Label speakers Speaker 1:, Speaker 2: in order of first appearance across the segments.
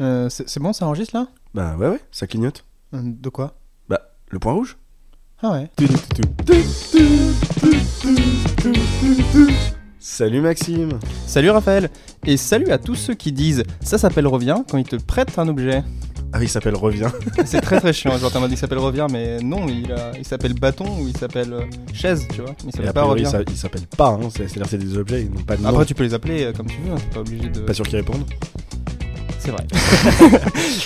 Speaker 1: Euh, c'est c'est bon, ça enregistre là
Speaker 2: Bah ouais, ouais, ça clignote.
Speaker 1: Euh, De quoi
Speaker 2: Bah, le point rouge
Speaker 1: Ah ouais.
Speaker 2: Salut Maxime
Speaker 1: Salut Raphaël et salut à tous ceux qui disent ça s'appelle revient quand ils te prêtent un objet.
Speaker 2: Ah oui, il s'appelle Reviens.
Speaker 1: C'est très très chiant. Genre t'as dit il s'appelle revient mais non il, a- il s'appelle bâton ou il s'appelle euh, chaise tu vois. Il
Speaker 2: Et
Speaker 1: s'appelle
Speaker 2: a
Speaker 1: pas
Speaker 2: priori,
Speaker 1: revient.
Speaker 2: ça- il s'appelle pas, hein. c'est- c'est-à-dire c'est des objets, ils n'ont pas de nom.
Speaker 1: Après tu peux les appeler euh, comme tu veux, hein, t'es pas obligé de.
Speaker 2: Pas sûr qu'ils répondent.
Speaker 1: C'est vrai.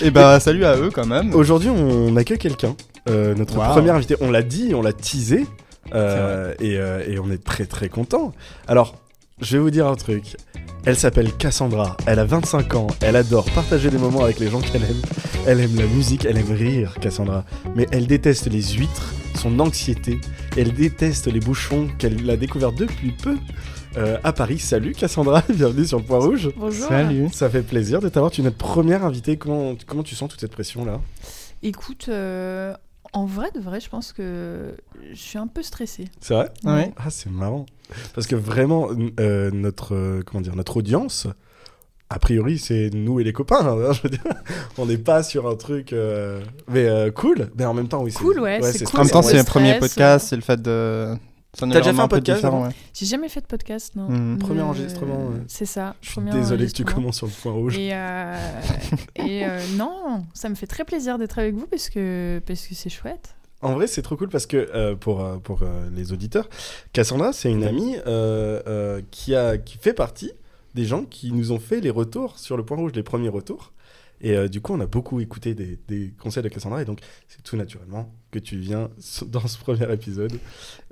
Speaker 1: et bah salut à eux quand même.
Speaker 2: Aujourd'hui, on accueille quelqu'un. Euh, notre
Speaker 1: Wow.
Speaker 2: premier invité, on l'a dit, on l'a teasé. euh, et, euh, et on est très très content. Alors, je vais vous dire un truc. Elle s'appelle Cassandra, elle a 25 ans, elle adore partager des moments avec les gens qu'elle aime. Elle aime la musique, elle aime rire, Cassandra. Mais elle déteste les huîtres, son anxiété, elle déteste les bouchons qu'elle a découvert depuis peu euh, à Paris. Salut Cassandra, bienvenue sur Point Rouge.
Speaker 3: Bonjour.
Speaker 1: Salut.
Speaker 2: Ça fait plaisir de t'avoir, tu es notre première invitée. Comment, comment tu sens toute cette pression là
Speaker 3: Écoute, euh, en vrai de vrai, je pense que je suis un peu stressée.
Speaker 2: C'est vrai
Speaker 1: Ouais.
Speaker 2: Ah, c'est marrant. Parce que vraiment, n- euh, notre, euh, comment dire, notre audience, a priori, c'est nous et les copains. hein, je veux dire. on n'est pas sur un truc. euh, Mais euh, cool. Mais en même temps, oui. c'est-
Speaker 3: Cool, ouais, c'est cool.
Speaker 1: En même temps
Speaker 3: Ouais,
Speaker 1: c'est le
Speaker 3: stress,
Speaker 1: premier
Speaker 3: euh.
Speaker 1: podcast, c'est le fait de. T'as
Speaker 2: déjà fait un podcast avant
Speaker 3: J'ai jamais fait de podcast, non.
Speaker 1: Hmm.
Speaker 2: Premier
Speaker 3: Le-
Speaker 2: enregistrement, ouais.
Speaker 3: C'est ça.
Speaker 2: Je suis
Speaker 3: premier
Speaker 2: désolé que tu
Speaker 3: enregistrement.
Speaker 2: commences sur le point rouge.
Speaker 3: Et, euh, et euh, non, ça me fait très plaisir d'être avec vous parce que parce que c'est chouette.
Speaker 2: En vrai, c'est trop cool parce que euh, pour, euh, pour euh, les auditeurs, Cassandra, c'est une amie euh, euh, qui, a, qui fait partie des gens qui nous ont fait les retours sur le point rouge, les premiers retours. Et euh, du coup, on a beaucoup écouté des, des conseils de Cassandra. Et donc, c'est tout naturellement que tu viens s- dans ce premier épisode,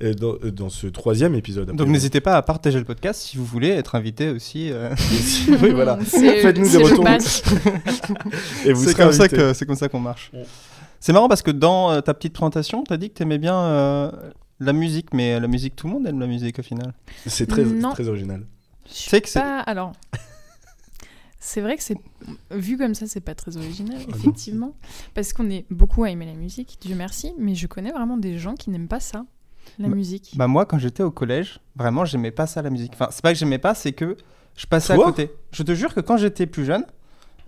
Speaker 2: euh, dans, euh, dans ce troisième épisode. après.
Speaker 1: Donc n'hésitez pas à partager le podcast si vous voulez être invité aussi. euh.
Speaker 2: oui, voilà.
Speaker 3: C'est-
Speaker 2: Faites-nous des
Speaker 3: c'est le
Speaker 2: retours.
Speaker 3: match.
Speaker 2: Et vous
Speaker 1: C'est
Speaker 2: serez
Speaker 1: comme, ça
Speaker 2: invités.
Speaker 1: que- c'est comme ça qu'on marche.
Speaker 2: Ouais.
Speaker 1: C'est marrant parce que dans euh, ta petite présentation, t'as dit que t'aimais bien euh, la musique, mais euh, la musique, tout le monde aime la musique au final.
Speaker 2: C'est très,
Speaker 3: Non.
Speaker 2: très original.
Speaker 3: Je suis
Speaker 1: sais que c'est-
Speaker 3: pas. Alors, c'est vrai que c'est vu comme ça, c'est pas très
Speaker 2: Ah
Speaker 3: original, effectivement, parce qu'on est beaucoup à aimer la musique. Dieu merci, mais je connais vraiment des gens qui n'aiment pas ça, la
Speaker 1: Bah-
Speaker 3: musique.
Speaker 1: Bah moi, quand j'étais au collège, vraiment, j'aimais pas ça la musique. Enfin, c'est pas que j'aimais pas, c'est que je passais
Speaker 2: Toi
Speaker 1: à côté. Je te jure que quand j'étais plus jeune,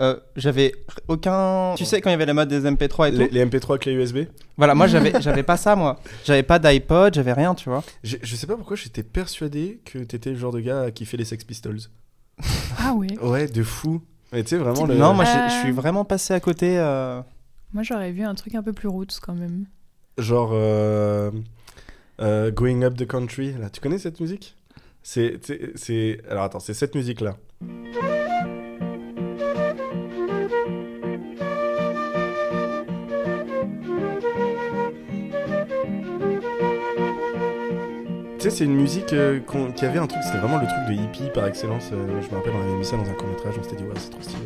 Speaker 1: euh, j'avais aucun. Tu sais, quand il y avait la mode des MP3 et tout.
Speaker 2: Les, les MP3 clé USB
Speaker 1: Voilà, moi j'avais j'avais pas ça moi. J'avais pas d'iPod, j'avais rien, tu vois.
Speaker 2: je, je sais pas pourquoi j'étais persuadé que t'étais le genre de gars qui fait les Sex Pistols.
Speaker 3: Ah ouais.
Speaker 2: Ouais, de fou. Mais tu sais, vraiment. Le...
Speaker 1: Non, moi j'ai- je
Speaker 3: Euh.
Speaker 1: suis vraiment passé à côté. euh,
Speaker 3: Moi, j'aurais vu un truc un peu plus roots quand même.
Speaker 2: Genre euh, euh, Going Up the Country. Là, tu connais cette musique C'est c'est- c'est alors attends, c'est cette musique là. Tu sais, c'est une musique euh, qu'on- qui avait un truc, c'était vraiment le truc de hippie par excellence. euh, je me rappelle, on avait mis ça dans un court métrage, on s'était dit, ouais, c'est trop stylé.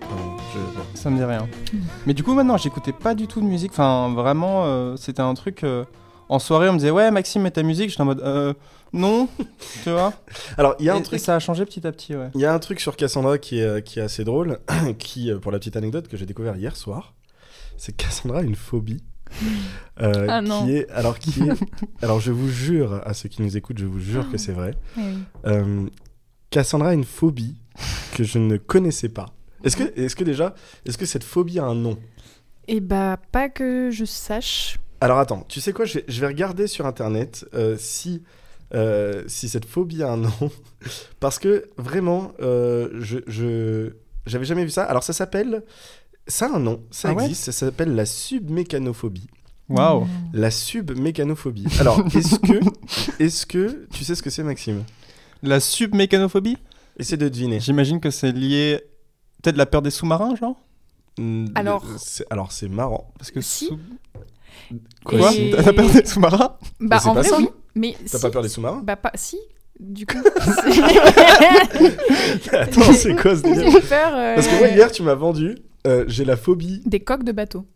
Speaker 2: Pardon, je- bon.
Speaker 1: Ça me dit rien. Mais du coup, maintenant, j'écoutais pas du tout de musique. Enfin, vraiment, euh, c'était un truc. euh, en soirée, on me disait, ouais, Maxime, mets ta musique. J'étais en mode, euh, non, tu vois.
Speaker 2: Alors, il y a un
Speaker 1: Et-
Speaker 2: truc.
Speaker 1: et ça a changé petit à petit, ouais.
Speaker 2: Il y a un truc sur Cassandra qui est, euh, qui est assez drôle, qui, euh, pour la petite anecdote, que j'ai découvert hier soir, c'est que Cassandra a une phobie. euh,
Speaker 3: Ah non.
Speaker 2: Qui est, alors, qui est, alors, je vous jure, à ceux qui nous écoutent, je vous jure que c'est vrai.
Speaker 3: Eh oui.
Speaker 2: Euh, Cassandra a une phobie que je ne connaissais pas. Est-ce que, est que déjà, est-ce que cette phobie a un nom
Speaker 3: Et bah, pas que je sache.
Speaker 2: Alors attends, tu sais quoi, je vais, je vais regarder sur internet euh, si, euh, si cette phobie a un nom. Parce que vraiment, euh, je, je- j'avais jamais vu ça. Alors ça s'appelle. Ça a un nom, ça
Speaker 1: Ah ouais
Speaker 2: existe, ça s'appelle la submécanophobie.
Speaker 1: Waouh.
Speaker 2: La submécanophobie. Alors, est-ce que, est-ce que tu sais ce que c'est, Maxime
Speaker 1: La submécanophobie
Speaker 2: Essaie de deviner.
Speaker 1: J'imagine que c'est lié. Peut-être la peur des sous-marins, genre
Speaker 2: Mm,
Speaker 3: Alors-
Speaker 1: euh,
Speaker 2: c'est, alors, c'est marrant.
Speaker 1: Parce que.
Speaker 3: Si.
Speaker 1: sous-
Speaker 3: Quoi
Speaker 1: Quoi
Speaker 3: Et-
Speaker 1: La peur des sous-marins
Speaker 3: Bah,
Speaker 2: c'est
Speaker 3: en
Speaker 2: pas
Speaker 3: vrai,
Speaker 2: ça. hein.
Speaker 3: oui. Mais
Speaker 2: T'as
Speaker 3: si-
Speaker 2: pas peur des sous-marins
Speaker 3: Bah, pas si. Du coup, c'est-
Speaker 2: Attends, c'est quoi ce délire
Speaker 3: j'ai peur. euh,
Speaker 2: Parce que moi, hier, tu m'as vendu. euh, j'ai la phobie.
Speaker 3: Des coques de bateau.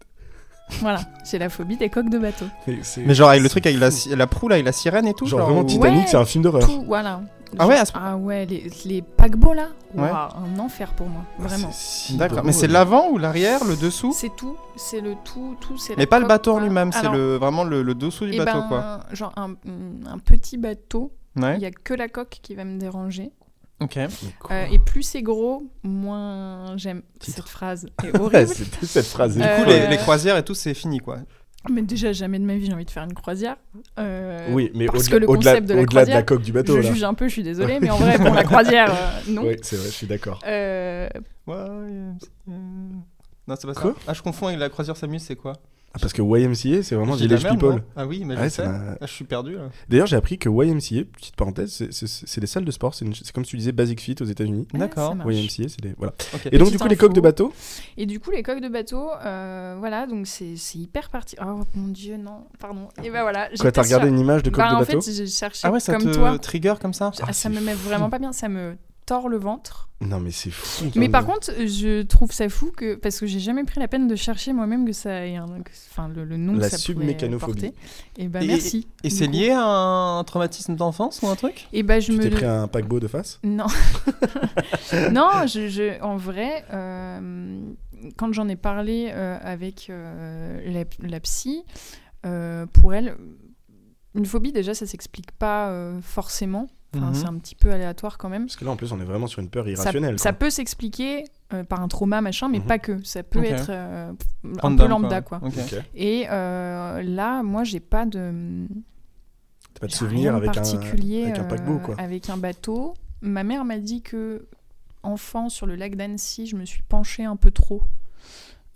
Speaker 3: Voilà, j'ai la phobie des coques de bateau.
Speaker 2: Mais, c'est-
Speaker 1: Mais genre, avec le
Speaker 2: c'est
Speaker 1: truc avec la,
Speaker 2: fou.
Speaker 1: si- la proue, là, et la sirène et tout.
Speaker 2: Genre vraiment
Speaker 1: ou-
Speaker 3: Titan-
Speaker 2: Titanic,
Speaker 3: Ouais.
Speaker 2: c'est un film d'horreur.
Speaker 3: Tout, voilà.
Speaker 1: Ah ouais, à ce-
Speaker 3: Ah ouais, les, les paquebots là,
Speaker 1: Ouais.
Speaker 3: Ouah, un enfer pour moi,
Speaker 2: Ah,
Speaker 3: vraiment.
Speaker 2: c'est si
Speaker 1: D'accord.
Speaker 2: beau,
Speaker 1: Mais c'est
Speaker 2: ouais.
Speaker 1: l'avant ou l'arrière, le dessous
Speaker 3: C'est tout, c'est le tout, tout, c'est.
Speaker 1: Mais
Speaker 3: la
Speaker 1: pas le
Speaker 3: coque,
Speaker 1: bateau en
Speaker 3: voilà.
Speaker 1: lui-même, c'est
Speaker 3: Alors,
Speaker 1: le, vraiment le, le dessous du
Speaker 3: eh
Speaker 1: bateau,
Speaker 3: ben,
Speaker 1: quoi.
Speaker 3: Genre un, un petit bateau, il
Speaker 1: Ouais.
Speaker 3: y a que la coque qui va me déranger.
Speaker 1: Ok.
Speaker 2: Donc,
Speaker 3: Euh, et plus c'est gros, moins j'aime
Speaker 2: Titre.
Speaker 3: cette phrase. est
Speaker 2: ouais,
Speaker 3: horrible.
Speaker 2: c'était cette phrase.
Speaker 1: Du
Speaker 3: Euh,
Speaker 1: coup, les, les croisières et tout, c'est fini quoi.
Speaker 3: Mais déjà, jamais de ma vie, j'ai envie de faire une croisière. Euh,
Speaker 2: oui, mais
Speaker 3: parce
Speaker 2: au-delà
Speaker 3: que le
Speaker 2: au-delà-
Speaker 3: concept de la
Speaker 2: au-delà de la
Speaker 3: croisière,
Speaker 2: coque du bateau,
Speaker 3: Je
Speaker 2: là.
Speaker 3: juge un peu, je suis désolée, mais en vrai, pour la croisière, euh, non.
Speaker 2: Oui, c'est vrai, je suis d'accord.
Speaker 3: Euh,
Speaker 1: euh. Non, c'est pas
Speaker 2: Quoi
Speaker 1: ça. Ah, je confonds avec la croisière s'amuse, c'est quoi
Speaker 2: Ah, parce que YMCA, c'est vraiment
Speaker 1: J'ai de la
Speaker 2: Village
Speaker 1: merde,
Speaker 2: People.
Speaker 1: moi. Ah oui, mais
Speaker 2: Ouais,
Speaker 1: je sais.
Speaker 2: c'est un-
Speaker 1: Ah, je suis perdu. là.
Speaker 2: D'ailleurs, j'ai appris que YMCA, petite parenthèse, c'est- c'est c'est des salles de sport. C'est une- c'est comme tu disais, Basic Fit aux États-Unis.
Speaker 3: Ah,
Speaker 1: D'accord.
Speaker 3: ça marche.
Speaker 2: YMCA, c'est des. Voilà.
Speaker 1: Ok.
Speaker 2: Et donc, du
Speaker 3: Petite
Speaker 2: coup, les coques de
Speaker 3: info.
Speaker 2: bateau
Speaker 3: Et du coup, les coques de bateau, euh, voilà, donc c'est c'est hyper parti. Oh mon dieu, non, pardon. Et ben voilà.
Speaker 2: Quoi, t'as regardé une image de coque
Speaker 3: bah,
Speaker 2: de
Speaker 3: En
Speaker 2: bateau
Speaker 3: fait, j'ai cherché
Speaker 1: Ah ouais, ça
Speaker 3: comme
Speaker 1: te
Speaker 3: toi.
Speaker 1: trigger comme ça
Speaker 3: Ah, ça me met vraiment pas bien, ça me tord le ventre.
Speaker 2: Non, mais c'est fou.
Speaker 3: Mais par contre, je trouve ça fou que parce que j'ai jamais pris la peine de chercher moi-même que ça ait un, que- enfin le, le nom
Speaker 2: La
Speaker 3: que ça pouvait
Speaker 2: submécanophobie.
Speaker 3: porter. Et ben
Speaker 1: Et-
Speaker 3: merci.
Speaker 1: Et c'est lié à un traumatisme d'enfance ou un truc
Speaker 3: Et ben je
Speaker 2: Tu
Speaker 3: me
Speaker 2: t'es pris un paquebot de face
Speaker 3: Non. non, je, je- en vrai, euh, quand j'en ai parlé euh, avec euh, la, la psy, euh, pour elle, une phobie, déjà, ça s'explique pas euh, forcément. Enfin,
Speaker 1: Mhm.
Speaker 3: C'est un petit peu aléatoire quand même.
Speaker 2: Parce que là, en plus, on est vraiment sur une peur
Speaker 3: Ça-
Speaker 2: irrationnelle.
Speaker 3: Ça,
Speaker 2: quoi.
Speaker 3: peut s'expliquer euh, par un trauma, machin, mais
Speaker 2: Mhm.
Speaker 3: pas que. Ça peut
Speaker 1: Ok.
Speaker 3: être euh, un
Speaker 1: Random,
Speaker 3: peu lambda, quoi.
Speaker 1: Ok.
Speaker 2: Ok.
Speaker 3: Et euh, là, moi, j'ai pas de...
Speaker 2: T'as pas de
Speaker 3: J'ai
Speaker 2: souvenir
Speaker 3: rien de
Speaker 2: avec un.
Speaker 3: particulier, euh,
Speaker 2: avec un paquebot, quoi.
Speaker 3: avec un bateau. Ma mère m'a dit que, enfant, sur le lac d'Annecy, je me suis penchée un peu trop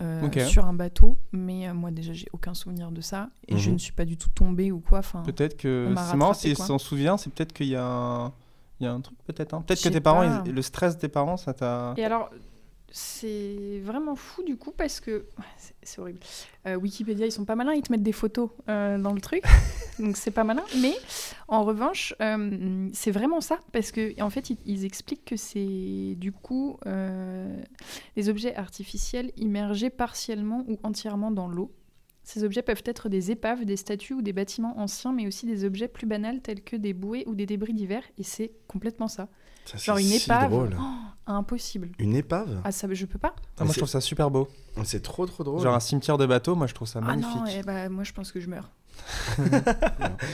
Speaker 3: euh,
Speaker 1: Ok.
Speaker 3: sur un bateau. Mais euh, moi, déjà, j'ai aucun souvenir de ça. Et je
Speaker 2: Mhm.
Speaker 3: ne suis pas du tout tombée ou quoi. Enfin,
Speaker 1: Peut-être que.
Speaker 3: On m'a
Speaker 1: C'est marrant,
Speaker 3: rattrapé,
Speaker 1: si
Speaker 3: quoi.
Speaker 1: s'en souvient, c'est peut-être qu'il y a un. Il y a un truc peut-être. hein. Peut-être
Speaker 3: Je
Speaker 1: que
Speaker 3: sais
Speaker 1: tes parents,
Speaker 3: pas.
Speaker 1: ils- le stress des parents, ça t'a.
Speaker 3: Et alors, c'est vraiment fou du coup parce que Ouais, c'est- c'est horrible. Euh, Wikipédia, ils sont pas malins, ils te mettent des photos euh, dans le truc, donc c'est pas malin. Mais en revanche, euh, c'est vraiment ça parce que en fait, ils, ils expliquent que c'est du coup euh, les objets artificiels immergés partiellement ou entièrement dans l'eau. Ces objets peuvent être des épaves, des statues ou des bâtiments anciens, mais aussi des objets plus banals tels que des bouées ou des débris divers. Et c'est complètement ça.
Speaker 2: Ça, c'est
Speaker 3: Genre une
Speaker 2: si
Speaker 3: épave.
Speaker 2: drôle.
Speaker 3: Oh, impossible.
Speaker 2: Une épave
Speaker 3: Ah, ça, je peux pas
Speaker 1: Ah, moi, je trouve ça super beau.
Speaker 2: C'est trop, trop drôle.
Speaker 1: Genre un cimetière de bateau, moi, je trouve ça magnifique.
Speaker 3: Ah non, eh ben, moi je pense que je meurs.
Speaker 1: Moi,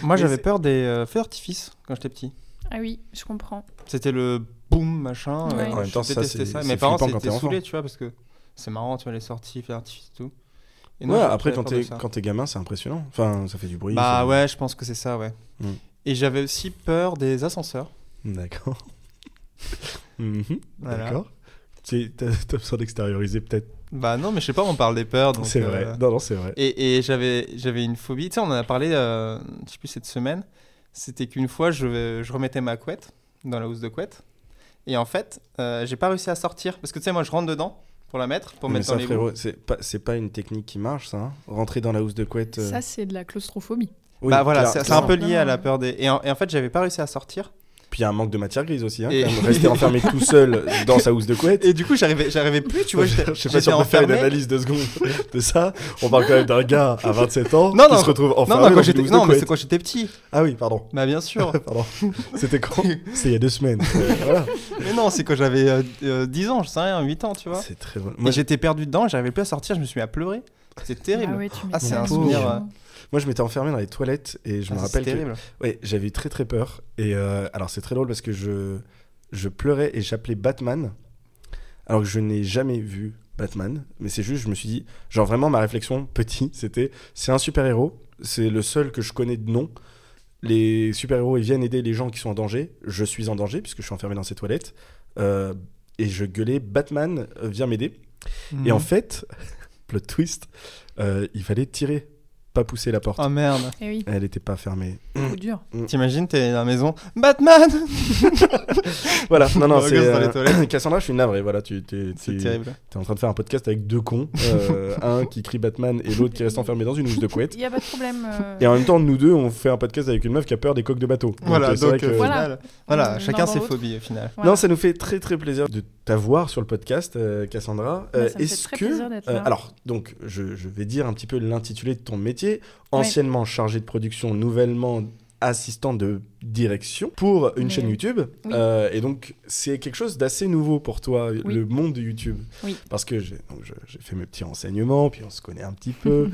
Speaker 2: Mais
Speaker 1: j'avais
Speaker 2: c'est-
Speaker 1: peur des euh, feux d'artifice quand j'étais petit.
Speaker 3: Ah oui, je comprends.
Speaker 1: C'était le boom machin.
Speaker 3: Ouais.
Speaker 1: euh,
Speaker 3: En
Speaker 2: même
Speaker 1: je
Speaker 2: temps, ça,
Speaker 1: détestais
Speaker 2: c'est-
Speaker 1: ça.
Speaker 2: c'est
Speaker 1: Mes parents
Speaker 2: flippant quand
Speaker 1: s'étaient
Speaker 2: t'es enfant.
Speaker 1: saoulés, tu vois, parce que c'est marrant, tu vois, les sorties, feux d'artifice et tout. Et
Speaker 2: ouais,
Speaker 1: non,
Speaker 2: après,
Speaker 1: j'avais
Speaker 2: quand
Speaker 1: peur de
Speaker 2: t'es,
Speaker 1: ça.
Speaker 2: quand euh. t'es gamin, c'est impressionnant. Enfin, ça fait du bruit.
Speaker 1: Bah
Speaker 2: ça-
Speaker 1: ouais, je pense que c'est ça, ouais.
Speaker 2: Mm.
Speaker 1: Et j'avais aussi peur des ascenseurs.
Speaker 2: D'accord. Mhm,
Speaker 1: Voilà.
Speaker 2: D'accord. Tu- T'as t'as besoin d'extérioriser peut-être.
Speaker 1: Bah non, mais je sais pas, on parle des peurs. donc,
Speaker 2: C'est
Speaker 1: euh,
Speaker 2: vrai. Non, non, c'est vrai.
Speaker 1: Et, et j'avais j'avais une phobie, tu sais, on en a parlé, euh, je sais plus, cette semaine. C'était qu'une fois, je, je remettais ma couette dans la housse de couette. Et en fait, euh, j'ai pas réussi à sortir. Parce que tu sais, moi, je rentre dedans pour la mettre, pour
Speaker 2: Mais
Speaker 1: mettre
Speaker 2: ça,
Speaker 1: dans les
Speaker 2: frérot, c'est pas, c'est pas une technique qui marche, ça. hein. Rentrer dans la housse de couette. euh,
Speaker 3: Ça, c'est de la claustrophobie.
Speaker 2: oui,
Speaker 1: bah voilà,
Speaker 2: clair-
Speaker 1: c'est c'est un
Speaker 2: clairement.
Speaker 1: peu lié à la
Speaker 3: Non.
Speaker 1: peur des. Et en, et en fait, j'avais pas réussi à sortir.
Speaker 2: Puis il y a un manque de matière grise aussi. Hein,
Speaker 1: Et-
Speaker 2: quand même. Rester enfermé tout seul dans sa housse de couette.
Speaker 1: Et du coup, j'arrivais, j'arrivais plus, tu vois.
Speaker 2: je sais pas si on peut faire
Speaker 1: enfermé.
Speaker 2: une analyse de secondes de ça. On parle quand même d'un gars à 27 ans
Speaker 1: Non,
Speaker 2: qui
Speaker 1: non.
Speaker 2: se retrouve
Speaker 1: Non,
Speaker 2: enfermé
Speaker 1: non, quand
Speaker 2: dans une
Speaker 1: j'étais-
Speaker 2: housse
Speaker 1: non,
Speaker 2: de
Speaker 1: mais c'est
Speaker 2: couette.
Speaker 1: quand j'étais petit.
Speaker 2: Ah oui, pardon.
Speaker 1: Bah bien sûr.
Speaker 2: Pardon. C'était quand C'est il y a deux semaines. Voilà.
Speaker 1: mais non, c'est quand j'avais euh, euh, 10 ans, je sais rien, 8 ans, tu vois.
Speaker 2: C'est très bon.
Speaker 1: Moi, j'étais perdu dedans, j'arrivais plus à sortir, je me suis mis à pleurer. C'était terrible.
Speaker 3: Ah ouais, tu
Speaker 1: Ah, c'est
Speaker 3: m'étonnes.
Speaker 2: un souvenir,
Speaker 1: euh,
Speaker 2: Moi, je m'étais enfermé dans les toilettes et je
Speaker 1: Ah,
Speaker 2: me
Speaker 1: ça,
Speaker 2: rappelle
Speaker 1: c'est
Speaker 2: que
Speaker 1: terrible.
Speaker 2: ouais, j'avais eu très très peur. Et euh, alors, c'est très drôle parce que je, je pleurais et j'appelais Batman alors que je n'ai jamais vu Batman. Mais c'est juste, je me suis dit, genre vraiment, ma réflexion petit, c'était c'est un super héros, c'est le seul que je connais de nom. Les super-héros, ils viennent aider les gens qui sont en danger. Je suis en danger puisque je suis enfermé dans ces toilettes. Euh, et je gueulais Batman, euh, viens m'aider. Et
Speaker 1: Mm. Mhm.
Speaker 2: en fait, plot twist, euh, il fallait tirer, pas pousser la porte.
Speaker 1: Oh merde.
Speaker 3: Eh oui,
Speaker 2: Elle n'était pas fermée.
Speaker 3: trop dur.
Speaker 1: T'imagines, t'es dans la maison. Batman
Speaker 2: Voilà, non, non,
Speaker 1: Le
Speaker 2: c'est.
Speaker 1: gosse dans
Speaker 2: euh,
Speaker 1: les toilettes.
Speaker 2: Cassandra, je suis navré, voilà, tu t'es,
Speaker 1: C'est
Speaker 2: tu-
Speaker 1: terrible.
Speaker 2: t'es en train de faire un podcast avec deux cons, euh, un qui crie Batman et l'autre qui reste enfermé dans une housse de couette.
Speaker 3: Il y a pas de problème. euh,
Speaker 2: Et en même temps, nous deux, on fait un podcast avec une meuf qui a peur des coques de bateau. Donc,
Speaker 1: Voilà,
Speaker 2: euh, c'est vrai
Speaker 1: donc
Speaker 2: que-
Speaker 1: euh, au
Speaker 3: Voilà.
Speaker 1: final, voilà,
Speaker 3: Euh, l'un
Speaker 1: chacun
Speaker 3: dans
Speaker 1: ses
Speaker 3: l'autre.
Speaker 1: phobies au final.
Speaker 3: voilà.
Speaker 2: Non, ça nous fait très très plaisir de t'avoir sur le podcast, euh, Cassandra.
Speaker 3: Ouais,
Speaker 2: Euh,
Speaker 3: Bah, ça me fait
Speaker 2: est-ce
Speaker 3: très
Speaker 2: que,
Speaker 3: plaisir d'être là.
Speaker 2: alors, donc, je, je vais dire un petit peu l'intitulé de ton métier.
Speaker 3: Ouais.
Speaker 2: Anciennement chargé de production, nouvellement assistant de direction pour une
Speaker 3: Mais-
Speaker 2: chaîne YouTube.
Speaker 3: Oui.
Speaker 2: Euh, et donc, c'est quelque chose d'assez nouveau pour toi,
Speaker 3: Oui.
Speaker 2: le monde de YouTube.
Speaker 3: Oui.
Speaker 2: Parce que j'ai donc je- j'ai fait mes petits renseignements, puis on se connaît un petit peu.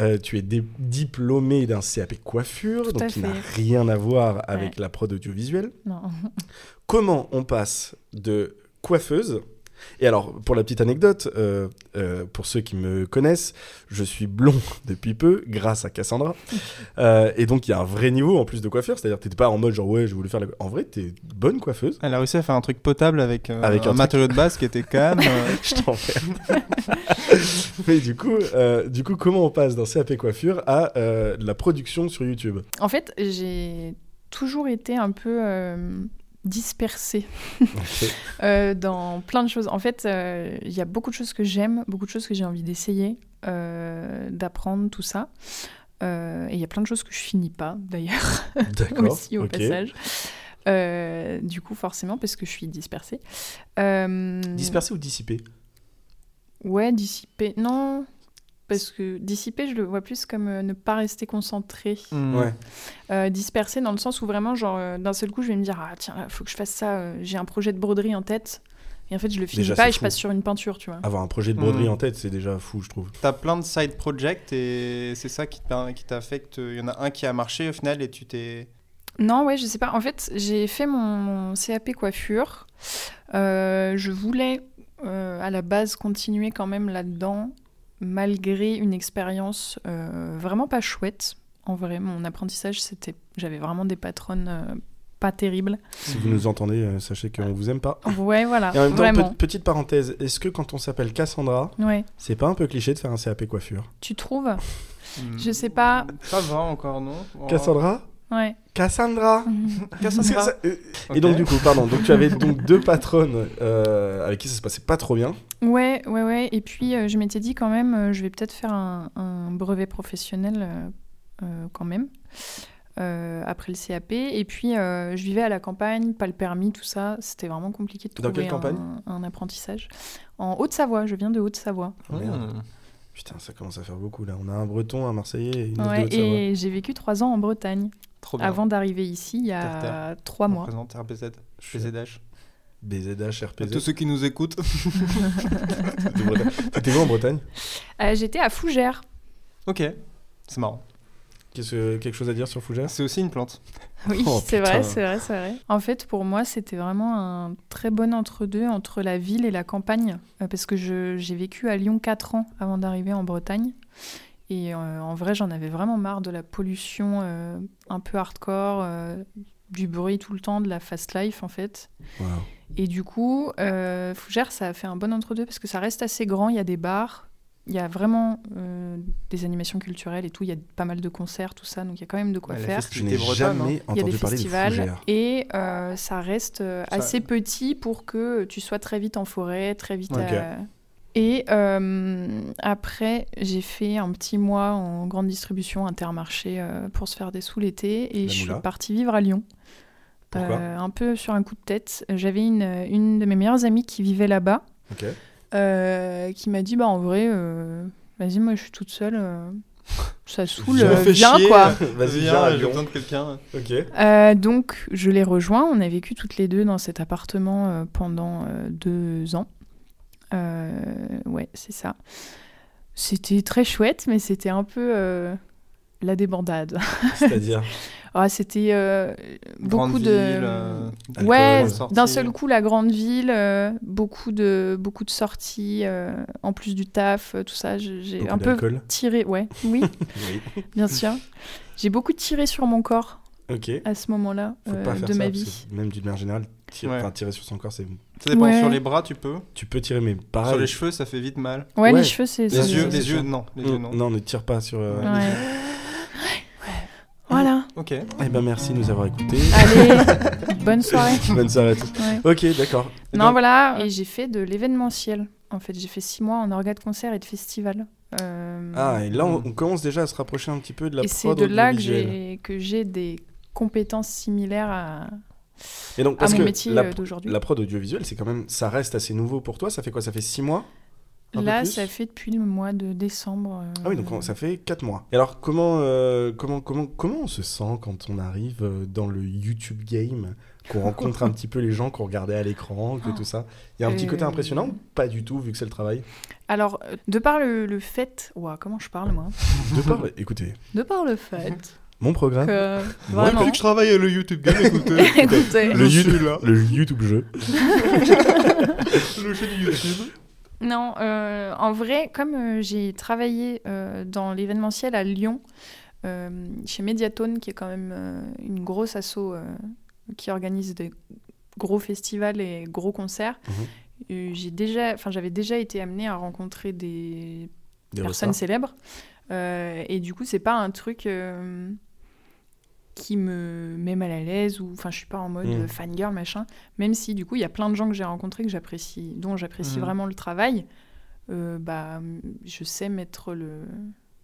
Speaker 2: Euh, tu es dé- diplômé d'un CAP coiffure,
Speaker 3: Tout à
Speaker 2: donc qui n'a
Speaker 3: fait.
Speaker 2: rien à voir avec la prod audiovisuelle.
Speaker 3: Non.
Speaker 2: Comment on passe de coiffeuse et alors, pour la petite anecdote, euh, euh, pour ceux qui me connaissent, je suis blond depuis peu, grâce à Cassandra. Euh, et donc, il y a un vrai niveau en plus de coiffure. C'est-à-dire, t'étais pas en mode genre, ouais, je voulais faire la. coif- En vrai, t'es bonne coiffeuse.
Speaker 1: Elle a réussi à faire un truc potable avec, euh,
Speaker 2: Avec un
Speaker 1: un,
Speaker 2: truc.
Speaker 1: matériau de base qui était quand même. euh,
Speaker 2: Je t'enferme. Mais du coup, euh, du coup, comment on passe d'un CAP coiffure à euh, de la production sur YouTube
Speaker 3: En fait, j'ai toujours été un peu euh, dispersée euh, dans plein de choses. En fait, euh, il y a beaucoup de choses que j'aime, beaucoup de choses que j'ai envie d'essayer, euh, d'apprendre, tout ça. Euh, et il y a plein de choses que je finis pas, d'ailleurs,
Speaker 2: D'accord.
Speaker 3: aussi au
Speaker 2: ok.
Speaker 3: passage. Euh, du coup, forcément, parce que je suis dispersée. Euh,
Speaker 2: Dispersé ou dissipé
Speaker 3: Ouais, dissiper. Non, parce que dissiper, je le vois plus comme euh, ne pas rester concentré.
Speaker 2: Mm.
Speaker 1: hmm.
Speaker 3: Euh, dispersé dans le sens où vraiment, genre, euh, d'un seul coup, je vais me dire Ah, tiens, il faut que je fasse ça, euh, j'ai un projet de broderie en tête. Et en fait, je le finis
Speaker 2: Déjà,
Speaker 3: pas
Speaker 2: c'est
Speaker 3: et je
Speaker 2: fou.
Speaker 3: passe sur une peinture, tu vois.
Speaker 2: Avoir un projet de broderie
Speaker 1: Mm.
Speaker 3: Hmm.
Speaker 2: en tête, c'est déjà fou, je trouve.
Speaker 1: T'as plein de side projects et c'est ça qui te permet- qui t'affecte. Il y en a un qui a marché au final et tu t'es.
Speaker 3: Non, ouais, je sais pas. En fait, j'ai fait mon CAP coiffure. Euh, je voulais euh, à la base continuer quand même là-dedans, malgré une expérience euh, vraiment pas chouette. En vrai, mon apprentissage, c'était, j'avais vraiment des patronnes euh, pas terribles.
Speaker 2: Si vous nous entendez, euh, sachez qu'on vous aime pas.
Speaker 3: Hmm. Ouais, voilà,
Speaker 2: Et en même temps,
Speaker 3: vraiment.
Speaker 2: pe- petite parenthèse, est-ce que quand on s'appelle Cassandra,
Speaker 3: Ouais,
Speaker 2: c'est pas un peu cliché de faire un CAP coiffure
Speaker 3: tu trouves
Speaker 1: Hmm.
Speaker 3: Je sais pas.
Speaker 1: Ça va encore, non Oh.
Speaker 2: Cassandra
Speaker 3: Ouais.
Speaker 2: Cassandra
Speaker 1: Cassandra.
Speaker 2: C'est- euh, c'est-
Speaker 1: Ok.
Speaker 2: Et donc du coup, pardon, donc tu avais donc deux patronnes euh, avec qui ça se passait pas trop bien.
Speaker 3: Ouais, ouais, ouais. Et puis, euh, je m'étais dit quand même, euh, je vais peut-être faire un, un brevet professionnel euh, euh, quand même, euh, après le CAP. Et puis, euh, je vivais à la campagne, pas le permis, tout ça. C'était vraiment compliqué de
Speaker 2: Dans
Speaker 3: trouver
Speaker 2: quelle campagne
Speaker 3: un, un apprentissage. En Haute-Savoie, je viens de Haute-Savoie.
Speaker 2: Oh, merde.
Speaker 1: Hmm.
Speaker 2: Putain, ça commence à faire beaucoup là. On a un breton, un marseillais et une autre
Speaker 3: Ouais,
Speaker 2: de Haute-Savoie. Oh,
Speaker 3: et j'ai vécu trois ans en Bretagne,
Speaker 1: Trop bien.
Speaker 3: avant d'arriver ici, il y a
Speaker 1: Terre-terre.
Speaker 3: trois
Speaker 1: On
Speaker 3: mois.
Speaker 1: présente RBZ,
Speaker 2: Je suis-
Speaker 1: BZH.
Speaker 2: BZH,
Speaker 1: Tous
Speaker 2: RPZ.
Speaker 1: ceux qui nous écoutent.
Speaker 2: de Bretagne. T'étais où en Bretagne
Speaker 3: Euh, J'étais à Fougères.
Speaker 1: ok, c'est marrant.
Speaker 2: Qu'est-ce que- Quelque chose à dire sur Fougères
Speaker 1: C'est aussi une plante.
Speaker 3: Oui,
Speaker 2: Oh,
Speaker 3: c'est
Speaker 2: putain.
Speaker 3: vrai, c'est vrai, c'est vrai. En fait, pour moi, c'était vraiment un très bon entre-deux entre la ville et la campagne, euh, parce que je- j'ai vécu à Lyon 4 ans avant d'arriver en Bretagne. Et euh, en vrai, j'en avais vraiment marre de la pollution euh, un peu hardcore, euh, du bruit tout le temps, de la fast life en fait.
Speaker 2: Waouh.
Speaker 3: Et du coup, euh, Fougères, ça a fait un bon entre-deux parce que ça reste assez grand. Il y a des bars, il y a vraiment euh, des animations culturelles et tout. Il y a pas mal de concerts, tout ça. Donc il y a quand même de quoi
Speaker 1: Ouais, la
Speaker 3: faire.
Speaker 2: Je
Speaker 1: C'était
Speaker 2: n'ai
Speaker 1: breton,
Speaker 2: jamais
Speaker 3: Il y
Speaker 2: entendu
Speaker 3: a des
Speaker 2: parler de
Speaker 3: festivals
Speaker 2: Fougères.
Speaker 3: et euh, ça reste euh,
Speaker 1: Ça-
Speaker 3: assez petit pour que tu sois très vite en forêt, très vite.
Speaker 2: Ok.
Speaker 3: à- Et euh, après, j'ai fait un petit mois en grande distribution intermarché euh, pour se faire des sous l'été et
Speaker 2: La
Speaker 3: je suis
Speaker 2: moula.
Speaker 3: partie vivre à Lyon.
Speaker 2: Pourquoi
Speaker 3: Euh, un peu sur un coup de tête. J'avais une, une de mes meilleures amies qui vivait là-bas
Speaker 2: Ok.
Speaker 3: euh, qui m'a dit Bah en vrai, euh, vas-y, moi je suis toute seule. euh, ça saoule,
Speaker 2: me
Speaker 3: euh,
Speaker 2: fais
Speaker 3: viens quoi.
Speaker 2: Vas-y, viens, à
Speaker 1: viens, j'ai
Speaker 2: Lyon.
Speaker 1: besoin de quelqu'un.
Speaker 2: Ok.
Speaker 3: Euh, donc, je l'ai rejoint. On a vécu toutes les deux dans cet appartement euh, pendant euh, deux ans. Euh, ouais, c'est ça. C'était très chouette, mais c'était un peu euh, la débandade.
Speaker 2: C'est-à-dire.
Speaker 3: Ah, c'était euh, beaucoup
Speaker 1: Grande
Speaker 3: de.
Speaker 1: ville, euh,
Speaker 3: Ouais,
Speaker 1: alcool,
Speaker 3: d'un
Speaker 1: sortie.
Speaker 3: seul coup la grande ville, euh, beaucoup de beaucoup de sorties, euh, en plus du taf, euh, tout ça. je- J'ai
Speaker 2: Beaucoup
Speaker 3: un peu
Speaker 2: d'alcool.
Speaker 3: tiré, ouais, oui,
Speaker 2: Oui.
Speaker 3: bien sûr. J'ai beaucoup tiré sur mon corps
Speaker 2: Ok.
Speaker 3: à ce moment-là
Speaker 2: Faut
Speaker 3: euh,
Speaker 2: pas faire
Speaker 3: de
Speaker 2: ça,
Speaker 3: ma
Speaker 2: parce
Speaker 3: vie.
Speaker 2: que Même d'une manière générale, tire-
Speaker 1: Ouais.
Speaker 2: enfin, tirer sur son corps, c'est.
Speaker 1: Ça dépend,
Speaker 3: Ouais.
Speaker 1: sur les bras tu peux.
Speaker 2: Tu peux tirer, mais pareil.
Speaker 1: Sur les cheveux ça fait vite mal.
Speaker 3: Ouais,
Speaker 2: Ouais.
Speaker 3: les cheveux, c'est.
Speaker 2: Les
Speaker 3: c'est-
Speaker 1: Les yeux,
Speaker 2: c'est
Speaker 1: les
Speaker 2: ça.
Speaker 1: yeux non. Les yeux
Speaker 2: non,
Speaker 1: non.
Speaker 2: non, ne tire pas sur. euh,
Speaker 1: Ouais.
Speaker 3: Ouais. Voilà.
Speaker 1: Ok.
Speaker 2: Eh ben merci de nous avoir écoutés.
Speaker 3: Allez, bonne soirée.
Speaker 2: Bonne soirée à tous.
Speaker 3: Ouais.
Speaker 2: Ok, d'accord. Et
Speaker 3: Non,
Speaker 2: donc,
Speaker 3: voilà. Et j'ai fait de l'événementiel. En fait, j'ai fait six mois en orga de concert et de festival. Euh,
Speaker 2: Ah, et là, on, on commence déjà à se rapprocher un petit peu de la
Speaker 3: et c'est
Speaker 2: prod
Speaker 3: de là que
Speaker 2: audiovisuelle.
Speaker 3: j'ai que j'ai des compétences similaires à,
Speaker 2: Et donc,
Speaker 3: à
Speaker 2: parce
Speaker 3: Ah, mon
Speaker 2: que
Speaker 3: métier
Speaker 2: la,
Speaker 3: euh, d'aujourd'hui.
Speaker 2: la prod audiovisuelle, c'est quand même. Ça reste assez nouveau pour toi. Ça fait quoi Ça fait 6 mois Un peu
Speaker 3: Là,
Speaker 2: plus
Speaker 3: ça fait depuis le mois de décembre. euh,
Speaker 2: Ah oui, donc on- ça fait 4 mois. Et alors, comment, euh, comment, comment, comment on se sent quand on arrive euh, dans le YouTube game, qu'on rencontre un petit peu les gens qu'on regardait à l'écran, que
Speaker 3: Oh.
Speaker 2: tout ça Il y a un petit côté
Speaker 3: Euh.
Speaker 2: impressionnant ou Pas du tout, vu que c'est le travail.
Speaker 3: Alors, euh, de par le, le fait. Ouah, comment je parle, moi hein.
Speaker 2: De par... Écoutez,
Speaker 3: De par le fait
Speaker 2: mon programme,
Speaker 3: que.
Speaker 2: Hein moi,
Speaker 3: Vraiment.
Speaker 4: que je travaille à le YouTube Game, écoutez,
Speaker 3: Écoutez.
Speaker 2: Le
Speaker 4: je
Speaker 2: YouTube-
Speaker 4: suis là,
Speaker 2: le YouTube jeu.
Speaker 4: le chaîne YouTube.
Speaker 3: Non, euh, en vrai, comme euh, j'ai travaillé euh, dans l'événementiel à Lyon, euh, chez Mediatone, qui est quand même euh, une grosse asso euh, qui organise des gros festivals et gros concerts,
Speaker 2: Mhm.
Speaker 3: euh, j'ai déjà, enfin, j'avais déjà été amenée à rencontrer des
Speaker 2: des
Speaker 3: personnes
Speaker 2: restarts.
Speaker 3: célèbres. Euh, et du coup, c'est pas un truc euh, qui me met mal à l'aise ou enfin, je suis pas en mode
Speaker 2: Mm.
Speaker 3: euh, fangirl machin. Même si du coup, il y a plein de gens que j'ai rencontrés que j'apprécie, dont j'apprécie
Speaker 1: Mm.
Speaker 3: vraiment le travail. euh, bah, je sais mettre le,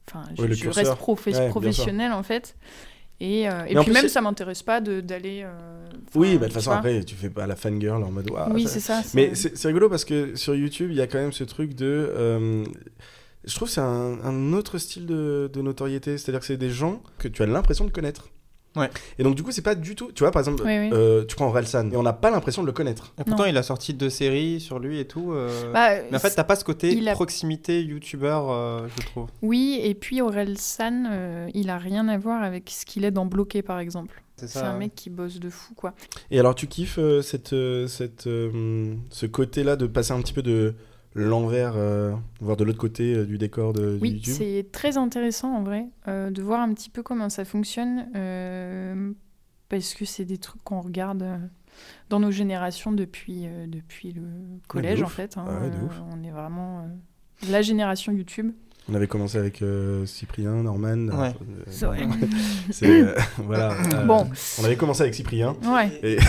Speaker 3: enfin, je,
Speaker 2: Ouais, le
Speaker 3: je
Speaker 2: curseur.
Speaker 3: reste professe-
Speaker 2: Ouais, bien sûr.
Speaker 3: professionnelle en fait. Et, euh, et
Speaker 2: Mais en
Speaker 3: puis
Speaker 2: plus,
Speaker 3: même,
Speaker 2: c'est-
Speaker 3: ça m'intéresse pas de- d'aller. euh,
Speaker 2: Oui,
Speaker 3: enfin,
Speaker 2: bah, de toute
Speaker 3: tu
Speaker 2: façon,
Speaker 3: vois.
Speaker 2: après, tu fais pas la fangirl en mode. Ouah,
Speaker 3: oui,
Speaker 2: ça-
Speaker 3: c'est ça.
Speaker 2: Mais c'est c'est rigolo parce que sur YouTube, il y a quand même ce truc de. euh, je trouve que c'est un, un autre style de, de notoriété. C'est-à-dire que c'est des gens que tu as l'impression de connaître.
Speaker 1: Ouais.
Speaker 2: Et donc, du coup, c'est pas du tout. Tu vois, par exemple,
Speaker 3: Oui, oui.
Speaker 2: euh, tu prends Relsan et on n'a pas l'impression de le connaître.
Speaker 1: Et Ah, pourtant,
Speaker 3: Non.
Speaker 1: il a sorti deux séries sur lui et tout. euh,
Speaker 3: Bah,
Speaker 1: mais en fait, t'as pas ce côté
Speaker 3: il a-
Speaker 1: proximité youtubeur, euh, je trouve.
Speaker 3: Oui, et puis Aurel San, euh, il a rien à voir avec ce qu'il est dans Bloqué, par exemple.
Speaker 1: C'est
Speaker 3: C'est
Speaker 1: ça. hein.
Speaker 3: un
Speaker 1: ouais.
Speaker 3: mec qui bosse de fou, quoi.
Speaker 2: Et alors, tu kiffes euh, cette, euh, cette, euh, ce côté-là de passer un petit peu de l'envers, euh, voire de l'autre côté euh, du décor de, du
Speaker 3: Oui,
Speaker 2: YouTube
Speaker 3: c'est très intéressant, en vrai, euh, de voir un petit peu comment ça fonctionne, euh, parce que c'est des trucs qu'on regarde euh, dans nos générations depuis, euh, depuis le collège, en
Speaker 2: ouf.
Speaker 3: fait. hein.
Speaker 2: Ah ouais, de
Speaker 3: Euh,
Speaker 2: ouf.
Speaker 3: on est vraiment euh, la génération YouTube.
Speaker 2: On avait commencé avec euh, Cyprien, Norman.
Speaker 1: Ouais.
Speaker 2: euh,
Speaker 3: C'est vrai.
Speaker 2: c'est, euh, voilà. euh,
Speaker 3: Bon,
Speaker 2: On avait commencé avec Cyprien.
Speaker 3: ouais.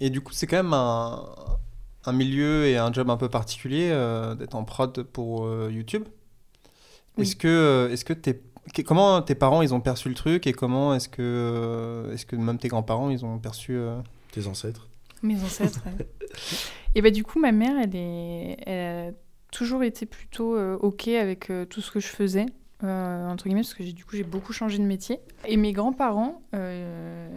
Speaker 1: Et du coup, c'est quand même un, un milieu et un job un peu particulier euh, d'être en prod pour euh, YouTube.
Speaker 3: Oui.
Speaker 1: Est-ce que, euh, est-ce que t'es- que- comment tes parents ils ont perçu le truc et comment est-ce que, euh, est-ce que même tes grands-parents ils ont perçu euh,
Speaker 2: Tes ancêtres.
Speaker 3: Mes ancêtres. ouais. Et ben du coup, ma mère, elle, est... elle a toujours été plutôt euh, OK avec euh, tout ce que je faisais, euh, entre guillemets, parce que j'ai- du coup, j'ai beaucoup changé de métier. Et mes grands-parents, euh,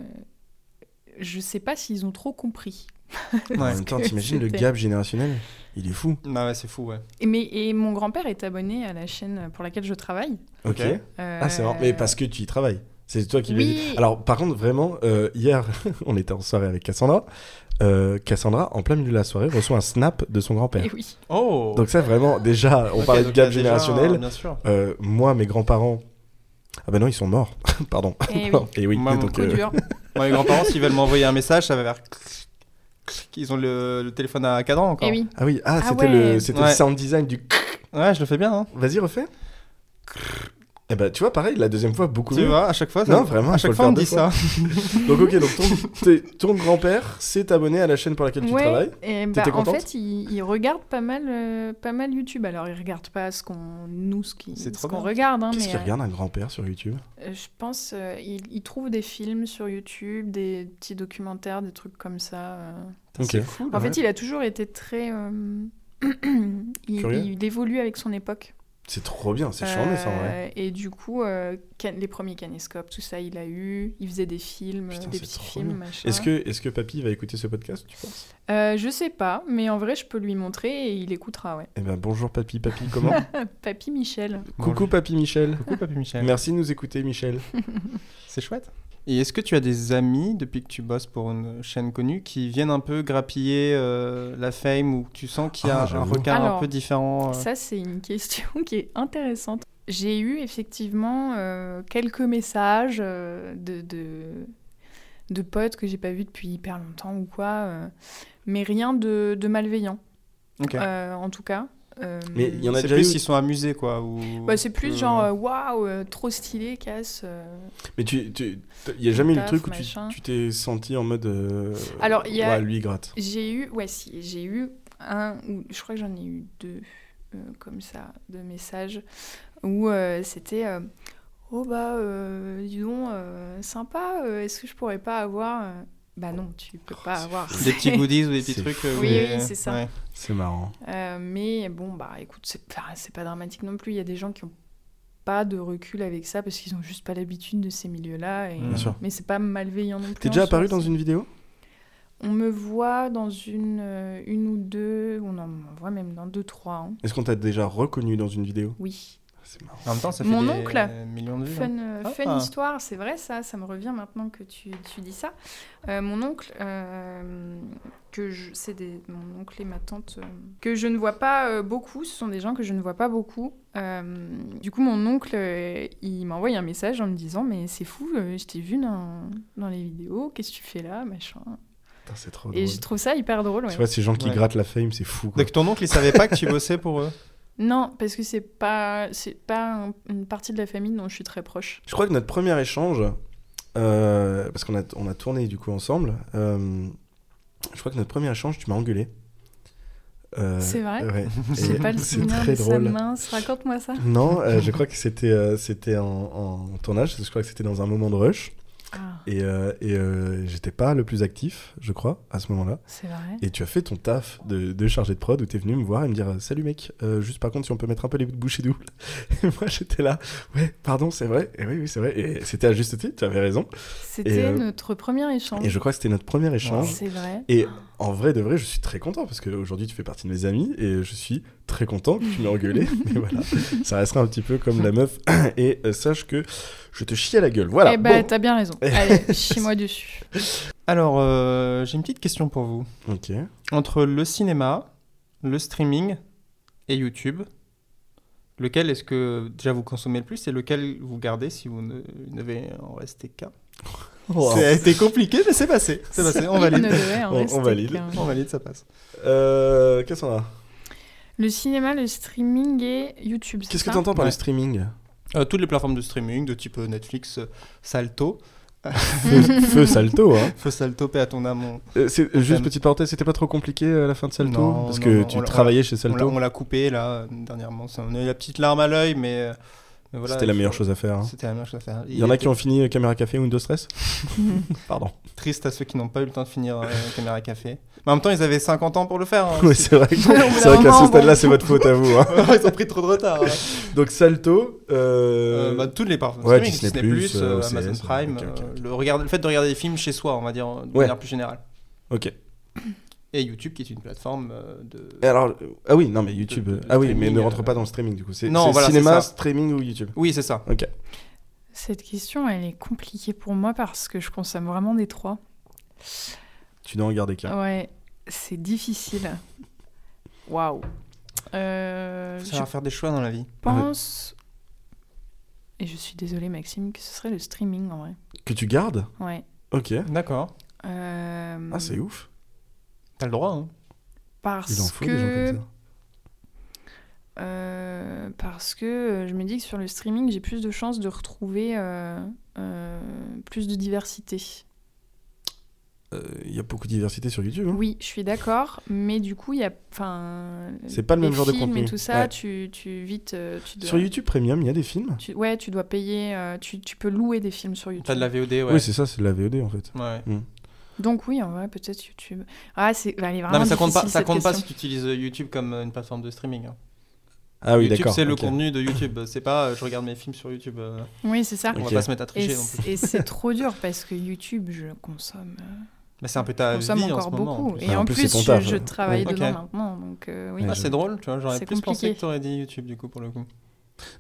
Speaker 3: je sais pas s'ils ont trop compris.
Speaker 2: en
Speaker 1: ouais.
Speaker 2: même temps,
Speaker 3: que
Speaker 2: t'imagines le
Speaker 3: c'était-
Speaker 2: gap générationnel Il est fou.
Speaker 1: Non, Ah ouais, c'est fou, ouais.
Speaker 3: Et, mais, et mon grand-père est abonné à la chaîne pour laquelle je travaille.
Speaker 1: Ok.
Speaker 2: Ok.
Speaker 3: Euh,
Speaker 2: Ah, c'est marrant. Mais parce que tu y travailles. C'est toi qui lui as
Speaker 3: Oui.
Speaker 2: dit. Alors, par contre, vraiment, euh, hier, on était en soirée avec Cassandra. Euh, Cassandra, en plein milieu de la soirée, reçoit un snap de son grand-père.
Speaker 3: Et oui.
Speaker 1: Oh
Speaker 2: Donc, ça, vraiment, déjà, on
Speaker 1: Ok,
Speaker 2: parlait de
Speaker 1: donc
Speaker 2: gap
Speaker 1: il y a déjà un-
Speaker 2: générationnel.
Speaker 1: bien sûr.
Speaker 2: Euh, moi, mes grands-parents. Ah, bah non, ils sont morts. Pardon.
Speaker 3: Et Eh oui.
Speaker 2: Et oui,
Speaker 1: Moi, mon
Speaker 2: donc,
Speaker 3: Coup
Speaker 2: euh,
Speaker 3: dur.
Speaker 1: Moi, mes grands-parents, s'ils veulent m'envoyer un message, ça va faire. clic, clic. Ils ont le, le téléphone à cadran encore.
Speaker 3: Et oui.
Speaker 2: Ah oui, ah,
Speaker 3: Ah
Speaker 2: c'était le,
Speaker 3: ouais.
Speaker 2: c'était le
Speaker 1: Ouais.
Speaker 2: sound design du.
Speaker 1: Ouais, je le fais bien. hein.
Speaker 2: Vas-y, refais. Eh bah, tu vois, pareil, la deuxième fois, beaucoup
Speaker 1: Tu
Speaker 2: mieux.
Speaker 1: vois, à chaque fois, ça...
Speaker 2: Non, vraiment,
Speaker 1: à
Speaker 2: faut
Speaker 1: chaque
Speaker 2: le
Speaker 1: fois,
Speaker 2: faire
Speaker 1: on me
Speaker 2: deux
Speaker 1: dit
Speaker 2: fois.
Speaker 1: ça.
Speaker 2: Donc ok, donc ton, t'es- ton grand-père s'est abonné à la chaîne pour laquelle tu travailles.
Speaker 3: et bah,
Speaker 2: T'étais
Speaker 3: en
Speaker 2: contente
Speaker 3: fait, il, il regarde pas mal, euh, pas mal YouTube. Alors, il regarde pas ce qu'on, nous, ce qui-
Speaker 1: C'est
Speaker 3: ce
Speaker 1: trop
Speaker 3: qu'on
Speaker 1: bien.
Speaker 3: regarde. hein,
Speaker 2: Qu'est-ce
Speaker 3: mais,
Speaker 2: qu'il
Speaker 3: euh,
Speaker 2: regarde un grand-père sur YouTube
Speaker 3: Euh, Je pense euh, il, il trouve des films sur YouTube, des petits documentaires, des trucs comme ça. euh.
Speaker 1: Putain, c'est
Speaker 2: Ok.
Speaker 1: cool,
Speaker 3: En
Speaker 1: ouais.
Speaker 3: fait, il a toujours été très. euh, il,
Speaker 2: Curieux.
Speaker 3: il évolue avec son époque.
Speaker 2: C'est trop bien, c'est charmant ça en vrai.
Speaker 3: Euh, Et du coup, euh, can- les premiers Canescopes, tout ça, il a eu. Il faisait des films,
Speaker 2: Putain,
Speaker 3: des
Speaker 2: c'est
Speaker 3: petits
Speaker 2: trop
Speaker 3: films,
Speaker 2: bien.
Speaker 3: machin.
Speaker 2: Est-ce que, est que papy va écouter ce podcast, tu penses
Speaker 3: Euh, je sais pas, mais en vrai, je peux lui montrer et il écoutera, ouais.
Speaker 2: Eh ben bonjour papy, papy comment
Speaker 3: Papy Michel.
Speaker 2: Coucou papy Michel.
Speaker 1: Coucou, Papy Michel.
Speaker 2: Merci de nous écouter Michel.
Speaker 1: C'est chouette. Et est-ce que tu as des amis, depuis que tu bosses pour une chaîne connue, qui viennent un peu grappiller euh, la fame ou tu sens qu'il y a
Speaker 2: Ah,
Speaker 1: un
Speaker 2: j'avoue.
Speaker 1: regard un
Speaker 3: Alors,
Speaker 1: peu différent euh,
Speaker 3: Ça, c'est une question qui est intéressante. J'ai eu effectivement euh, quelques messages euh, de, de, de potes que j'ai pas vus depuis hyper longtemps ou quoi, euh, mais rien de, de malveillant,
Speaker 1: Ok.
Speaker 3: euh, en tout cas. Euh,
Speaker 2: Mais il y en a
Speaker 1: C'est
Speaker 2: déjà
Speaker 1: plus
Speaker 2: eu-
Speaker 1: s'ils sont amusés, quoi. Ou...
Speaker 3: bah, c'est plus
Speaker 1: que-
Speaker 3: genre euh, waouh, euh, trop stylé, casse. euh.
Speaker 2: Mais tu, tu, t'as- y a jamais eu le
Speaker 3: Taf,
Speaker 2: truc où tu
Speaker 3: machin.
Speaker 2: tu t'es senti en mode. euh,
Speaker 3: Alors, il y a-
Speaker 2: Ouais, lui il gratte.
Speaker 3: J'ai eu, ouais, si, j'ai eu un, ou je crois que j'en ai eu deux, euh, comme ça, de messages, où euh, c'était euh, Oh bah, euh, dis donc, euh, sympa, euh, est-ce que je pourrais pas avoir. euh, Bah non, tu peux pas
Speaker 2: Oh,
Speaker 3: avoir.
Speaker 1: Des petits goodies ou des petits
Speaker 2: C'est
Speaker 1: trucs.
Speaker 2: fou.
Speaker 1: euh,
Speaker 3: Oui,
Speaker 1: des-
Speaker 3: oui, c'est ça.
Speaker 1: ouais.
Speaker 2: C'est marrant.
Speaker 3: Euh, mais bon, bah écoute, c'est pas, c'est pas dramatique non plus. Il y a des gens qui ont pas de recul avec ça parce qu'ils ont juste pas l'habitude de ces milieux-là. Et...
Speaker 1: Bien
Speaker 2: sûr.
Speaker 3: Mais c'est pas malveillant non plus.
Speaker 2: T'es
Speaker 3: en
Speaker 2: déjà
Speaker 3: soi,
Speaker 2: apparu dans
Speaker 3: c'est-
Speaker 2: une vidéo
Speaker 3: On me voit dans une, euh, une ou deux, on en on voit même dans deux, trois. hein.
Speaker 2: Est-ce qu'on t'a déjà reconnu dans une vidéo
Speaker 3: Oui.
Speaker 2: C'est marrant.
Speaker 1: En même temps, ça fait
Speaker 3: Mon
Speaker 1: des
Speaker 3: oncle.
Speaker 1: euh, millions de vues. hein.
Speaker 3: Fun, euh,
Speaker 1: Ah.
Speaker 3: fun histoire, c'est vrai ça, ça me revient maintenant que tu, tu dis ça. Euh, mon oncle, euh, que je, c'est des, mon oncle et ma tante, euh, que je ne vois pas euh, beaucoup, ce sont des gens que je ne vois pas beaucoup. Euh, du coup, mon oncle, euh, il m'envoie un message en me disant, mais c'est fou, euh, je t'ai vu dans, dans les vidéos, qu'est-ce que tu fais là, machin.
Speaker 2: Putain, c'est trop
Speaker 3: Et
Speaker 2: drôle.
Speaker 3: je trouve ça hyper drôle. ouais.
Speaker 2: Tu vois, ces gens qui
Speaker 1: Ouais.
Speaker 2: grattent la fame, c'est fou. quoi.
Speaker 1: Donc ton oncle, il savait pas que tu bossais pour eux.
Speaker 3: Non, parce que c'est pas c'est pas un- une partie de la famille dont je suis très proche.
Speaker 2: Je crois que notre premier échange, euh, parce qu'on a, on a tourné du coup ensemble, euh, je crois que notre premier échange, tu m'as engueulé. Euh,
Speaker 3: C'est vrai
Speaker 2: ouais.
Speaker 3: J'ai
Speaker 2: Et
Speaker 3: pas le
Speaker 2: C'est
Speaker 3: souvenir
Speaker 2: très
Speaker 3: de sa
Speaker 2: drôle.
Speaker 3: mince. Raconte-moi ça.
Speaker 2: Non, euh, je crois que c'était euh, c'était en, en tournage, parce que je crois que c'était dans un moment de rush,
Speaker 3: Ah,
Speaker 2: et, euh, et, euh, j'étais pas le plus actif, je crois, à ce moment-là.
Speaker 3: c'est vrai.
Speaker 2: Et tu as fait ton taf de, de chargé de prod où t'es venu me voir et me dire Salut mec, euh, juste par contre, si on peut mettre un peu les bouchées doubles. Et moi j'étais là, ouais, pardon, c'est vrai, et oui, oui, c'est vrai. Et c'était à juste titre, tu avais raison.
Speaker 3: C'était
Speaker 2: euh,
Speaker 3: notre premier échange.
Speaker 2: Et je crois que c'était notre premier échange.
Speaker 3: C'est vrai.
Speaker 2: Et en vrai de vrai, je suis très content parce qu'aujourd'hui tu fais partie de mes amis et je suis très content que tu m'aies engueulé. mais voilà, ça restera un petit peu comme la meuf. et euh, sache que je te chie à la gueule. Voilà.
Speaker 3: eh ben,
Speaker 2: bon.
Speaker 3: t'as bien raison. Allez, chie-moi dessus.
Speaker 1: Alors, euh, j'ai une petite question pour vous.
Speaker 2: Ok.
Speaker 1: Entre le cinéma, le streaming et YouTube, lequel est-ce que déjà vous consommez le plus et lequel vous gardez si vous ne devez en rester qu'un Ça a été compliqué, mais c'est passé. C'est passé, on
Speaker 3: Il ne
Speaker 1: valide.
Speaker 3: devait en
Speaker 2: On- on
Speaker 3: rester
Speaker 2: valide.
Speaker 3: qu'un.
Speaker 1: On valide, ça passe.
Speaker 2: Euh, Qu'est-ce qu'on a
Speaker 3: Le cinéma, le streaming et YouTube. c'est
Speaker 2: Qu'est-ce que
Speaker 3: ça
Speaker 2: t'entends par le
Speaker 1: Ouais.
Speaker 2: streaming
Speaker 1: Euh, toutes les plateformes de streaming de type euh, Netflix, euh, Salto.
Speaker 2: feu, feu salto, hein.
Speaker 1: Faut Salto, paix à ton âme. on-
Speaker 2: Euh, c'est- euh, juste
Speaker 1: Thème.
Speaker 2: petite parenthèse, c'était pas trop compliqué euh, à la fin de Salto
Speaker 1: Non,
Speaker 2: Parce
Speaker 1: non,
Speaker 2: que
Speaker 1: non,
Speaker 2: tu
Speaker 1: on l'a-
Speaker 2: travaillais chez
Speaker 1: On l'a-
Speaker 2: Salto
Speaker 1: on l'a coupé là, euh, dernièrement. Ça, on a eu la petite larme à l'œil, mais. euh, mais voilà,
Speaker 2: C'était la meilleure
Speaker 1: faut-
Speaker 2: chose à faire. hein.
Speaker 1: C'était la meilleure chose à faire.
Speaker 2: Il Ah, y en a qui ont fini euh, Caméra Café ou Windows Stress Pardon.
Speaker 1: Triste à ceux qui n'ont pas eu le temps de finir euh, Caméra Café. Mais en même temps, ils avaient 50 ans pour le faire. hein.
Speaker 2: Oui, c'est vrai, que- c'est vrai qu'à ce
Speaker 3: vraiment,
Speaker 2: stade-là, c'est votre faute à vous. hein.
Speaker 1: ils ont pris trop de retard. hein.
Speaker 2: Donc Salto, euh,
Speaker 1: Euh, bah, toutes les plateformes de
Speaker 2: ouais,
Speaker 1: streaming,
Speaker 2: Disney+,
Speaker 1: Disney+,
Speaker 2: euh,
Speaker 1: euh,
Speaker 2: OCS,
Speaker 1: Amazon Prime,
Speaker 2: ok, ok,
Speaker 1: euh,
Speaker 2: ok.
Speaker 1: le, regard- le fait de regarder des films chez soi, on va dire, de
Speaker 2: Ouais.
Speaker 1: manière plus générale.
Speaker 2: ok.
Speaker 1: Et YouTube, qui est une plateforme euh, de...
Speaker 2: Et alors, euh, ah oui, non mais YouTube,
Speaker 1: de- de
Speaker 2: euh, ah oui, mais
Speaker 1: streaming,
Speaker 2: ne rentre
Speaker 1: euh,
Speaker 2: pas dans le streaming du coup. C'est
Speaker 1: Non,
Speaker 2: c'est
Speaker 1: voilà, c'est
Speaker 2: cinéma,
Speaker 1: ça.
Speaker 2: streaming ou YouTube.
Speaker 1: Oui, c'est ça.
Speaker 2: Ok.
Speaker 3: Cette question, elle est compliquée pour moi parce que je consomme vraiment des trois.
Speaker 2: Tu dois en garder qu'un.
Speaker 3: Ouais, c'est difficile. Waouh. Euh,
Speaker 1: Faut
Speaker 3: je
Speaker 1: savoir faire des choix dans la vie.
Speaker 3: pense. Et je suis désolée, Maxime, que ce serait le streaming en vrai.
Speaker 2: Que tu gardes
Speaker 3: Ouais.
Speaker 2: Ok.
Speaker 1: D'accord.
Speaker 3: Euh,
Speaker 2: Ah c'est ouf.
Speaker 1: T'as le droit, hein.
Speaker 2: Il en
Speaker 3: Parce
Speaker 2: faut des gens
Speaker 3: que.
Speaker 2: comme ça.
Speaker 3: euh, parce que euh, je me dis que sur le streaming, j'ai plus de chances de retrouver euh, euh, plus de diversité.
Speaker 2: Euh, Il y a beaucoup de diversité sur YouTube. hein.
Speaker 3: Oui, je suis d'accord, mais du coup, il y a. Enfin.
Speaker 2: C'est pas le
Speaker 3: les
Speaker 2: même genre de
Speaker 3: films
Speaker 2: contenu.
Speaker 3: Et tout ça,
Speaker 2: Ouais.
Speaker 3: tu, tu vite. euh, Tu dois-
Speaker 2: Sur YouTube Premium, il y a des films.
Speaker 3: Tu, ouais, tu dois payer, euh, tu, tu peux louer des films sur YouTube.
Speaker 1: T'as de la VOD, ouais.
Speaker 2: Oui, c'est ça, c'est de la VOD en fait.
Speaker 1: Ouais.
Speaker 3: Donc oui, en vrai, peut-être YouTube. Ah, c'est, elle est vraiment
Speaker 1: Non, mais ça compte pas,
Speaker 3: difficile,
Speaker 1: ça
Speaker 3: cette
Speaker 1: compte pas si
Speaker 3: question.
Speaker 1: tu utilises euh, YouTube comme euh, une plateforme de streaming. hein.
Speaker 2: Ah oui,
Speaker 1: YouTube,
Speaker 2: d'accord.
Speaker 1: c'est le
Speaker 2: ok.
Speaker 1: contenu de YouTube. C'est pas euh, je regarde mes films sur YouTube. euh,
Speaker 3: Oui, c'est ça.
Speaker 1: On va
Speaker 2: Ok.
Speaker 1: pas se mettre à
Speaker 3: Et,
Speaker 1: tricher non plus.
Speaker 3: c'est- et c'est trop dur parce que YouTube, je consomme, euh,
Speaker 1: Bah, c'est un peu
Speaker 3: je
Speaker 1: ta vie
Speaker 3: consomme
Speaker 1: en ce
Speaker 3: encore
Speaker 1: moment. en
Speaker 3: beaucoup.
Speaker 1: plus.
Speaker 3: Et
Speaker 2: Ah, en
Speaker 3: en
Speaker 2: plus,
Speaker 3: plus,
Speaker 2: c'est ton
Speaker 3: je,
Speaker 2: taf.
Speaker 3: je travaille
Speaker 1: Ouais.
Speaker 3: dedans
Speaker 1: Ok.
Speaker 3: maintenant. Donc euh, oui.
Speaker 2: Ouais,
Speaker 1: Ah,
Speaker 2: je-
Speaker 1: c'est drôle, tu vois. J'aurais
Speaker 3: C'est
Speaker 1: plus pensé
Speaker 3: compliqué.
Speaker 1: que t'aurais dit YouTube du coup pour le coup.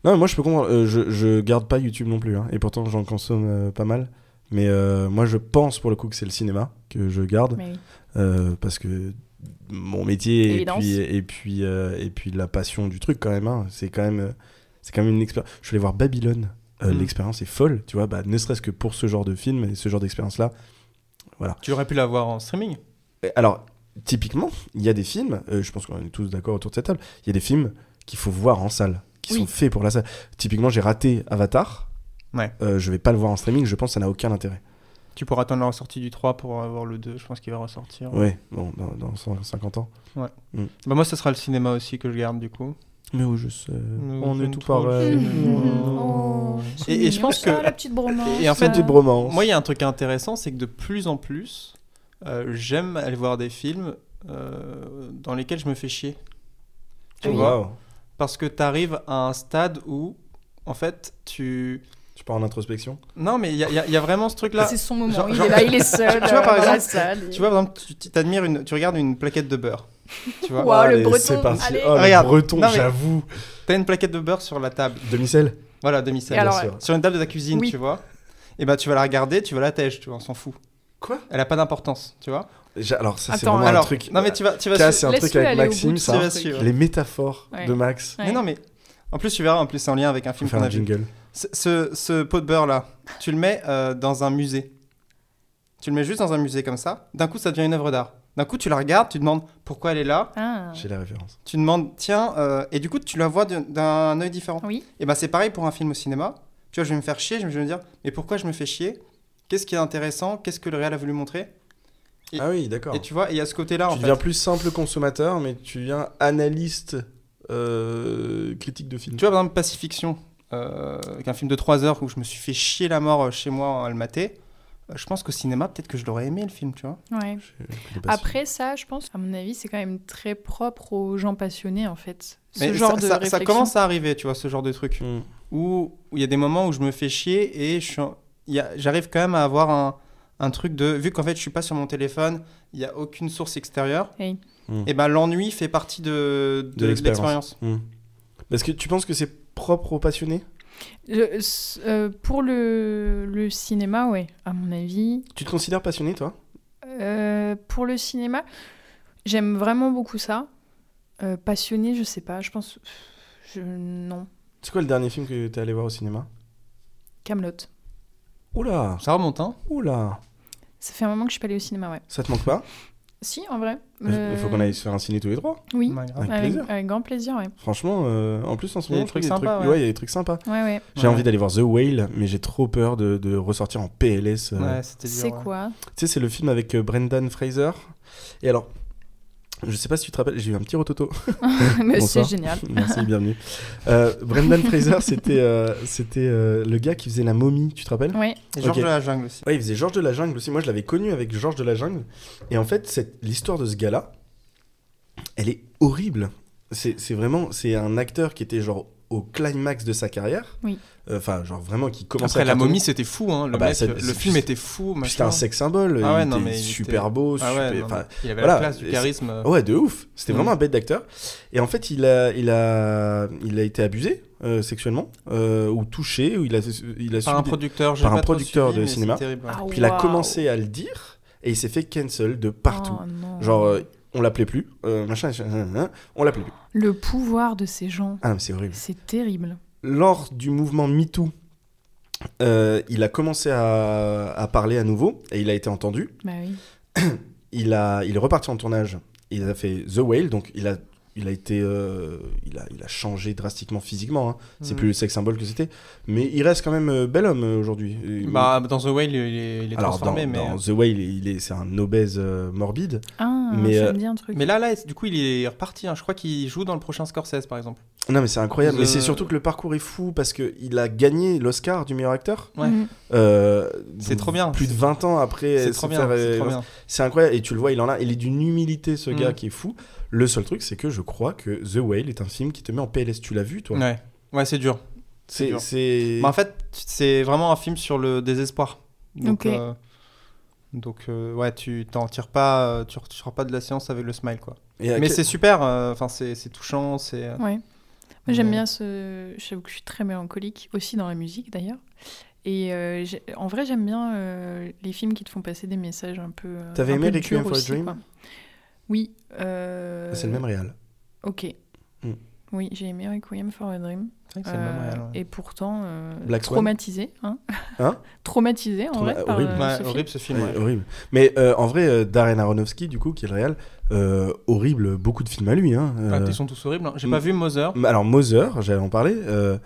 Speaker 2: Non, moi je peux comprendre. Euh, je, je garde pas YouTube non plus, hein. et pourtant j'en consomme euh, pas mal. Mais euh, moi je pense pour le coup que c'est le cinéma que je garde,
Speaker 3: Mais oui.
Speaker 2: euh, parce que mon métier et
Speaker 3: Évidence.
Speaker 2: puis, et, puis, euh, et puis la passion du truc quand même, hein. c'est quand même, euh, c'est quand même une expérience. Je suis allé voir Babylone, Euh,
Speaker 1: Mm.
Speaker 2: l'expérience est folle, tu vois, bah, ne serait-ce que pour ce genre de film et ce genre d'expérience là.
Speaker 1: Tu aurais pu l'avoir en streaming.
Speaker 2: Et Euh, Alors, typiquement, il y a des films, euh, je pense qu'on est tous d'accord autour de cette table, il y a des films qu'il faut voir en salle, qui
Speaker 3: Oui.
Speaker 2: sont faits pour la salle. Typiquement, j'ai raté Avatar.
Speaker 1: Ouais.
Speaker 2: Euh, je vais pas le voir en streaming, je pense que ça n'a aucun intérêt.
Speaker 1: Tu pourras attendre la ressortie du 3 pour avoir le 2. Je pense qu'il va ressortir.
Speaker 2: Ouais, bon, dans, dans 150 ans.
Speaker 1: Bah, moi, ce sera le cinéma aussi que je garde du coup.
Speaker 2: Mais où je sais,
Speaker 1: Nous
Speaker 2: on est
Speaker 1: aime
Speaker 2: tout
Speaker 1: trop
Speaker 2: pareil.
Speaker 1: le cinéma.
Speaker 3: Oh,
Speaker 1: Ah, Et- et je pense
Speaker 3: Ah,
Speaker 1: que-
Speaker 3: la petite euh, bromance.
Speaker 1: et en fait,
Speaker 2: Faites des bromances.
Speaker 1: Moi, il y a un truc intéressant, c'est que de plus en plus, euh, j'aime aller voir des films euh, dans lesquels je me fais chier. Tu
Speaker 3: Oui.
Speaker 1: vois
Speaker 2: Waouh.
Speaker 1: Parce que tu arrives à un stade où, en fait, tu.
Speaker 2: Tu pars en introspection
Speaker 1: Non, mais il y, a- il y a- il y a vraiment ce
Speaker 2: Ah,
Speaker 1: truc-là.
Speaker 3: C'est son moment,
Speaker 1: Genre-
Speaker 3: il
Speaker 1: genre-
Speaker 3: est là, il est seul
Speaker 1: Tu vois, par
Speaker 3: euh, dans la
Speaker 1: exemple,
Speaker 3: salle.
Speaker 1: Tu vois, par exemple, tu- tu, t'admires une, tu regardes une plaquette de beurre. Tu vois,
Speaker 3: Wow, le
Speaker 2: Allez,
Speaker 3: breton,
Speaker 2: C'est parti.
Speaker 3: allez.
Speaker 2: Oh,
Speaker 1: Regarde.
Speaker 2: le breton,
Speaker 1: Non, mais-
Speaker 2: j'avoue.
Speaker 1: t'as une plaquette de beurre sur la table.
Speaker 2: Demi-sel
Speaker 1: Voilà, demi-sel.
Speaker 3: Et alors,
Speaker 2: bien sûr.
Speaker 1: Sur une table de ta cuisine,
Speaker 3: Oui.
Speaker 1: tu vois. Et ben, tu vas la regarder, tu vas la tèche, tu vois, on s'en fout.
Speaker 2: Quoi
Speaker 1: Elle a pas d'importance, tu vois.
Speaker 2: J'a- Alors, ça, c'est
Speaker 3: Attends,
Speaker 2: vraiment
Speaker 1: Alors,
Speaker 2: un truc. euh,
Speaker 1: non, mais tu vas. Tu vas
Speaker 2: Ça,
Speaker 1: su-
Speaker 2: c'est un truc
Speaker 3: Laisse-le
Speaker 2: avec
Speaker 3: aller au bout
Speaker 2: Maxime,
Speaker 3: de
Speaker 1: Tu
Speaker 2: ça.
Speaker 1: vas
Speaker 3: truc.
Speaker 1: suivre.
Speaker 2: Les métaphores
Speaker 3: Ouais.
Speaker 2: de Max.
Speaker 3: Ouais.
Speaker 1: Mais non, mais. En plus, tu verras, en plus, c'est en lien avec un
Speaker 2: Faut
Speaker 1: film
Speaker 2: faire
Speaker 1: qu'on
Speaker 2: un
Speaker 1: a vu.
Speaker 2: jingle.
Speaker 1: Ce, ce, ce pot de beurre-là, tu le mets euh, dans un musée. Tu le mets juste dans un musée comme ça. D'un coup, ça devient une œuvre d'art. D'un coup, tu la regardes, tu demandes pourquoi elle est là.
Speaker 3: Ah,
Speaker 2: J'ai la référence.
Speaker 1: Tu demandes, tiens, euh, et du coup, tu la vois d'un- d'un œil différent.
Speaker 3: oui.
Speaker 1: Et ben c'est pareil pour un film au cinéma. Tu vois, je vais me faire chier, je vais me dire, mais pourquoi je me fais chier Qu'est-ce qui est intéressant Qu'est-ce que le réel a voulu montrer Et-
Speaker 2: Ah oui, d'accord.
Speaker 1: Et tu vois, il y a ce côté-là en
Speaker 2: tu
Speaker 1: fait.
Speaker 2: deviens plus simple consommateur, mais tu deviens analyste euh, critique de film.
Speaker 1: Tu vois, par exemple, Pacifiction, euh, qui est un film de 3 heures où je me suis fait chier la mort euh, chez moi à le mater. euh, Je pense qu'au cinéma, peut-être que je l'aurais aimé le film, tu vois.
Speaker 3: Ouais. Après ça, je pense, à mon avis, c'est quand même très propre aux gens passionnés, en fait. Ce
Speaker 1: Mais
Speaker 3: genre
Speaker 1: ça,
Speaker 3: de
Speaker 1: ça- ça
Speaker 3: réflexion.
Speaker 1: commence à arriver, tu vois, ce genre de truc.
Speaker 2: Hmm.
Speaker 1: Où où il y a des moments où je me fais chier et je suis en- il y a- j'arrive quand même à avoir un, un truc de. Vu qu'en fait, je suis pas sur mon téléphone, il n'y a aucune source extérieure.
Speaker 3: Oui.
Speaker 2: Mm.
Speaker 1: Et ben l'ennui fait partie de, de,
Speaker 2: De l'expérience.
Speaker 1: l'expérience.
Speaker 2: Hmm. Parce que tu penses que c'est propre aux passionnés
Speaker 3: Je- s- euh, pour le, le cinéma, ouais, à mon avis.
Speaker 2: Tu te considères passionné, toi
Speaker 3: Euh, pour le cinéma, j'aime vraiment beaucoup ça. Euh, passionné, je sais pas, je pense. Je, non.
Speaker 2: C'est quoi le dernier film que t'es allé voir au cinéma
Speaker 3: Camelot.
Speaker 2: Oula
Speaker 1: Ça remonte, hein
Speaker 2: Oula
Speaker 3: Ça fait un moment que je suis pas allée au cinéma, ouais.
Speaker 2: Ça te manque pas
Speaker 3: Si, en vrai. Euh,
Speaker 2: Il
Speaker 1: Euh.
Speaker 2: faut qu'on aille se faire un ciné tous les trois.
Speaker 3: Oui,
Speaker 1: Ouais, grave.
Speaker 2: Avec
Speaker 3: avec,
Speaker 2: plaisir.
Speaker 3: avec grand plaisir, ouais.
Speaker 2: Franchement, euh, en plus, en ce
Speaker 1: Il y a
Speaker 2: moment,
Speaker 1: des
Speaker 2: je trouve qu'il y a des
Speaker 1: trucs sympas,
Speaker 2: trucs-
Speaker 1: ouais.
Speaker 2: ouais, il y a des trucs sympas.
Speaker 3: Ouais, ouais.
Speaker 2: J'ai
Speaker 1: Ouais.
Speaker 2: envie d'aller voir The Whale, mais j'ai trop peur de, de ressortir en PLS. euh,
Speaker 1: Ouais, c'était dur,
Speaker 3: C'est
Speaker 1: ouais.
Speaker 3: quoi
Speaker 2: Tu sais, c'est le film avec euh, Brendan Fraser. Et alors, je sais pas si tu te rappelles, j'ai eu un petit rototo.
Speaker 3: Mais C'est
Speaker 2: Bonsoir.
Speaker 3: génial.
Speaker 2: Merci, bienvenue. Euh, Brendan Fraser, c'était euh, c'était euh, le gars qui faisait la momie, tu te rappelles
Speaker 3: Ouais,
Speaker 1: Et Georges
Speaker 2: Ok.
Speaker 1: de la jungle aussi.
Speaker 2: Ouais, il faisait Georges de la Jungle aussi. Moi, je l'avais connu avec Georges de la Jungle. Et en fait, cette- l'histoire de ce gars-là, elle est horrible. C'est c'est vraiment, c'est un acteur qui était genre au climax de sa carrière.
Speaker 3: Oui.
Speaker 2: Euh, Enfin, genre vraiment qui commençait
Speaker 1: Après,
Speaker 2: à
Speaker 1: la
Speaker 2: cartonner.
Speaker 1: momie, c'était fou. Hein. Le,
Speaker 2: Ah bah,
Speaker 1: mec,
Speaker 2: ça-
Speaker 1: le
Speaker 2: c'est
Speaker 1: film
Speaker 2: juste-
Speaker 1: était fou.
Speaker 2: Puis C'était
Speaker 1: machin.
Speaker 2: un sex symbole.
Speaker 1: Ah ouais,
Speaker 2: il
Speaker 1: non,
Speaker 2: était
Speaker 1: mais il
Speaker 2: super
Speaker 1: était-
Speaker 2: beau,
Speaker 1: Ah
Speaker 2: super.
Speaker 1: ouais, non,
Speaker 2: enfin,
Speaker 1: il avait
Speaker 2: voilà, oh,
Speaker 1: la classe, du
Speaker 2: et
Speaker 1: charisme. euh,
Speaker 2: Ah Ouais, de ouf. C'était
Speaker 1: Mm.
Speaker 2: vraiment un bête d'acteur. Et en fait, il a, il a, il a été abusé euh, sexuellement euh, ou touché ou il a, il a
Speaker 1: Par
Speaker 2: subi
Speaker 1: un
Speaker 2: des-
Speaker 1: producteur, j'ai
Speaker 2: par un
Speaker 1: pas trop
Speaker 2: producteur
Speaker 1: suivi,
Speaker 2: de
Speaker 1: mais c'est
Speaker 2: cinéma.
Speaker 1: terrible, ouais.
Speaker 3: Ah,
Speaker 2: Puis il a
Speaker 3: waouh.
Speaker 2: commencé à le dire et il s'est fait cancel de partout.
Speaker 3: Oh, non.
Speaker 2: Genre, euh, on l'appelait plus, euh, machin, euh, on l'appelait plus.
Speaker 3: Le pouvoir de ces gens,
Speaker 2: Ah, mais c'est horrible.
Speaker 3: c'est terrible.
Speaker 2: Lors du mouvement MeToo, euh, il a commencé à, à parler à nouveau et il a été entendu.
Speaker 3: Bah oui.
Speaker 2: il, a, il est reparti en tournage. Il a fait The Whale, donc il a, il a été, euh, il a, il a changé drastiquement physiquement. hein. C'est
Speaker 1: Mhm.
Speaker 2: plus le sexe symbole que c'était, mais il reste quand même euh, bel homme euh, aujourd'hui. Et-
Speaker 1: Bah, dans The Whale, il est, il est
Speaker 2: Alors dans,
Speaker 1: transformé, mais. euh,
Speaker 2: dans The Whale, il est, c'est un obèse euh, morbide.
Speaker 3: Ah,
Speaker 2: Mais,
Speaker 3: ça
Speaker 2: euh,
Speaker 3: me dit un truc.
Speaker 1: Mais là, là, du coup, il est reparti. hein. Je crois qu'il joue dans le prochain Scorsese, par exemple.
Speaker 2: Non mais c'est incroyable. Mais
Speaker 1: The-
Speaker 2: c'est surtout que le parcours est fou parce que il a gagné l'Oscar du meilleur acteur.
Speaker 1: ouais.
Speaker 3: Mm.
Speaker 2: euh,
Speaker 1: C'est trop bien.
Speaker 2: Plus de 20 ans après.
Speaker 1: C'est
Speaker 2: euh,
Speaker 1: trop
Speaker 2: se
Speaker 1: bien.
Speaker 2: faire,
Speaker 1: C'est
Speaker 2: euh,
Speaker 1: trop bien.
Speaker 2: C'est incroyable. Et tu le vois, il en a. Il est d'une humilité, ce
Speaker 1: Mm.
Speaker 2: gars qui est fou. Le seul truc, c'est que je crois que The Whale est un film qui te met en PLS. Tu l'as vu, toi
Speaker 1: Ouais, ouais c'est dur. C'est
Speaker 2: C'est.
Speaker 1: dur.
Speaker 2: c'est-
Speaker 1: Mais Bah, en fait, c'est vraiment un film sur le désespoir. Donc,
Speaker 3: Ok.
Speaker 1: euh, donc euh, ouais, tu t'en tires pas, euh, tu ne pas de la séance avec le smile, quoi.
Speaker 2: Et à
Speaker 1: Mais
Speaker 2: quel-
Speaker 1: c'est super, euh, enfin, c'est c'est touchant, c'est... euh,
Speaker 3: Ouais. Moi, j'aime
Speaker 1: Mais-
Speaker 3: bien ce. J'avoue que je suis très mélancolique, aussi dans la musique d'ailleurs. Et euh, j'ai- en vrai, j'aime bien euh, les films qui te font passer des messages un peu. euh,
Speaker 2: T'avais
Speaker 3: un
Speaker 2: aimé
Speaker 3: peu
Speaker 2: Requiem
Speaker 3: durs
Speaker 2: for a
Speaker 3: aussi,
Speaker 2: Dream Ah,
Speaker 3: quoi. Oui. euh,
Speaker 2: C'est le même réal.
Speaker 3: Ok.
Speaker 2: Hmm.
Speaker 3: Oui, j'ai aimé Requiem for a Dream.
Speaker 1: c'est vrai que c'est le même
Speaker 3: Euh,
Speaker 1: réel, ouais.
Speaker 3: Et pourtant, euh,
Speaker 2: Black Swan
Speaker 3: traumatisé. Hein
Speaker 2: Hein
Speaker 3: Traumatisé, en
Speaker 2: Trauma-
Speaker 3: vrai, par
Speaker 2: horrible.
Speaker 3: euh,
Speaker 1: Ouais,
Speaker 3: ce film.
Speaker 1: horrible ce film. ouais.
Speaker 2: Horrible. Mais euh, en vrai, euh, Darren Aronofsky, du coup, qui est le réal, euh, horrible. Beaucoup de films à lui. Hein,
Speaker 1: Ah,
Speaker 2: euh.
Speaker 1: ils sont tous horribles. hein. J'ai
Speaker 2: Mm.
Speaker 1: pas vu Mother.
Speaker 2: Mais Alors Mother, j'allais en parler. euh,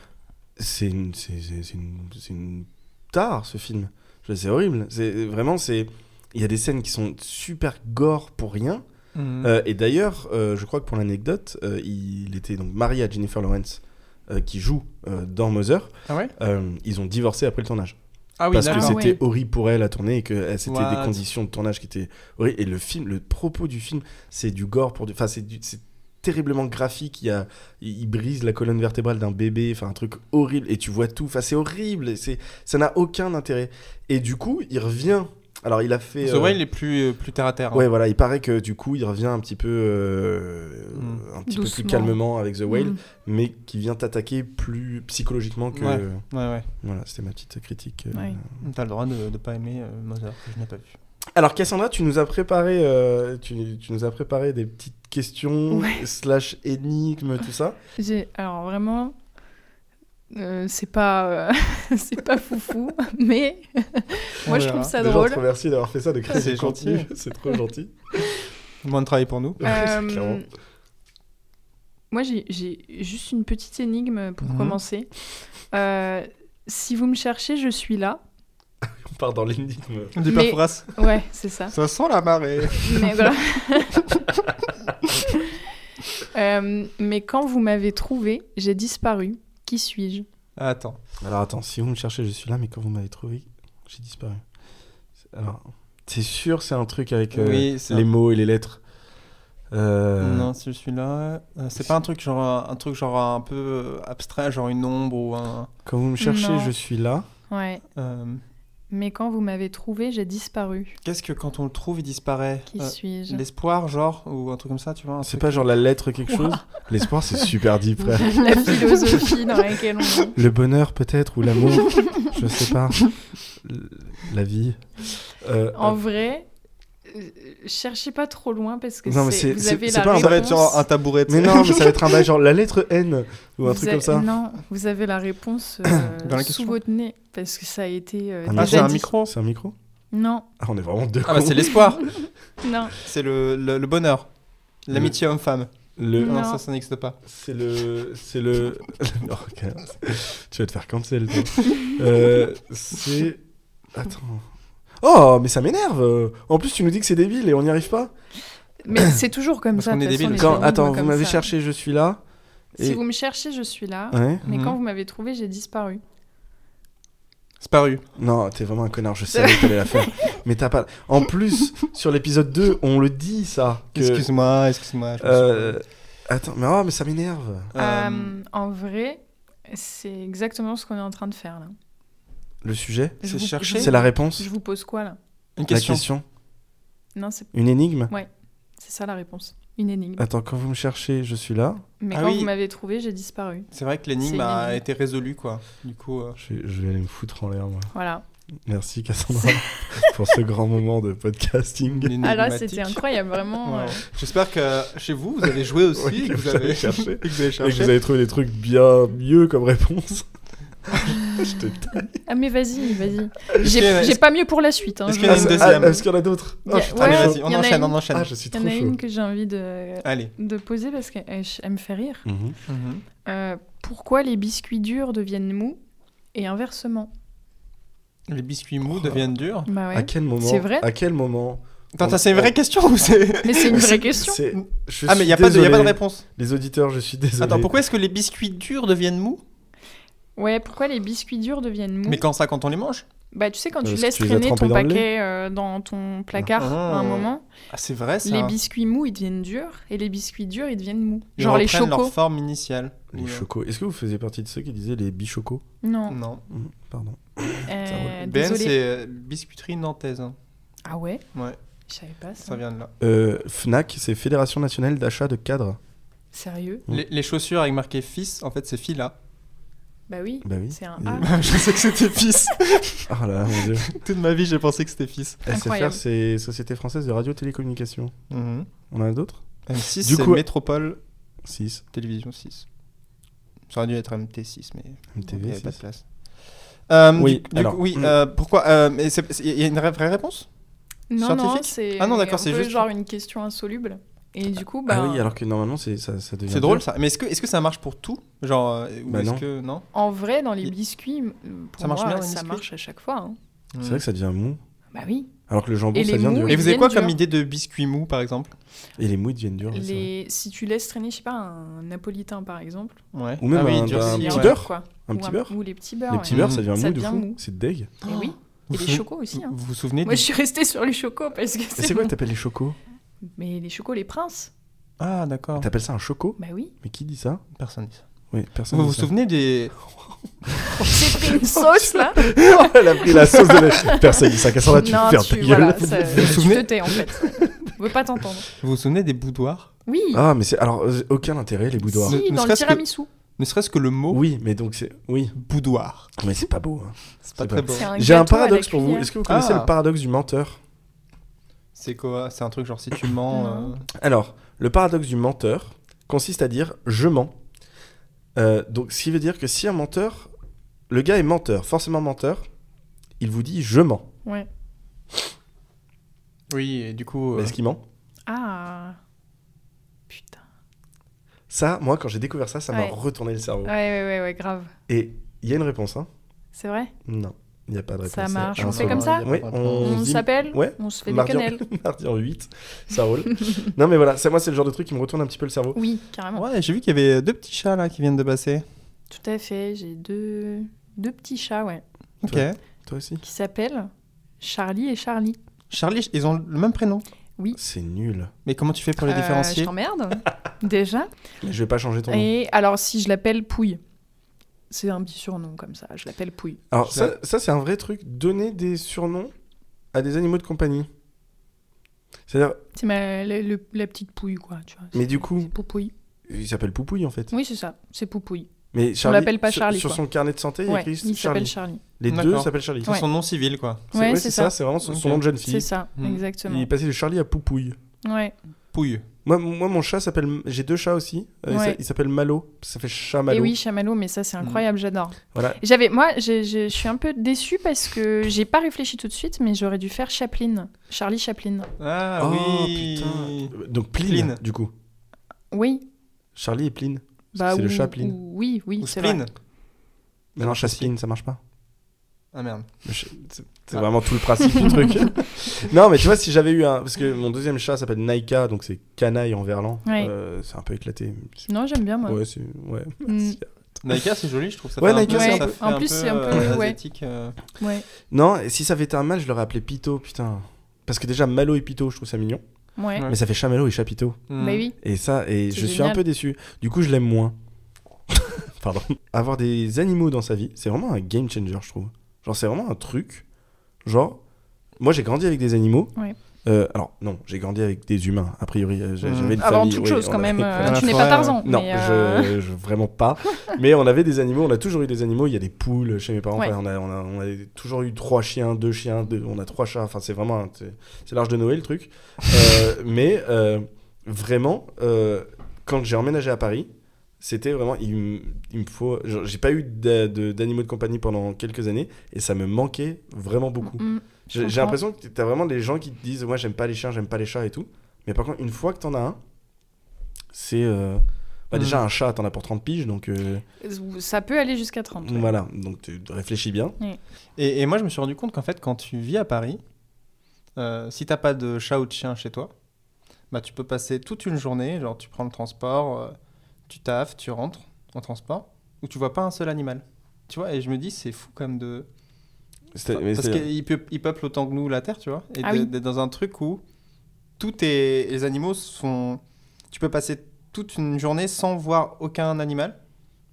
Speaker 2: c'est une, c'est, c'est- c'est une, c'est une tare ce film. Je- C'est horrible. C'est vraiment c'est. Il y a des scènes qui sont super gore pour rien.
Speaker 1: Mm.
Speaker 2: Euh, et d'ailleurs, euh, je crois que pour l'anecdote, euh, il était donc marié à Jennifer Lawrence, euh, qui joue euh, dans Mother.
Speaker 1: Ah ouais
Speaker 2: Euh, ils ont divorcé après le tournage.
Speaker 1: Ah oui,
Speaker 2: parce que
Speaker 1: d'accord.
Speaker 3: c'est-
Speaker 2: c'était
Speaker 3: Ouais.
Speaker 2: horrible pour elle à tourner et que euh, c'était des
Speaker 1: What
Speaker 2: conditions de tournage qui étaient horribles. Et le film, le propos du film, c'est du gore pour du. Enfin, c'est du- c'est terriblement graphique. Il, y a, il il brise la colonne vertébrale d'un bébé, enfin, un truc horrible. Et tu vois tout. Enfin, c'est horrible. et c'est- Ça n'a aucun intérêt. Et du coup, il revient. Alors, il a fait.
Speaker 1: The
Speaker 2: euh,
Speaker 1: Whale est plus, euh, plus terre à terre. hein.
Speaker 2: Ouais, voilà, il paraît que du coup, il revient un petit peu, euh,
Speaker 1: Mm.
Speaker 2: un petit peu plus
Speaker 3: Doucement.
Speaker 2: calmement avec The Whale,
Speaker 3: Mm.
Speaker 2: mais qui vient t'attaquer plus psychologiquement que.
Speaker 1: Ouais. ouais,
Speaker 2: Voilà, c'était ma petite critique. euh,
Speaker 3: Ouais.
Speaker 1: ouais. Mm, T'as le droit de ne pas aimer euh, Mother, que je n'ai pas vu.
Speaker 2: Alors Cassandra, tu nous as préparé, euh, tu, tu nous as préparé des petites questions
Speaker 3: Ouais.
Speaker 2: slash énigmes, tout ça.
Speaker 3: J'ai- Alors vraiment, euh, c'est pas, euh, c'est pas foufou, mais moi je
Speaker 1: verra.
Speaker 3: trouve ça
Speaker 2: Déjà, on
Speaker 3: drôle.
Speaker 2: te remercie d'avoir fait ça, de créer
Speaker 1: C'est
Speaker 2: du contenu.
Speaker 1: gentil.
Speaker 2: c'est trop gentil.
Speaker 1: Moins de travail pour nous.
Speaker 2: Ouais, c'est
Speaker 3: Euh,
Speaker 2: clairement.
Speaker 3: Moi j'ai- j'ai juste une petite énigme pour
Speaker 1: Mhm.
Speaker 3: commencer. Euh, si vous me cherchez, je suis là.
Speaker 2: On part dans l'énigme.
Speaker 1: Du
Speaker 3: Mais- Ah.
Speaker 1: perforas.
Speaker 3: Ouais, c'est ça.
Speaker 1: Ça sent la marée.
Speaker 3: Mais voilà. Euh, mais quand vous m'avez trouvé, j'ai disparu. Qui suis-je
Speaker 1: Attends.
Speaker 2: Alors attends, si vous me cherchez, je suis là, mais quand vous m'avez trouvé, j'ai disparu. Alors, t'es sûr, c'est un truc avec euh,
Speaker 1: oui, c'est.
Speaker 2: les mots et les lettres. Euh,
Speaker 1: Non, c'est celui-là. Euh, c'est pas un truc genre un, un truc genre un peu euh, abstrait, genre une ombre ou un.
Speaker 2: Quand vous me cherchez,
Speaker 3: Non.
Speaker 2: je suis là.
Speaker 3: Ouais.
Speaker 1: euh,
Speaker 3: Mais quand vous m'avez trouvé, j'ai disparu.
Speaker 1: Qu'est-ce que quand on le trouve, il disparaît
Speaker 3: Qui
Speaker 1: Euh,
Speaker 3: suis-je
Speaker 1: L'espoir, genre, ou un truc comme ça, tu vois. un
Speaker 2: C'est
Speaker 1: truc-
Speaker 2: pas genre la lettre quelque chose L'espoir, c'est super deep, frère.
Speaker 3: La philosophie dans laquelle on est.
Speaker 2: Le bonheur peut-être ou l'amour, je sais pas. L- La vie. Euh,
Speaker 3: En
Speaker 2: euh,
Speaker 3: vrai, euh, cherchez pas trop loin parce que
Speaker 2: Non, mais
Speaker 3: c'est-
Speaker 2: c'est-
Speaker 3: vous
Speaker 2: c'est-
Speaker 3: avez
Speaker 2: c'est
Speaker 3: la
Speaker 2: pas un-
Speaker 3: réponse.
Speaker 2: ça
Speaker 1: Ça va être genre un tabouret. tu
Speaker 2: mais
Speaker 1: sais.
Speaker 2: non, mais ça va être un bail genre la lettre N ou un
Speaker 3: Vous
Speaker 2: truc
Speaker 3: avez-
Speaker 2: comme ça.
Speaker 3: Non, vous avez la réponse euh,
Speaker 1: Dans la
Speaker 3: sous
Speaker 1: question.
Speaker 3: votre nez parce que ça a été euh,
Speaker 1: Ah,
Speaker 2: Ah,
Speaker 3: déjà
Speaker 1: c'est un
Speaker 3: dit.
Speaker 1: micro.
Speaker 2: C'est un micro
Speaker 3: Non,
Speaker 2: Ah, on est vraiment deux.
Speaker 1: Ah bah c'est l'espoir.
Speaker 3: non.
Speaker 1: c'est le, le, le bonheur. L'amitié homme-femme.
Speaker 2: Le...
Speaker 3: Euh, Non.
Speaker 1: Non, ça, ça n'existe pas.
Speaker 2: C'est le. C'est le. Non, ok. Tu vas te faire cancel, toi. Euh, c'est. Attends. Oh, mais ça m'énerve En plus, tu nous dis que c'est débile et on n'y arrive pas
Speaker 3: Mais c'est toujours comme
Speaker 1: Parce
Speaker 3: ça. de
Speaker 1: qu'on est
Speaker 3: toute façon,
Speaker 1: débile.
Speaker 3: les
Speaker 2: Quand-
Speaker 3: énigmes
Speaker 2: Attends, vous
Speaker 3: comme
Speaker 2: m'avez
Speaker 3: ça. Ah.
Speaker 2: cherché, je suis là.
Speaker 3: Si
Speaker 2: et-
Speaker 3: vous me cherchez, je suis là.
Speaker 2: Ouais
Speaker 3: Mais
Speaker 1: Mhm.
Speaker 3: quand vous m'avez trouvé, j'ai disparu.
Speaker 1: C'est paru.
Speaker 2: Non, t'es vraiment un connard, je savais que t'allais la faire. Mais t'as pas. En plus, sur l'épisode 2, on le dit ça. Que...
Speaker 1: Excuse-moi, excuse-moi. je me
Speaker 2: Euh,
Speaker 1: suis-
Speaker 2: Attends, mais oh, mais ça m'énerve.
Speaker 1: Euh,
Speaker 3: Euh, en vrai, c'est exactement ce qu'on est en train de faire là.
Speaker 2: Le sujet,
Speaker 3: Je
Speaker 1: C'est
Speaker 3: vous-
Speaker 1: chercher.
Speaker 3: je-
Speaker 2: c'est la réponse
Speaker 3: Je vous pose quoi là
Speaker 1: Une question.
Speaker 2: La question
Speaker 3: Non, c'est
Speaker 2: Une énigme
Speaker 3: c'est ça la réponse. Une énigme.
Speaker 2: Attends, quand vous me cherchez, je suis là.
Speaker 3: Mais
Speaker 1: Ah
Speaker 3: quand
Speaker 1: oui.
Speaker 3: vous m'avez trouvé, j'ai disparu.
Speaker 1: C'est vrai que
Speaker 3: C'est
Speaker 1: l'énigme
Speaker 3: une
Speaker 1: a
Speaker 3: énigme.
Speaker 1: été résolue, quoi. Du coup, euh,
Speaker 2: Je vais, je vais aller me foutre en l'air, moi.
Speaker 3: Voilà.
Speaker 2: Merci, Cassandra, pour ce grand moment de podcasting.
Speaker 1: l'énigmatique.
Speaker 3: Ah là, c'était incroyable, vraiment.
Speaker 1: Ouais.
Speaker 3: euh,
Speaker 1: J'espère que chez vous, vous avez joué aussi
Speaker 2: Oui,
Speaker 1: et
Speaker 2: que
Speaker 1: que vous
Speaker 2: vous avez
Speaker 1: avez
Speaker 2: cherché.
Speaker 1: et que vous avez
Speaker 2: Et que vous
Speaker 1: cherché.
Speaker 2: avez trouvé des trucs bien mieux comme réponse. je te taille.
Speaker 3: Ah mais vas-y, vas-y.
Speaker 1: Est-ce qu'il y en a- euh,
Speaker 3: J'ai j'ai pas mieux pour la suite. hein,
Speaker 1: est-ce
Speaker 3: je-
Speaker 1: qu'il y en a une
Speaker 2: c'est-
Speaker 1: deuxième
Speaker 2: est-ce qu'il y en a d'autres
Speaker 3: Il y
Speaker 2: Ah,
Speaker 3: a-
Speaker 2: je suis
Speaker 3: ouais,
Speaker 1: Allez,
Speaker 2: très
Speaker 1: vas-y,
Speaker 2: chaud.
Speaker 1: on
Speaker 3: il y en a
Speaker 1: enchaîne,
Speaker 3: une.
Speaker 1: on enchaîne.
Speaker 2: Ah, je suis
Speaker 3: Il y
Speaker 2: trop
Speaker 3: en a
Speaker 2: chaud.
Speaker 3: une que j'ai envie de,
Speaker 1: Allez.
Speaker 3: de poser parce qu'elle elle me fait rire.
Speaker 2: Mhm.
Speaker 3: Euh, pourquoi les biscuits durs deviennent mous et inversement
Speaker 1: Les biscuits mous
Speaker 2: Oh.
Speaker 1: deviennent durs.
Speaker 3: Bah ouais.
Speaker 2: À quel moment
Speaker 3: C'est vrai
Speaker 2: À quel moment
Speaker 1: Attends,
Speaker 2: On-
Speaker 1: attends, c'est une vraie
Speaker 2: on-
Speaker 1: question ou c'est.
Speaker 3: Mais c'est une vraie question.
Speaker 2: C'est- je
Speaker 1: Ah, mais il
Speaker 2: suis
Speaker 1: n'y a, pas de- y a pas de
Speaker 2: désolé.
Speaker 1: réponse.
Speaker 2: Les auditeurs, je suis désolé.
Speaker 1: Attends, pourquoi est-ce que les biscuits durs deviennent mous
Speaker 3: Ouais, pourquoi les biscuits durs deviennent mous
Speaker 1: Mais quand ça, quand on les mange
Speaker 3: Bah tu sais quand tu
Speaker 2: Parce
Speaker 3: laisses
Speaker 2: que tu les as
Speaker 3: traîner ton
Speaker 2: trempés dans le lait.
Speaker 3: paquet euh, dans ton placard
Speaker 1: Ah.
Speaker 3: à un moment,
Speaker 1: Ah, c'est vrai ça.
Speaker 3: les biscuits mous ils deviennent durs et les biscuits durs ils deviennent mous.
Speaker 1: Ils
Speaker 3: Genre les
Speaker 1: reprennent
Speaker 3: chocos.
Speaker 1: leur forme initiale.
Speaker 2: Les
Speaker 1: Ou, euh,
Speaker 2: chocos. Est-ce que vous faisiez partie de ceux qui disaient les bichocos
Speaker 3: Non.
Speaker 1: Non.
Speaker 2: Hum, Pardon.
Speaker 3: euh,
Speaker 1: BN,
Speaker 3: désolé.
Speaker 1: c'est euh, biscuiterie nantaise. hein.
Speaker 3: Ah ouais
Speaker 1: Ouais,
Speaker 3: Je savais pas ça.
Speaker 1: ça vient de là.
Speaker 2: Euh, FNAC, c'est Fédération Nationale d'Achat de Cadres.
Speaker 3: Sérieux
Speaker 2: Mm.
Speaker 1: Les, les chaussures avec marqué fils, en fait, c'est fila.
Speaker 3: Bah oui.
Speaker 2: Bah oui.
Speaker 3: C'est un
Speaker 1: Euh,
Speaker 2: Et-
Speaker 3: A.
Speaker 1: je sais que c'était fils.
Speaker 2: Ah là là, mon dieu.
Speaker 1: Toute ma vie, j'ai pensé que c'était fils.
Speaker 2: SFR,
Speaker 3: Incroyable.
Speaker 2: c'est Société Française de Radio-Télécommunications.
Speaker 1: Mhm.
Speaker 2: On en a d'autres
Speaker 1: M6,
Speaker 2: Du
Speaker 1: c'est
Speaker 2: coup-
Speaker 1: Métropole
Speaker 2: 6.
Speaker 1: Télévision 6. Ça aurait dû être MT6, mais il n'y
Speaker 2: MTV,
Speaker 1: avait pas de
Speaker 2: 6.
Speaker 1: place. Euh, du-
Speaker 2: Oui,
Speaker 1: du coup,
Speaker 2: alors. hmm.
Speaker 1: oui euh, pourquoi euh, mais c'est- c'est- Il y a une vraie vraie réponse
Speaker 3: Non,
Speaker 1: Scientifique
Speaker 3: non, c'est
Speaker 1: Ah non, d'accord,
Speaker 3: un
Speaker 1: c'est
Speaker 3: peu
Speaker 1: juste-
Speaker 3: genre une question insoluble. Et du coup, bah,
Speaker 2: Ah oui, alors que normalement, c'est- ça, ça devient.
Speaker 1: C'est drôle ça. Mais est-ce que, est que ça marche pour tout Genre, euh, ou
Speaker 2: Bah
Speaker 1: est-ce
Speaker 2: non.
Speaker 1: que. Non
Speaker 3: en vrai, dans les
Speaker 1: Il-
Speaker 3: biscuits, m- pour
Speaker 1: Ça marche
Speaker 3: moi,
Speaker 1: bien, les
Speaker 3: ça
Speaker 1: biscuits
Speaker 3: marche à chaque fois. hein.
Speaker 2: C'est vrai que ça devient mou.
Speaker 3: Bah oui.
Speaker 2: Alors que le jambon,
Speaker 3: Et
Speaker 2: ça
Speaker 3: les
Speaker 2: vient
Speaker 3: mouilles.
Speaker 2: de.
Speaker 1: Hmm. Et
Speaker 3: ils
Speaker 1: vous avez quoi
Speaker 3: viennent
Speaker 1: comme
Speaker 3: durs.
Speaker 1: idée de biscuit mou, par exemple
Speaker 2: Et les mouilles viennent dures. ouais, c'est vrai.
Speaker 3: Les... Si tu laisses traîner, je sais pas, un napolitain par exemple.
Speaker 1: ouais.
Speaker 2: Ou même
Speaker 1: ah, oui,
Speaker 2: un-
Speaker 1: durci,
Speaker 2: un
Speaker 1: ouais.
Speaker 2: petit beurre
Speaker 3: Quoi.
Speaker 2: Un
Speaker 3: Ou
Speaker 2: petit beurre
Speaker 3: Ou les petits beurres.
Speaker 2: Les
Speaker 3: ouais.
Speaker 2: petits beurres, ça
Speaker 3: Mm.
Speaker 2: devient
Speaker 3: Ça
Speaker 2: mouille de
Speaker 3: devient
Speaker 2: fou.
Speaker 3: mou.
Speaker 2: C'est deg.
Speaker 3: Et oui. Et les
Speaker 1: Vous-
Speaker 3: chocos aussi. hein.
Speaker 1: Vous vous souvenez
Speaker 3: Moi,
Speaker 1: du-
Speaker 3: je suis restée sur les chocos parce que
Speaker 2: Et
Speaker 3: c'est.
Speaker 2: c'est quoi
Speaker 3: mon-
Speaker 2: que t'appelles les chocos
Speaker 3: Mais les chocos, les princes.
Speaker 1: Ah, d'accord.
Speaker 2: T'appelles ça un choco
Speaker 3: Bah oui.
Speaker 2: Mais qui dit ça
Speaker 1: Personne dit ça.
Speaker 2: Oui, personne.
Speaker 1: Vous
Speaker 2: dit
Speaker 1: vous
Speaker 2: ça.
Speaker 1: souvenez des.
Speaker 3: J'ai pris une sauce là.
Speaker 2: Elle a pris la sauce de la. Personne dit ça. Cassandra, tu
Speaker 3: non,
Speaker 2: fermes ta
Speaker 3: tu,
Speaker 2: gueule.
Speaker 3: voilà, ça-
Speaker 1: Vous vous
Speaker 3: tu
Speaker 1: souvenez
Speaker 3: te tais en fait. On veut pas t'entendre.
Speaker 1: Vous vous souvenez des boudoirs
Speaker 3: Oui.
Speaker 2: Ah, mais c'est. Alors, euh, aucun intérêt, les boudoirs.
Speaker 1: Ne-
Speaker 3: Si,
Speaker 1: ne
Speaker 3: dans le
Speaker 1: serait-ce que-
Speaker 3: tiramisu.
Speaker 1: Ne serait-ce que le mot
Speaker 2: Oui, mais donc c'est. Oui,
Speaker 1: boudoir.
Speaker 2: mais c'est pas beau. hein.
Speaker 1: C'est pas
Speaker 2: C'est
Speaker 1: très
Speaker 2: pas-
Speaker 1: bon.
Speaker 3: C'est
Speaker 2: J'ai un
Speaker 3: gâteau à la
Speaker 2: paradoxe pour vous.
Speaker 3: cuillère.
Speaker 2: Est-ce que vous connaissez
Speaker 1: Ah.
Speaker 2: le paradoxe du menteur
Speaker 1: C'est quoi C'est un truc genre si tu mens.
Speaker 3: Non.
Speaker 1: euh,
Speaker 2: Alors, le paradoxe du menteur consiste à dire je mens. Euh, donc, ce qui veut dire que si un menteur, le gars est menteur, forcément menteur, il vous dit je mens.
Speaker 3: Ouais.
Speaker 1: Oui, et du coup.
Speaker 2: Mais
Speaker 1: euh,
Speaker 2: Est-ce qu'il ment
Speaker 3: Ah. Putain.
Speaker 2: Ça, moi, quand j'ai découvert ça, ça m'a
Speaker 3: Ouais.
Speaker 2: retourné le cerveau.
Speaker 3: Ouais, ouais, ouais, ouais, grave.
Speaker 2: Et il y a une réponse, hein
Speaker 3: C'est vrai
Speaker 2: Non, il n'y a pas de réponse.
Speaker 3: Ça
Speaker 2: c'est
Speaker 3: marche,
Speaker 2: un
Speaker 3: on fait
Speaker 2: seul.
Speaker 3: comme ça
Speaker 2: Oui, on
Speaker 3: On
Speaker 2: se dit-
Speaker 3: s'appelle
Speaker 2: Ouais.
Speaker 3: On se fait des
Speaker 2: Mardi en-
Speaker 3: cannelles.
Speaker 2: Mardi en 8, ça roule. non, mais voilà, ça, moi, c'est le genre de truc qui me retourne un petit peu le cerveau.
Speaker 3: Oui, carrément.
Speaker 1: Ouais, j'ai vu qu'il y avait deux petits chats là qui viennent de passer.
Speaker 3: Tout à fait. J'ai deux... deux petits chats, ouais,
Speaker 1: Ok.
Speaker 2: Ouais. Toi aussi
Speaker 3: qui s'appellent Charlie et Charlie.
Speaker 1: Charlie, ils ont le même prénom.
Speaker 2: C'est nul.
Speaker 1: Mais comment tu fais pour les
Speaker 3: Euh,
Speaker 1: différencier
Speaker 3: Je t'emmerde, déjà.
Speaker 2: Mais je vais pas changer ton nom.
Speaker 3: Et alors, si je l'appelle Pouille, c'est un petit surnom comme ça, je l'appelle Pouille.
Speaker 2: Alors,
Speaker 1: Je
Speaker 2: ça, ça, c'est un vrai truc. Donner des surnoms à des animaux de compagnie. C'est-à-dire,
Speaker 3: C'est ma, le- le- la petite Pouille, quoi, tu vois.
Speaker 2: Mais
Speaker 3: C'est-
Speaker 2: du coup-
Speaker 3: C'est Poupouille.
Speaker 2: il s'appelle Poupouille en fait.
Speaker 3: Oui, c'est ça, c'est Poupouille.
Speaker 2: Mais Charlie,
Speaker 3: l'appelle pas
Speaker 2: sur-
Speaker 3: Charlie,
Speaker 2: Sur,
Speaker 3: quoi.
Speaker 2: son carnet de santé, il y a
Speaker 3: Ouais,
Speaker 2: écrit
Speaker 3: il
Speaker 2: Charlie.
Speaker 3: s'appelle Charlie.
Speaker 2: Les deux
Speaker 1: D'accord.
Speaker 2: s'appellent Charlie.
Speaker 1: C'est son nom civil quoi.
Speaker 2: C'est-
Speaker 3: Ouais,
Speaker 2: ouais,
Speaker 3: c'est ça,
Speaker 2: C'est vraiment son, son
Speaker 1: Ok.
Speaker 2: nom de jeune
Speaker 3: c'est
Speaker 2: fille.
Speaker 3: ça,
Speaker 1: Hmm.
Speaker 2: Il
Speaker 3: exactement.
Speaker 2: est passé de Charlie à Poupouille.
Speaker 3: Ouais.
Speaker 1: Pouille.
Speaker 2: Moi, moi mon chat s'appelle. J'ai deux chats aussi. Euh, il s'a-
Speaker 3: Ouais.
Speaker 2: Il s'appelle Malo. Ça fait chat
Speaker 3: Et
Speaker 2: Malo. Hmm.
Speaker 3: oui, Chamallow, mais ça, c'est incroyable, j'adore.
Speaker 2: Voilà.
Speaker 3: J'avais, moi, j'ai- j'ai- je suis un peu déçue parce que j'ai pas réfléchi tout de suite, mais j'aurais dû faire Chaplin, Charlie Chaplin.
Speaker 1: Ah
Speaker 2: Oh,
Speaker 1: oui.
Speaker 2: putain. Donc Pline,
Speaker 1: Pline.
Speaker 2: du coup.
Speaker 3: Oui.
Speaker 2: Charlie et Pline.
Speaker 3: Bah,
Speaker 2: c'est le
Speaker 3: ou-
Speaker 2: chat Pline.
Speaker 3: ou- oui, oui,
Speaker 1: Ou
Speaker 3: c'est vrai.
Speaker 1: spleen.
Speaker 2: Mais non, chat Pline, ça marche pas.
Speaker 1: Ah merde.
Speaker 2: Mais je- C'est
Speaker 3: Ah.
Speaker 2: c'est vraiment tout le principe du truc. non, mais tu vois, si j'avais eu un. Parce que mon deuxième chat s'appelle Naika, donc c'est canaille en verlan.
Speaker 3: Ouais.
Speaker 2: Euh, c'est un peu éclaté. C'est-
Speaker 3: Non, j'aime bien, moi.
Speaker 2: Ouais, c'est. Ouais.
Speaker 3: Mm.
Speaker 1: Naika, c'est joli, je trouve. Ça
Speaker 2: Ouais,
Speaker 1: fait un
Speaker 2: Naïka,
Speaker 1: peu-
Speaker 3: c'est un
Speaker 1: ça
Speaker 3: peu-
Speaker 1: fait
Speaker 3: en plus, c'est un peu,
Speaker 1: euh,
Speaker 3: ouais.
Speaker 1: asiatique. euh.
Speaker 3: Ouais.
Speaker 2: Non, et si ça avait été un mâle, je l'aurais appelé Pito, putain. Parce que déjà, Malo et Pito, je trouve ça mignon.
Speaker 3: Ouais.
Speaker 1: Ouais.
Speaker 2: Mais ça fait Chamallow et Chapito.
Speaker 1: Hmm.
Speaker 3: Bah oui.
Speaker 2: Et ça, et je
Speaker 3: C'est
Speaker 2: suis
Speaker 3: génial.
Speaker 2: un peu déçu. Du coup, je l'aime moins. Pardon. Avoir des animaux dans sa vie, c'est vraiment un game changer, je trouve. Genre, c'est vraiment un truc. Genre, moi, j'ai grandi avec des animaux.
Speaker 3: Ouais.
Speaker 2: Euh, alors, non, j'ai grandi avec des humains, a priori. euh, j'a-
Speaker 1: Mhm.
Speaker 2: J'avais une
Speaker 3: Avant
Speaker 2: famille,
Speaker 3: toute
Speaker 2: oui,
Speaker 3: chose,
Speaker 2: on
Speaker 3: quand
Speaker 2: avait-
Speaker 3: même. euh,
Speaker 1: Voilà,
Speaker 3: tu n'es
Speaker 1: faut-
Speaker 3: pas Tarzan.
Speaker 2: Non,
Speaker 3: mais, euh,
Speaker 2: je, je- vraiment pas. Mais on avait des animaux, on a toujours eu des animaux. Il y a des poules chez mes parents.
Speaker 3: Ouais.
Speaker 2: enfin, on, a, on, a, on a toujours eu trois chiens, deux chiens, deux- on a trois chats. Enfin, c'est vraiment. un- C'est c'est l'arche de Noël, le truc. Euh, mais euh, vraiment, euh, quand j'ai emménagé à Paris, c'était vraiment. Il, me- il me faut. genre, J'ai pas eu d'a- de- d'animaux de, compagnie pendant quelques années et ça me manquait vraiment beaucoup.
Speaker 3: mm, je
Speaker 2: J'ai j'ai
Speaker 3: comprends.
Speaker 2: l'impression que t'as vraiment des gens qui te disent Moi, j'aime pas les chiens, j'aime pas les chats et tout. Mais par contre, une fois que t'en as un, c'est. euh, bah,
Speaker 1: Mhm.
Speaker 2: Déjà, un chat, t'en as pour 30 piges, donc euh,
Speaker 3: Ça peut aller jusqu'à 30. ouais.
Speaker 2: voilà. Donc, tu réfléchis bien.
Speaker 1: Et, et moi, je me suis rendu compte qu'en fait, quand tu vis à Paris, euh, si t'as pas de chat ou de chien chez toi, bah tu peux passer toute une journée, genre tu prends le transport, euh, tu taffes, tu rentres en transport, où tu vois pas un seul animal. Tu vois, et je me dis, c'est fou quand même de...
Speaker 2: C'était- mais
Speaker 1: parce
Speaker 2: c'était-
Speaker 1: qu'ils peu- ils peuplent autant que nous la Terre, tu vois. Et
Speaker 3: Ah
Speaker 1: de-
Speaker 3: oui.
Speaker 1: d'être dans un truc où tout est... Les animaux sont... Tu peux passer toute une journée sans voir aucun animal.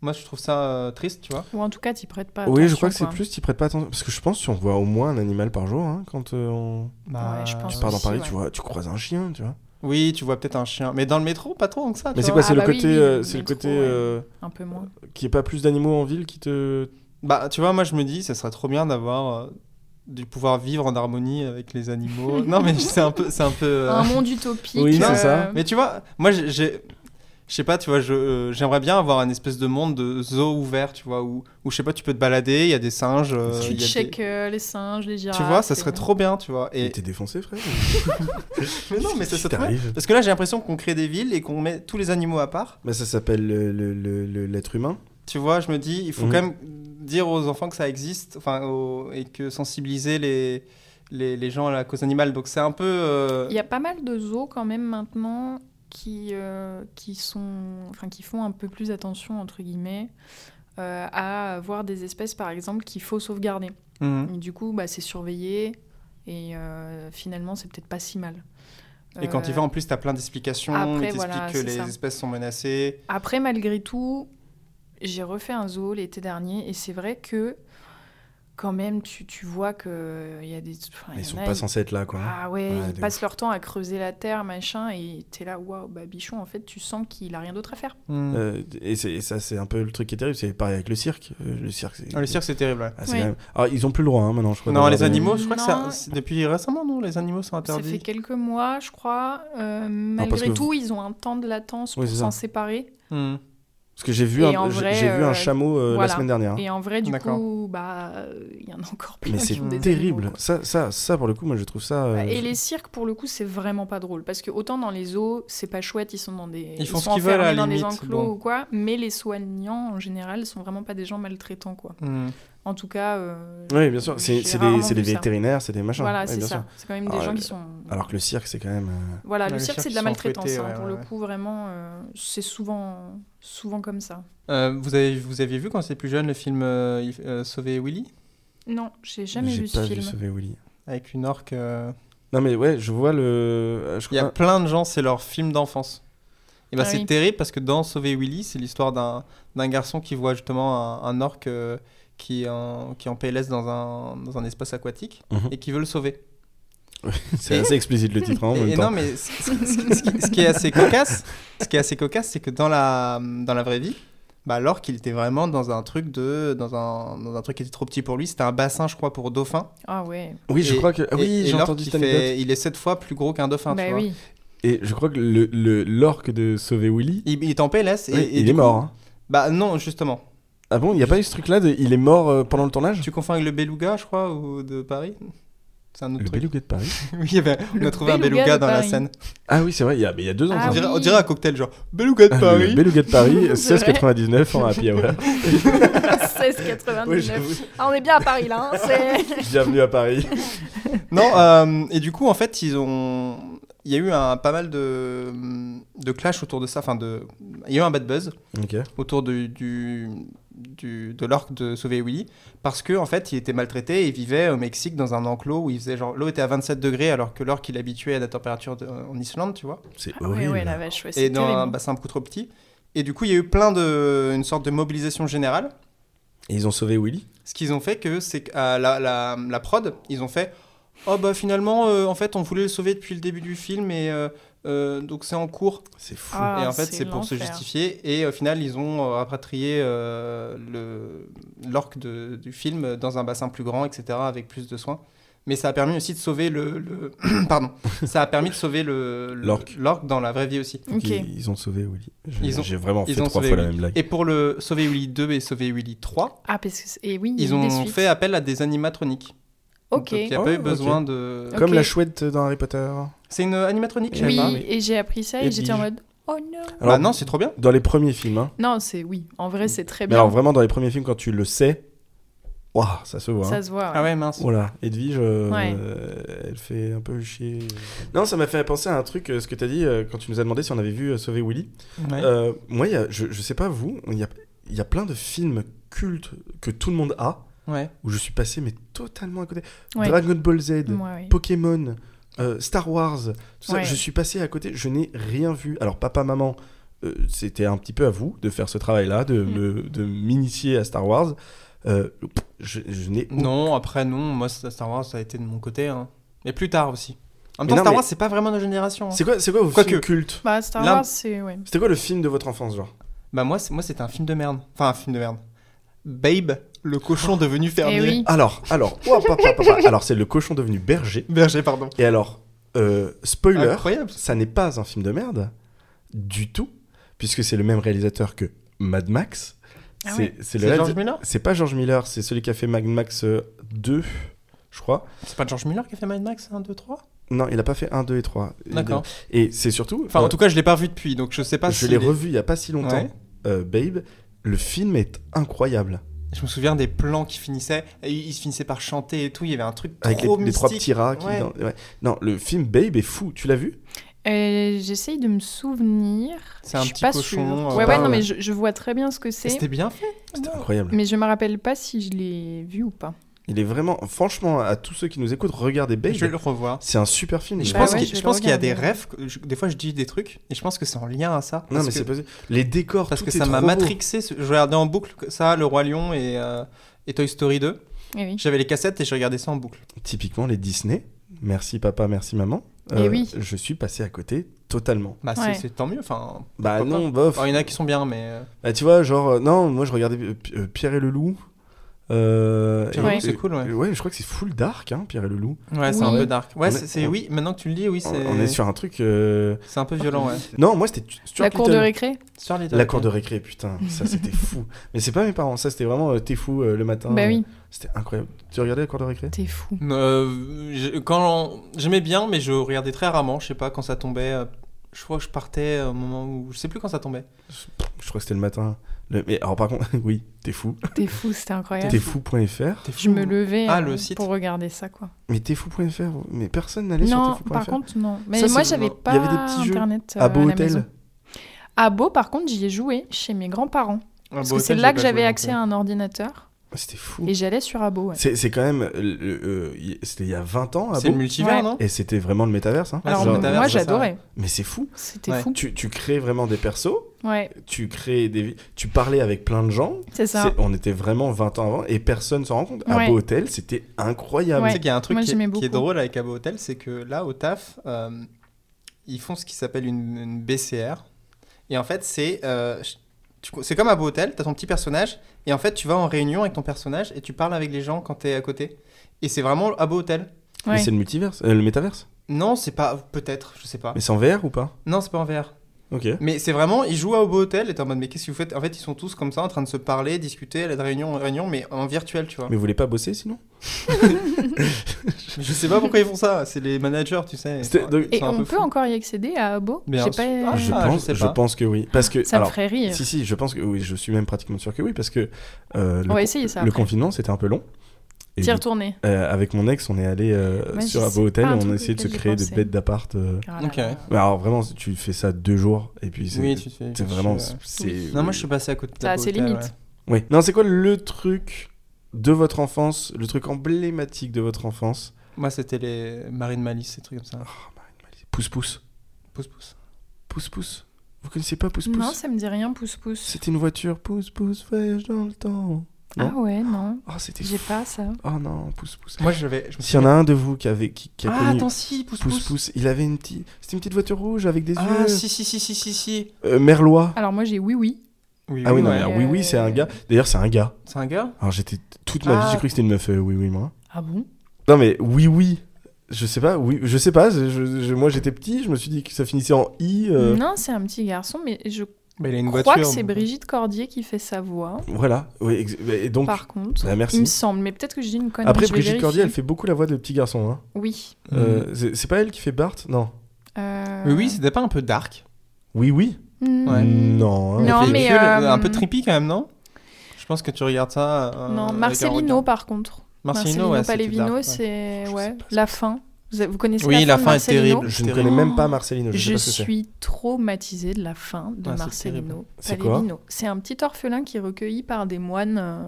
Speaker 1: Moi, je trouve ça euh, triste, tu vois.
Speaker 3: Ou en tout cas, tu prêtes pas
Speaker 2: Oui, je
Speaker 3: attention,
Speaker 2: crois que c'est
Speaker 3: quoi.
Speaker 2: plus, tu prêtes pas attention. Parce que je pense que on voit au moins un animal par jour hein, quand euh, on.
Speaker 1: Bah,
Speaker 3: je pense.
Speaker 2: Tu pars dans
Speaker 3: Aussi,
Speaker 2: Paris,
Speaker 3: ouais.
Speaker 2: tu, vois, tu croises un chien, tu vois.
Speaker 1: Oui, tu vois peut-être un chien. Mais dans le métro, pas trop que ça. tu
Speaker 2: Mais c'est
Speaker 1: vois.
Speaker 2: quoi
Speaker 3: Ah
Speaker 2: C'est
Speaker 3: bah
Speaker 2: le
Speaker 3: oui,
Speaker 2: côté,
Speaker 3: oui,
Speaker 2: euh,
Speaker 3: le
Speaker 2: c'est le
Speaker 3: métro,
Speaker 2: côté
Speaker 3: ouais.
Speaker 2: euh,
Speaker 3: Un peu moins.
Speaker 2: qui est pas plus d'animaux en ville qui te.
Speaker 1: Bah, tu vois, moi, je me dis, ça serait trop bien d'avoir. euh, de pouvoir vivre en harmonie avec les animaux. non, mais c'est un peu. C'est un peu euh,
Speaker 3: Un monde utopique. euh,
Speaker 2: Oui,
Speaker 1: c'est
Speaker 2: ça.
Speaker 1: Mais tu vois, moi, j'ai- j'ai. Je sais pas, tu vois, je, euh, j'aimerais bien avoir un espèce de monde de zoo ouvert, tu vois, où, où je sais pas, tu peux te balader, il y a des singes. euh, il
Speaker 2: Tu
Speaker 1: y a
Speaker 3: Tu
Speaker 1: des-
Speaker 3: check euh, les singes, les girafes.
Speaker 1: Tu vois, ça
Speaker 3: et-
Speaker 1: serait trop bien, tu vois.
Speaker 2: Et
Speaker 1: Et...
Speaker 2: t'es défoncé, frère
Speaker 1: Mais non, mais ça
Speaker 2: Qu'est-ce
Speaker 1: serait
Speaker 2: qui
Speaker 1: trop bien.
Speaker 2: t'arrive
Speaker 1: Parce que là, j'ai l'impression qu'on crée des villes et qu'on met tous les animaux à part.
Speaker 2: Bah, ça s'appelle euh, le- le- le- l'être humain.
Speaker 1: Tu vois, je me dis, il faut
Speaker 2: Mhm.
Speaker 1: quand même dire aux enfants que ça existe, enfin, au- et que sensibiliser les, les, les gens à la cause animale. Donc c'est un peu. euh,
Speaker 3: Il y a pas mal de zoos quand même maintenant qui, euh, qui, sont, enfin, qui font un peu plus attention, entre guillemets, euh, à voir des espèces, par exemple, qu'il faut sauvegarder.
Speaker 1: mhm.
Speaker 3: Et du coup, bah, c'est surveillé et euh, finalement, c'est peut-être pas si mal.
Speaker 1: Et quand
Speaker 3: Euh,
Speaker 1: il va, en plus, t'as plein d'explications.
Speaker 3: après,
Speaker 1: Il t'explique
Speaker 3: voilà,
Speaker 1: que
Speaker 3: c'est
Speaker 1: les
Speaker 3: ça.
Speaker 1: espèces sont menacées.
Speaker 3: Après, malgré tout, j'ai refait un zoo l'été dernier et c'est vrai que quand même, tu, tu vois que euh, il y a des. enfin, il
Speaker 2: Ils
Speaker 3: y en
Speaker 2: sont
Speaker 3: a,
Speaker 2: pas
Speaker 3: ils-
Speaker 2: censés être là, quoi.
Speaker 3: Ah ouais,
Speaker 2: Ouais, de
Speaker 3: ils passent leur temps à creuser la terre, machin, et t'es là, waouh, bah bichon, en fait, tu sens qu'il a rien d'autre à faire.
Speaker 1: Mhm.
Speaker 2: Euh, et, c'est- et ça, c'est un peu le truc qui est terrible. C'est pareil avec le cirque. Euh, le cirque, c'est.
Speaker 1: Ah, le cirque, c'est terrible. ouais.
Speaker 2: Ah, c'est
Speaker 3: Oui.
Speaker 2: quand même- Alors, ils ont plus le droit hein, maintenant, je crois.
Speaker 1: Non,
Speaker 2: d'avoir
Speaker 1: les
Speaker 2: des-
Speaker 1: animaux, je crois que ça-
Speaker 3: Non.
Speaker 1: c'est depuis récemment, non Les animaux sont
Speaker 3: Ça fait
Speaker 1: interdits.
Speaker 3: quelques mois, je crois. euh,
Speaker 2: parce
Speaker 3: malgré
Speaker 2: que-
Speaker 3: tout, ils ont un temps de latence
Speaker 2: Oui,
Speaker 3: pour
Speaker 2: c'est ça.
Speaker 3: s'en séparer.
Speaker 1: Mhm.
Speaker 2: Parce que j'ai vu,
Speaker 3: Et en
Speaker 2: un, j'ai-
Speaker 3: vrai,
Speaker 2: j'ai vu un
Speaker 3: euh,
Speaker 2: chameau euh, la
Speaker 3: voilà.
Speaker 2: semaine dernière.
Speaker 3: Et en vrai, du
Speaker 1: D'accord.
Speaker 3: coup, bah, euh, il y en a encore plein
Speaker 2: Mais
Speaker 3: qui
Speaker 2: c'est
Speaker 3: ont des
Speaker 2: terrible.
Speaker 3: animaux, quoi.
Speaker 2: Ça, ça, ça, pour le coup, moi, je trouve ça. euh,
Speaker 3: Et les cirques, pour le coup, c'est vraiment pas drôle. Parce que autant dans les zoos, c'est pas chouette, ils sont dans des.
Speaker 1: Ils font ce
Speaker 3: sont
Speaker 1: qu'ils veulent, à la
Speaker 3: enfermés dans des
Speaker 1: limite,
Speaker 3: enclos
Speaker 1: bon.
Speaker 3: ou quoi. Mais les soignants, en général, sont vraiment pas des gens maltraitants, quoi.
Speaker 1: Mhm.
Speaker 3: En tout cas. euh,
Speaker 2: Oui, bien sûr. C'est
Speaker 3: j'ai
Speaker 2: c'est des,
Speaker 3: rarement
Speaker 2: c'est des
Speaker 3: vu ça.
Speaker 2: vétérinaires, c'est des machins.
Speaker 3: Voilà,
Speaker 2: Ouais,
Speaker 3: c'est
Speaker 2: bien
Speaker 3: ça.
Speaker 2: sûr.
Speaker 3: C'est quand même
Speaker 2: Ah,
Speaker 3: des gens
Speaker 2: le-
Speaker 3: qui sont.
Speaker 2: Alors que le cirque, c'est quand même. euh,
Speaker 3: Voilà,
Speaker 1: Ouais,
Speaker 3: le
Speaker 1: les
Speaker 3: cirque,
Speaker 1: cirques
Speaker 3: c'est de la
Speaker 1: sont
Speaker 3: maltraitance.
Speaker 1: fouettés,
Speaker 3: hein,
Speaker 1: ouais,
Speaker 3: pour
Speaker 1: ouais,
Speaker 3: le
Speaker 1: ouais.
Speaker 3: coup, vraiment, euh, c'est souvent, souvent comme ça.
Speaker 1: Euh, vous, avez, vous aviez vu quand c'était plus jeune le film euh, Il- euh, Sauver Willy
Speaker 3: Non, j'ai jamais
Speaker 2: j'ai
Speaker 3: vu
Speaker 2: pas
Speaker 3: ce film.
Speaker 2: Vu Sauver Willy.
Speaker 1: Avec une orque. euh,
Speaker 2: Non, mais ouais, je vois le. euh, Je
Speaker 1: Il y a
Speaker 2: crois...
Speaker 1: plein de gens, c'est leur film d'enfance. Et ben
Speaker 3: Ah
Speaker 1: c'est
Speaker 3: oui.
Speaker 1: terrible parce que dans Sauver Willy, c'est l'histoire d'un d'un garçon qui voit justement un, un orque euh, qui, est en, qui est en PLS dans un, dans un espace aquatique
Speaker 2: Mhm.
Speaker 1: et qui veut le sauver.
Speaker 2: C'est
Speaker 1: Et-
Speaker 2: assez explicite le titre hein, en
Speaker 1: et,
Speaker 2: même
Speaker 1: et
Speaker 2: temps.
Speaker 1: non, mais ce, ce- ce- ce qui- ce qui est assez cocasse, ce qui est assez cocasse, c'est que dans la, dans la vraie vie, bah, l'orque, il était vraiment dans un truc de dans un, dans un truc qui était trop petit pour lui. C'était un bassin, je crois, pour dauphin.
Speaker 3: Ah ouais,
Speaker 2: Oui, je
Speaker 1: Et-
Speaker 2: crois que. ah
Speaker 1: et-
Speaker 2: Oui,
Speaker 1: et
Speaker 2: j'ai
Speaker 1: l'orque,
Speaker 2: entendu
Speaker 1: il
Speaker 2: cette anecdote.
Speaker 1: fait- Il est sept fois plus gros qu'un dauphin. tu
Speaker 3: bah
Speaker 1: vois.
Speaker 3: oui.
Speaker 2: Et je crois que l'orque le, l'orque de Sauver Willy,
Speaker 1: Il, il est en PLS. Et,
Speaker 2: oui,
Speaker 1: et
Speaker 2: il
Speaker 1: du
Speaker 2: est
Speaker 1: coup-
Speaker 2: mort. hein.
Speaker 1: Bah non, justement.
Speaker 2: Ah bon, il n'y a pas eu ce truc-là de il est mort euh, pendant le tournage
Speaker 1: Tu confonds avec le beluga, je crois, ou de Paris C'est un autre
Speaker 2: Le
Speaker 1: truc.
Speaker 2: beluga de Paris.
Speaker 1: oui, ben, on a
Speaker 3: Le
Speaker 1: trouvé un
Speaker 3: beluga
Speaker 1: beluga
Speaker 3: de
Speaker 1: dans la
Speaker 3: Paris.
Speaker 1: scène.
Speaker 2: Ah oui, c'est vrai, il y a, mais il y a deux ans.
Speaker 3: Ah
Speaker 1: on,
Speaker 2: ça.
Speaker 1: dirait, on
Speaker 3: oui. Ah,
Speaker 1: dirait un cocktail genre beluga de
Speaker 2: Ah, Le
Speaker 1: Paris.
Speaker 2: beluga de Paris,
Speaker 3: C'est
Speaker 2: 16,99 en happy hour.
Speaker 3: 16,99.
Speaker 2: Oui, j'avoue.
Speaker 3: Ah, on est bien à Paris là. hein, c'est-
Speaker 2: Bienvenue à Paris.
Speaker 1: non, euh, et du coup, en fait, ils ont. Il y a eu un, pas mal de, de clash autour de ça. Enfin, de... il y a eu un bad buzz
Speaker 2: Ok.
Speaker 1: autour du, du, du- de l'orque de Sauver Willy parce que en fait, il était maltraité et il vivait au Mexique dans un enclos où il faisait genre. L'eau était à 27 degrés alors que l'orque, il est habitué à la température de- en Islande, tu vois.
Speaker 2: C'est
Speaker 3: Ah ouais,
Speaker 2: horrible.
Speaker 3: ouais, la vache, ouais,
Speaker 1: et
Speaker 3: c'est
Speaker 1: dans un
Speaker 3: terrible.
Speaker 1: bassin beaucoup trop petit. Et du coup, il y a eu plein de. une sorte de mobilisation générale.
Speaker 2: Et ils ont sauvé Willy
Speaker 1: Ce qu'ils ont fait, que c'est qu'à la, la, la prod, ils ont fait Oh bah finalement, euh, en fait, on voulait le sauver depuis le début du film et. euh, euh, donc c'est en cours
Speaker 2: C'est fou.
Speaker 3: Ah,
Speaker 1: et en fait c'est pour se
Speaker 3: l'enfer.
Speaker 1: justifier et au final ils ont euh, rapatrié euh, le l'orque de- du film dans un bassin plus grand etc avec plus de soins mais ça a permis aussi de sauver le, le- pardon ça a permis de sauver le le-
Speaker 2: L'orque.
Speaker 1: l'orque dans la vraie vie aussi
Speaker 2: Donc,
Speaker 3: Ok.
Speaker 2: Ils, ils ont sauvé Willy. Je-
Speaker 1: Ils ont-
Speaker 2: J'ai vraiment
Speaker 1: ils
Speaker 2: fait
Speaker 1: ont
Speaker 2: trois
Speaker 1: sauvé
Speaker 2: fois la
Speaker 1: Willy.
Speaker 2: même blague.
Speaker 1: et pour le Sauver Willy 2 et Sauver Willy 3,
Speaker 3: Ah, parce que. c'est- Et oui, il y a
Speaker 1: ils
Speaker 3: eu des
Speaker 1: ont
Speaker 3: suites.
Speaker 1: fait appel à des animatroniques.
Speaker 3: Ok.
Speaker 1: Donc il n'y a
Speaker 2: Oh,
Speaker 1: pas eu
Speaker 2: ok.
Speaker 1: besoin de.
Speaker 3: Ok.
Speaker 2: Comme la chouette dans Harry Potter.
Speaker 1: C'est une animatronique, je savais
Speaker 3: Oui,
Speaker 1: pas.
Speaker 3: et j'ai appris ça
Speaker 2: Et
Speaker 3: et j'étais en
Speaker 2: Bige.
Speaker 3: mode. Oh non.
Speaker 1: Bah non, c'est trop bien.
Speaker 2: dans les premiers films, hein.
Speaker 3: Non, c'est. Oui, en vrai, c'est très
Speaker 2: mais
Speaker 3: Eh bien.
Speaker 2: alors vraiment dans les premiers films, quand tu le sais, waouh, ça se voit. hein.
Speaker 3: Ça se voit.
Speaker 1: Ah ouais, mince.
Speaker 2: Oh là, Edwige, euh,
Speaker 3: Ouais.
Speaker 2: euh, elle fait un peu chier. Non, ça m'a fait penser à un truc, euh, ce que t'as dit euh, quand tu nous as demandé si on avait vu euh, Sauver Willy.
Speaker 1: Ouais.
Speaker 2: Euh, moi, il y a- je, je sais pas vous, il y a, il y a plein de films cultes que tout le monde a,
Speaker 1: Ouais.
Speaker 2: où je suis passé mais totalement à côté.
Speaker 3: Ouais.
Speaker 2: Dragon Ball Z,
Speaker 3: Ouais, ouais.
Speaker 2: Pokémon, euh, Star Wars, tout ça,
Speaker 3: Ouais.
Speaker 2: je suis passé à côté, je n'ai rien vu. Alors papa, maman, euh, c'était un petit peu à vous de faire ce travail-là, de
Speaker 3: Mm.
Speaker 2: me- de m'initier à Star Wars. Euh, je je n'ai
Speaker 1: Non, après, non. Moi, Star Wars, ça a été de mon côté. hein. Mais plus tard aussi. En même
Speaker 2: Mais
Speaker 1: temps,
Speaker 2: non,
Speaker 1: Star
Speaker 2: mais-
Speaker 1: Wars, c'est pas vraiment notre génération. hein.
Speaker 2: C'est quoi, c'est quoi vos
Speaker 1: Quoique.
Speaker 2: films cultes
Speaker 3: Bah, Star
Speaker 1: L'un-
Speaker 3: Wars, c'est. Ouais.
Speaker 2: C'était quoi le film de votre enfance, genre
Speaker 1: Bah, moi, c'est- moi c'était un film de merde. Enfin, un film de merde. Babe, le cochon devenu fermier.
Speaker 3: Eh oui.
Speaker 2: Alors, alors, ouah, pa, pa, pa, pa. alors c'est le cochon devenu berger.
Speaker 1: Berger, pardon.
Speaker 2: Et alors, euh, spoiler,
Speaker 1: Incroyable.
Speaker 2: ça n'est pas un film de merde du tout, puisque c'est le même réalisateur que Mad Max.
Speaker 3: Ah
Speaker 2: c'est
Speaker 3: ouais.
Speaker 2: c'est le
Speaker 1: C'est
Speaker 2: réalisa-
Speaker 1: George Miller
Speaker 2: c'est pas George Miller, c'est celui qui a fait Mad Max euh, 2, je crois.
Speaker 1: C'est pas George Miller qui a fait Mad Max 1, 2, 3
Speaker 2: Non, il a pas fait 1, 2 et 3.
Speaker 1: D'accord.
Speaker 2: Et c'est surtout.
Speaker 1: Enfin,
Speaker 2: euh,
Speaker 1: en tout cas, je l'ai pas vu depuis, donc je sais pas
Speaker 2: je
Speaker 1: si.
Speaker 2: l'ai revu il y a pas si longtemps,
Speaker 1: Ouais.
Speaker 2: euh, Babe. Le film est incroyable.
Speaker 1: Je me souviens des plans qui finissaient. et Ils ils finissaient par chanter et tout. Il y avait un truc
Speaker 2: Avec les,
Speaker 1: trop
Speaker 2: les
Speaker 1: mystique.
Speaker 2: trois petits rats. qui-
Speaker 1: Ouais.
Speaker 2: dans- ouais. Non, le film Babe est fou. Tu l'as vu
Speaker 3: Euh, J'essaye de me souvenir.
Speaker 1: C'est un
Speaker 3: Je suis
Speaker 1: petit
Speaker 3: pas
Speaker 1: cochon,
Speaker 3: sûre.
Speaker 1: euh,
Speaker 3: ouais, ouais,
Speaker 2: parle.
Speaker 3: non, mais je, je vois très bien ce que
Speaker 1: Et
Speaker 3: c'est.
Speaker 1: C'était bien fait.
Speaker 2: C'était incroyable.
Speaker 3: Mais je me rappelle pas si je l'ai vu ou pas.
Speaker 2: Il est vraiment. Franchement, à tous ceux qui nous écoutent, regardez Babe.
Speaker 1: Je vais le revoir.
Speaker 2: C'est un super film.
Speaker 1: Je
Speaker 3: Bah
Speaker 1: pense
Speaker 3: ouais,
Speaker 1: qu'il-
Speaker 3: je vais
Speaker 1: je
Speaker 3: le
Speaker 1: pense qu'il y a des
Speaker 3: regarder.
Speaker 1: rêves. que- je- des fois, je dis des trucs et je pense que c'est en lien à ça.
Speaker 2: Non,
Speaker 1: parce
Speaker 2: mais c'est
Speaker 1: que,
Speaker 2: possible. Les décors,
Speaker 1: parce
Speaker 2: tout
Speaker 1: que
Speaker 2: est
Speaker 1: ça m'a
Speaker 2: trop beau.
Speaker 1: matrixé. ce- Je regardais en boucle ça, Le Roi Lion et, euh, et Toy Story 2.
Speaker 3: Eh oui.
Speaker 1: J'avais les cassettes et je regardais ça en boucle.
Speaker 2: Typiquement, les Disney. Euh, Merci papa, merci maman. Euh,
Speaker 3: Eh oui.
Speaker 2: Je suis passé à côté totalement.
Speaker 1: Bah, c'est-
Speaker 3: Ouais.
Speaker 1: c'est tant mieux. Enfin,
Speaker 2: Bah
Speaker 1: Pourquoi
Speaker 2: non, bof.
Speaker 1: alors, il y en a qui sont bien, mais. euh,
Speaker 2: Bah, tu vois, genre, euh, non, moi je regardais euh, P- euh, Pierre et le loup. Euh,
Speaker 1: Pierre
Speaker 3: et
Speaker 2: et-
Speaker 1: le Loup, c'est cool, ouais.
Speaker 2: et- Ouais, je crois que c'est full dark, hein, Pierre et le loup.
Speaker 1: Ouais, c'est
Speaker 3: Oui.
Speaker 1: un peu dark. Ouais,
Speaker 2: On est-
Speaker 1: c'est c'est-
Speaker 2: on-
Speaker 1: oui. Maintenant que tu le dis, oui,
Speaker 2: On on est
Speaker 1: c'est
Speaker 2: sur un truc. euh,
Speaker 1: c'est un peu violent, ouais.
Speaker 2: Non, moi c'était Stuart
Speaker 3: La cour de
Speaker 2: Little.
Speaker 3: récré
Speaker 1: Sur les
Speaker 2: La cour de récré, putain, ça c'était fou. Mais c'est pas mes parents, ça c'était vraiment euh, t'es fou euh, le matin.
Speaker 3: Bah oui,
Speaker 2: C'était incroyable. Tu regardais la cour de récré
Speaker 3: t'es fou.
Speaker 1: Euh, je- quand j'aimais bien, mais je regardais très rarement. Je sais pas quand ça tombait. euh, Je crois que je partais euh, au moment où je sais plus quand ça tombait.
Speaker 2: Je crois que c'était le matin. Le- Mais alors par contre, oui, t'es fou.
Speaker 3: T'es fou, c'était incroyable.
Speaker 2: T'es fou.fr.
Speaker 1: T'es
Speaker 3: Je
Speaker 1: fou,
Speaker 3: me
Speaker 1: hein.
Speaker 3: levais
Speaker 1: Ah,
Speaker 3: euh,
Speaker 1: le site.
Speaker 3: pour regarder ça, quoi.
Speaker 2: Mais t'es fou.fr, mais personne n'allait sur
Speaker 3: Non,
Speaker 2: t'es fou.fr.
Speaker 3: par contre, non. Mais
Speaker 2: Ça,
Speaker 3: moi,
Speaker 2: c'est-
Speaker 3: j'avais pas
Speaker 2: il y avait des petits jeux.
Speaker 3: Internet euh,
Speaker 2: à Beau
Speaker 3: la
Speaker 2: Hôtel.
Speaker 3: maison. À Beau, par contre, j'y ai joué chez mes grands-parents.
Speaker 1: Ah,
Speaker 3: Parce
Speaker 1: bah,
Speaker 3: que
Speaker 1: ça,
Speaker 3: c'est
Speaker 1: j'ai
Speaker 3: là
Speaker 1: pas
Speaker 3: que
Speaker 1: joué
Speaker 3: j'avais
Speaker 1: non
Speaker 3: accès
Speaker 1: plus.
Speaker 3: à un ordinateur.
Speaker 2: C'était fou.
Speaker 3: Et j'allais sur Abo. ouais.
Speaker 2: C'est c'est quand même. euh, le- euh, y- c'était il y a 20 ans, à
Speaker 1: C'est le
Speaker 2: Beau.
Speaker 1: multivers,
Speaker 3: Ouais.
Speaker 1: non
Speaker 2: Et c'était vraiment le métaverse. Hein.
Speaker 1: Ouais,
Speaker 3: Alors,
Speaker 1: c'est
Speaker 2: Genre,
Speaker 1: le métaverse.
Speaker 3: moi,
Speaker 1: c'est ça,
Speaker 3: j'adorais.
Speaker 2: Mais c'est fou.
Speaker 3: C'était
Speaker 1: Ouais.
Speaker 3: fou.
Speaker 2: Tu, tu crées vraiment des persos,
Speaker 3: Ouais,
Speaker 2: tu crées des vi- tu parlais avec plein de gens.
Speaker 3: c'est ça.
Speaker 2: C'est- On était vraiment 20 ans avant et personne s'en rend compte. À
Speaker 3: Ouais.
Speaker 2: Beau Hôtel, c'était incroyable.
Speaker 1: Tu
Speaker 3: Ouais.
Speaker 1: sais qu'il y a un truc
Speaker 3: Moi,
Speaker 1: qui,
Speaker 3: j'aimais
Speaker 1: est- qui est
Speaker 3: beaucoup.
Speaker 1: drôle avec Abo Hotel, c'est que là, au taf, euh, ils font ce qui s'appelle une, une BCR. Et en fait, c'est euh, ch- tu co- c'est comme Abo Hotel, tu as ton petit personnage, et en fait, tu vas en réunion avec ton personnage et tu parles avec les gens quand tu es à côté. Et c'est vraiment Abo Hotel.
Speaker 2: Mais
Speaker 3: Ouais.
Speaker 2: c'est le multiverse, euh, le métaverse.
Speaker 1: Non, c'est pas. Peut-être, je sais pas.
Speaker 2: Mais c'est en VR ou pas
Speaker 1: Non, c'est pas en VR.
Speaker 2: Ok.
Speaker 1: Mais c'est vraiment, ils jouent à Obo Hotel et t'es en mode, mais qu'est-ce que vous faites En fait, ils sont tous comme ça en train de se parler, discuter, aller de réunion en réunion, mais en virtuel, tu vois.
Speaker 2: Mais vous voulez pas bosser sinon
Speaker 1: Mais je sais pas pourquoi ils font ça, c'est les managers, tu sais.
Speaker 2: C'était-
Speaker 1: Ils sont
Speaker 2: donc-
Speaker 1: un
Speaker 3: Et on
Speaker 1: peu
Speaker 3: peut
Speaker 1: fous.
Speaker 3: encore y accéder à Abo
Speaker 1: Bien
Speaker 3: J'ai
Speaker 1: sûr.
Speaker 3: pas...
Speaker 1: Ah,
Speaker 2: je,
Speaker 1: je
Speaker 2: pense,
Speaker 1: sais pas.
Speaker 2: pense que oui. Parce que
Speaker 3: Ça
Speaker 2: alors,
Speaker 3: me ferait rire.
Speaker 2: si si, je pense que oui, je suis même pratiquement sûr que oui parce que euh, le,
Speaker 3: On va
Speaker 2: con-
Speaker 3: essayer ça
Speaker 2: le
Speaker 3: après.
Speaker 2: confinement c'était un peu long. Et
Speaker 3: T'y
Speaker 2: du-
Speaker 3: retourner.
Speaker 2: euh, avec mon ex, on est allé euh,
Speaker 3: Moi,
Speaker 2: sur
Speaker 3: je
Speaker 2: un
Speaker 3: sais
Speaker 2: beau hôtel
Speaker 3: pas,
Speaker 2: et
Speaker 3: un
Speaker 2: on
Speaker 3: truc
Speaker 2: a essayé de se
Speaker 3: auquel j'ai
Speaker 2: créer des
Speaker 3: pensé.
Speaker 2: bêtes d'appart. euh.
Speaker 3: Ah là
Speaker 1: Ok.
Speaker 3: là.
Speaker 2: Mais Alors vraiment, tu fais ça deux jours et puis c'est
Speaker 1: Oui, tu te fais.
Speaker 2: c'est
Speaker 1: tu-
Speaker 2: vraiment
Speaker 1: euh,
Speaker 2: c'est.
Speaker 1: Non, moi je suis passé à côté de
Speaker 3: Ça,
Speaker 1: Abo
Speaker 3: c'est
Speaker 1: Hotel,
Speaker 3: limite.
Speaker 1: ouais.
Speaker 2: Oui. Non, c'est quoi le truc de votre enfance, le truc emblématique de votre enfance
Speaker 1: Moi, c'était les Marine Malice, ces trucs comme ça.
Speaker 2: Pouce pouce,
Speaker 1: Pousse, pousse.
Speaker 2: pouce pouce. Vous connaissez pas pouce
Speaker 3: Non,
Speaker 2: pouce
Speaker 3: ça me dit rien, pouce-pouce.
Speaker 2: C'était une voiture pouce pouce voyage dans le temps.
Speaker 3: Ah
Speaker 2: Non.
Speaker 3: ouais, non.
Speaker 2: Oh, c'était
Speaker 3: J'ai
Speaker 2: fou.
Speaker 3: pas ça.
Speaker 2: Oh non, pouce pouce.
Speaker 1: Moi, j'avais. je me
Speaker 2: S'il y en a un de vous qui avait qui, qui a
Speaker 1: Ah,
Speaker 2: connu
Speaker 1: attends, si, pousse,
Speaker 2: pouce
Speaker 1: pousse.
Speaker 2: pouce, il avait une petite c'était une petite voiture rouge avec des
Speaker 1: Ah,
Speaker 2: yeux.
Speaker 1: si, si, si, si, si, si.
Speaker 2: Euh, Merlois.
Speaker 3: Alors moi, j'ai oui, oui.
Speaker 1: Oui,
Speaker 2: Ah oui, non,
Speaker 1: ouais.
Speaker 2: mais alors, oui, oui, c'est un gars. D'ailleurs, c'est un gars.
Speaker 1: C'est un gars
Speaker 2: Alors, j'étais toute ma vie,
Speaker 1: Ah.
Speaker 2: j'ai cru que c'était une meuf. euh, oui, oui, moi.
Speaker 3: Ah bon
Speaker 2: Non, mais oui, oui. Je sais pas, oui, je sais pas. je- je- moi, j'étais petit, je me suis dit que ça finissait en i. euh,
Speaker 3: Non, c'est un petit garçon, mais je
Speaker 1: Bah, Il a une
Speaker 3: crois
Speaker 1: voiture.
Speaker 3: que c'est
Speaker 1: mais-
Speaker 3: Brigitte Cordier qui fait sa voix.
Speaker 2: Voilà. Oui, ex- et donc,
Speaker 3: Par contre,
Speaker 2: bah, merci.
Speaker 3: il me semble, mais peut-être que je dis une connerie.
Speaker 2: Après,
Speaker 3: je vais
Speaker 2: Brigitte Cordier, elle
Speaker 3: vérifier.
Speaker 2: fait beaucoup la voix de petit garçon. Hein.
Speaker 3: Oui.
Speaker 1: Mhm.
Speaker 2: Euh, c'est c'est pas elle qui fait Bart Non.
Speaker 3: Euh,
Speaker 1: Mais oui, c'était pas un peu dark.
Speaker 2: Oui, oui.
Speaker 3: hmm,
Speaker 1: Ouais.
Speaker 2: Non. hein.
Speaker 3: Non,
Speaker 1: Elle fait
Speaker 3: mais,
Speaker 1: gueule,
Speaker 3: euh,
Speaker 1: Un peu trippy quand même, non Je pense que tu regardes ça. euh,
Speaker 3: Non,
Speaker 1: avec un
Speaker 3: Marcelino,
Speaker 1: regard.
Speaker 3: par contre.
Speaker 1: Marcelino, ouais, c'était
Speaker 3: Palevino,
Speaker 1: dark, ouais.
Speaker 3: c'est
Speaker 2: Je sais
Speaker 3: ouais,
Speaker 2: pas ce
Speaker 3: la fin. Vous, vous connaissez
Speaker 1: Oui, la
Speaker 3: la fin, de
Speaker 1: fin est
Speaker 3: Marcelino
Speaker 1: terrible.
Speaker 2: Je ne
Speaker 1: c'est
Speaker 2: connais
Speaker 1: terrible.
Speaker 2: même pas Marcelino. Je,
Speaker 3: Je,
Speaker 2: sais pas ce que c'est.
Speaker 3: suis traumatisée de la fin de
Speaker 1: Ah, c'est
Speaker 3: Marcelino.
Speaker 2: C'est quoi
Speaker 3: Palevino. C'est un petit orphelin qui est recueilli par des moines. euh,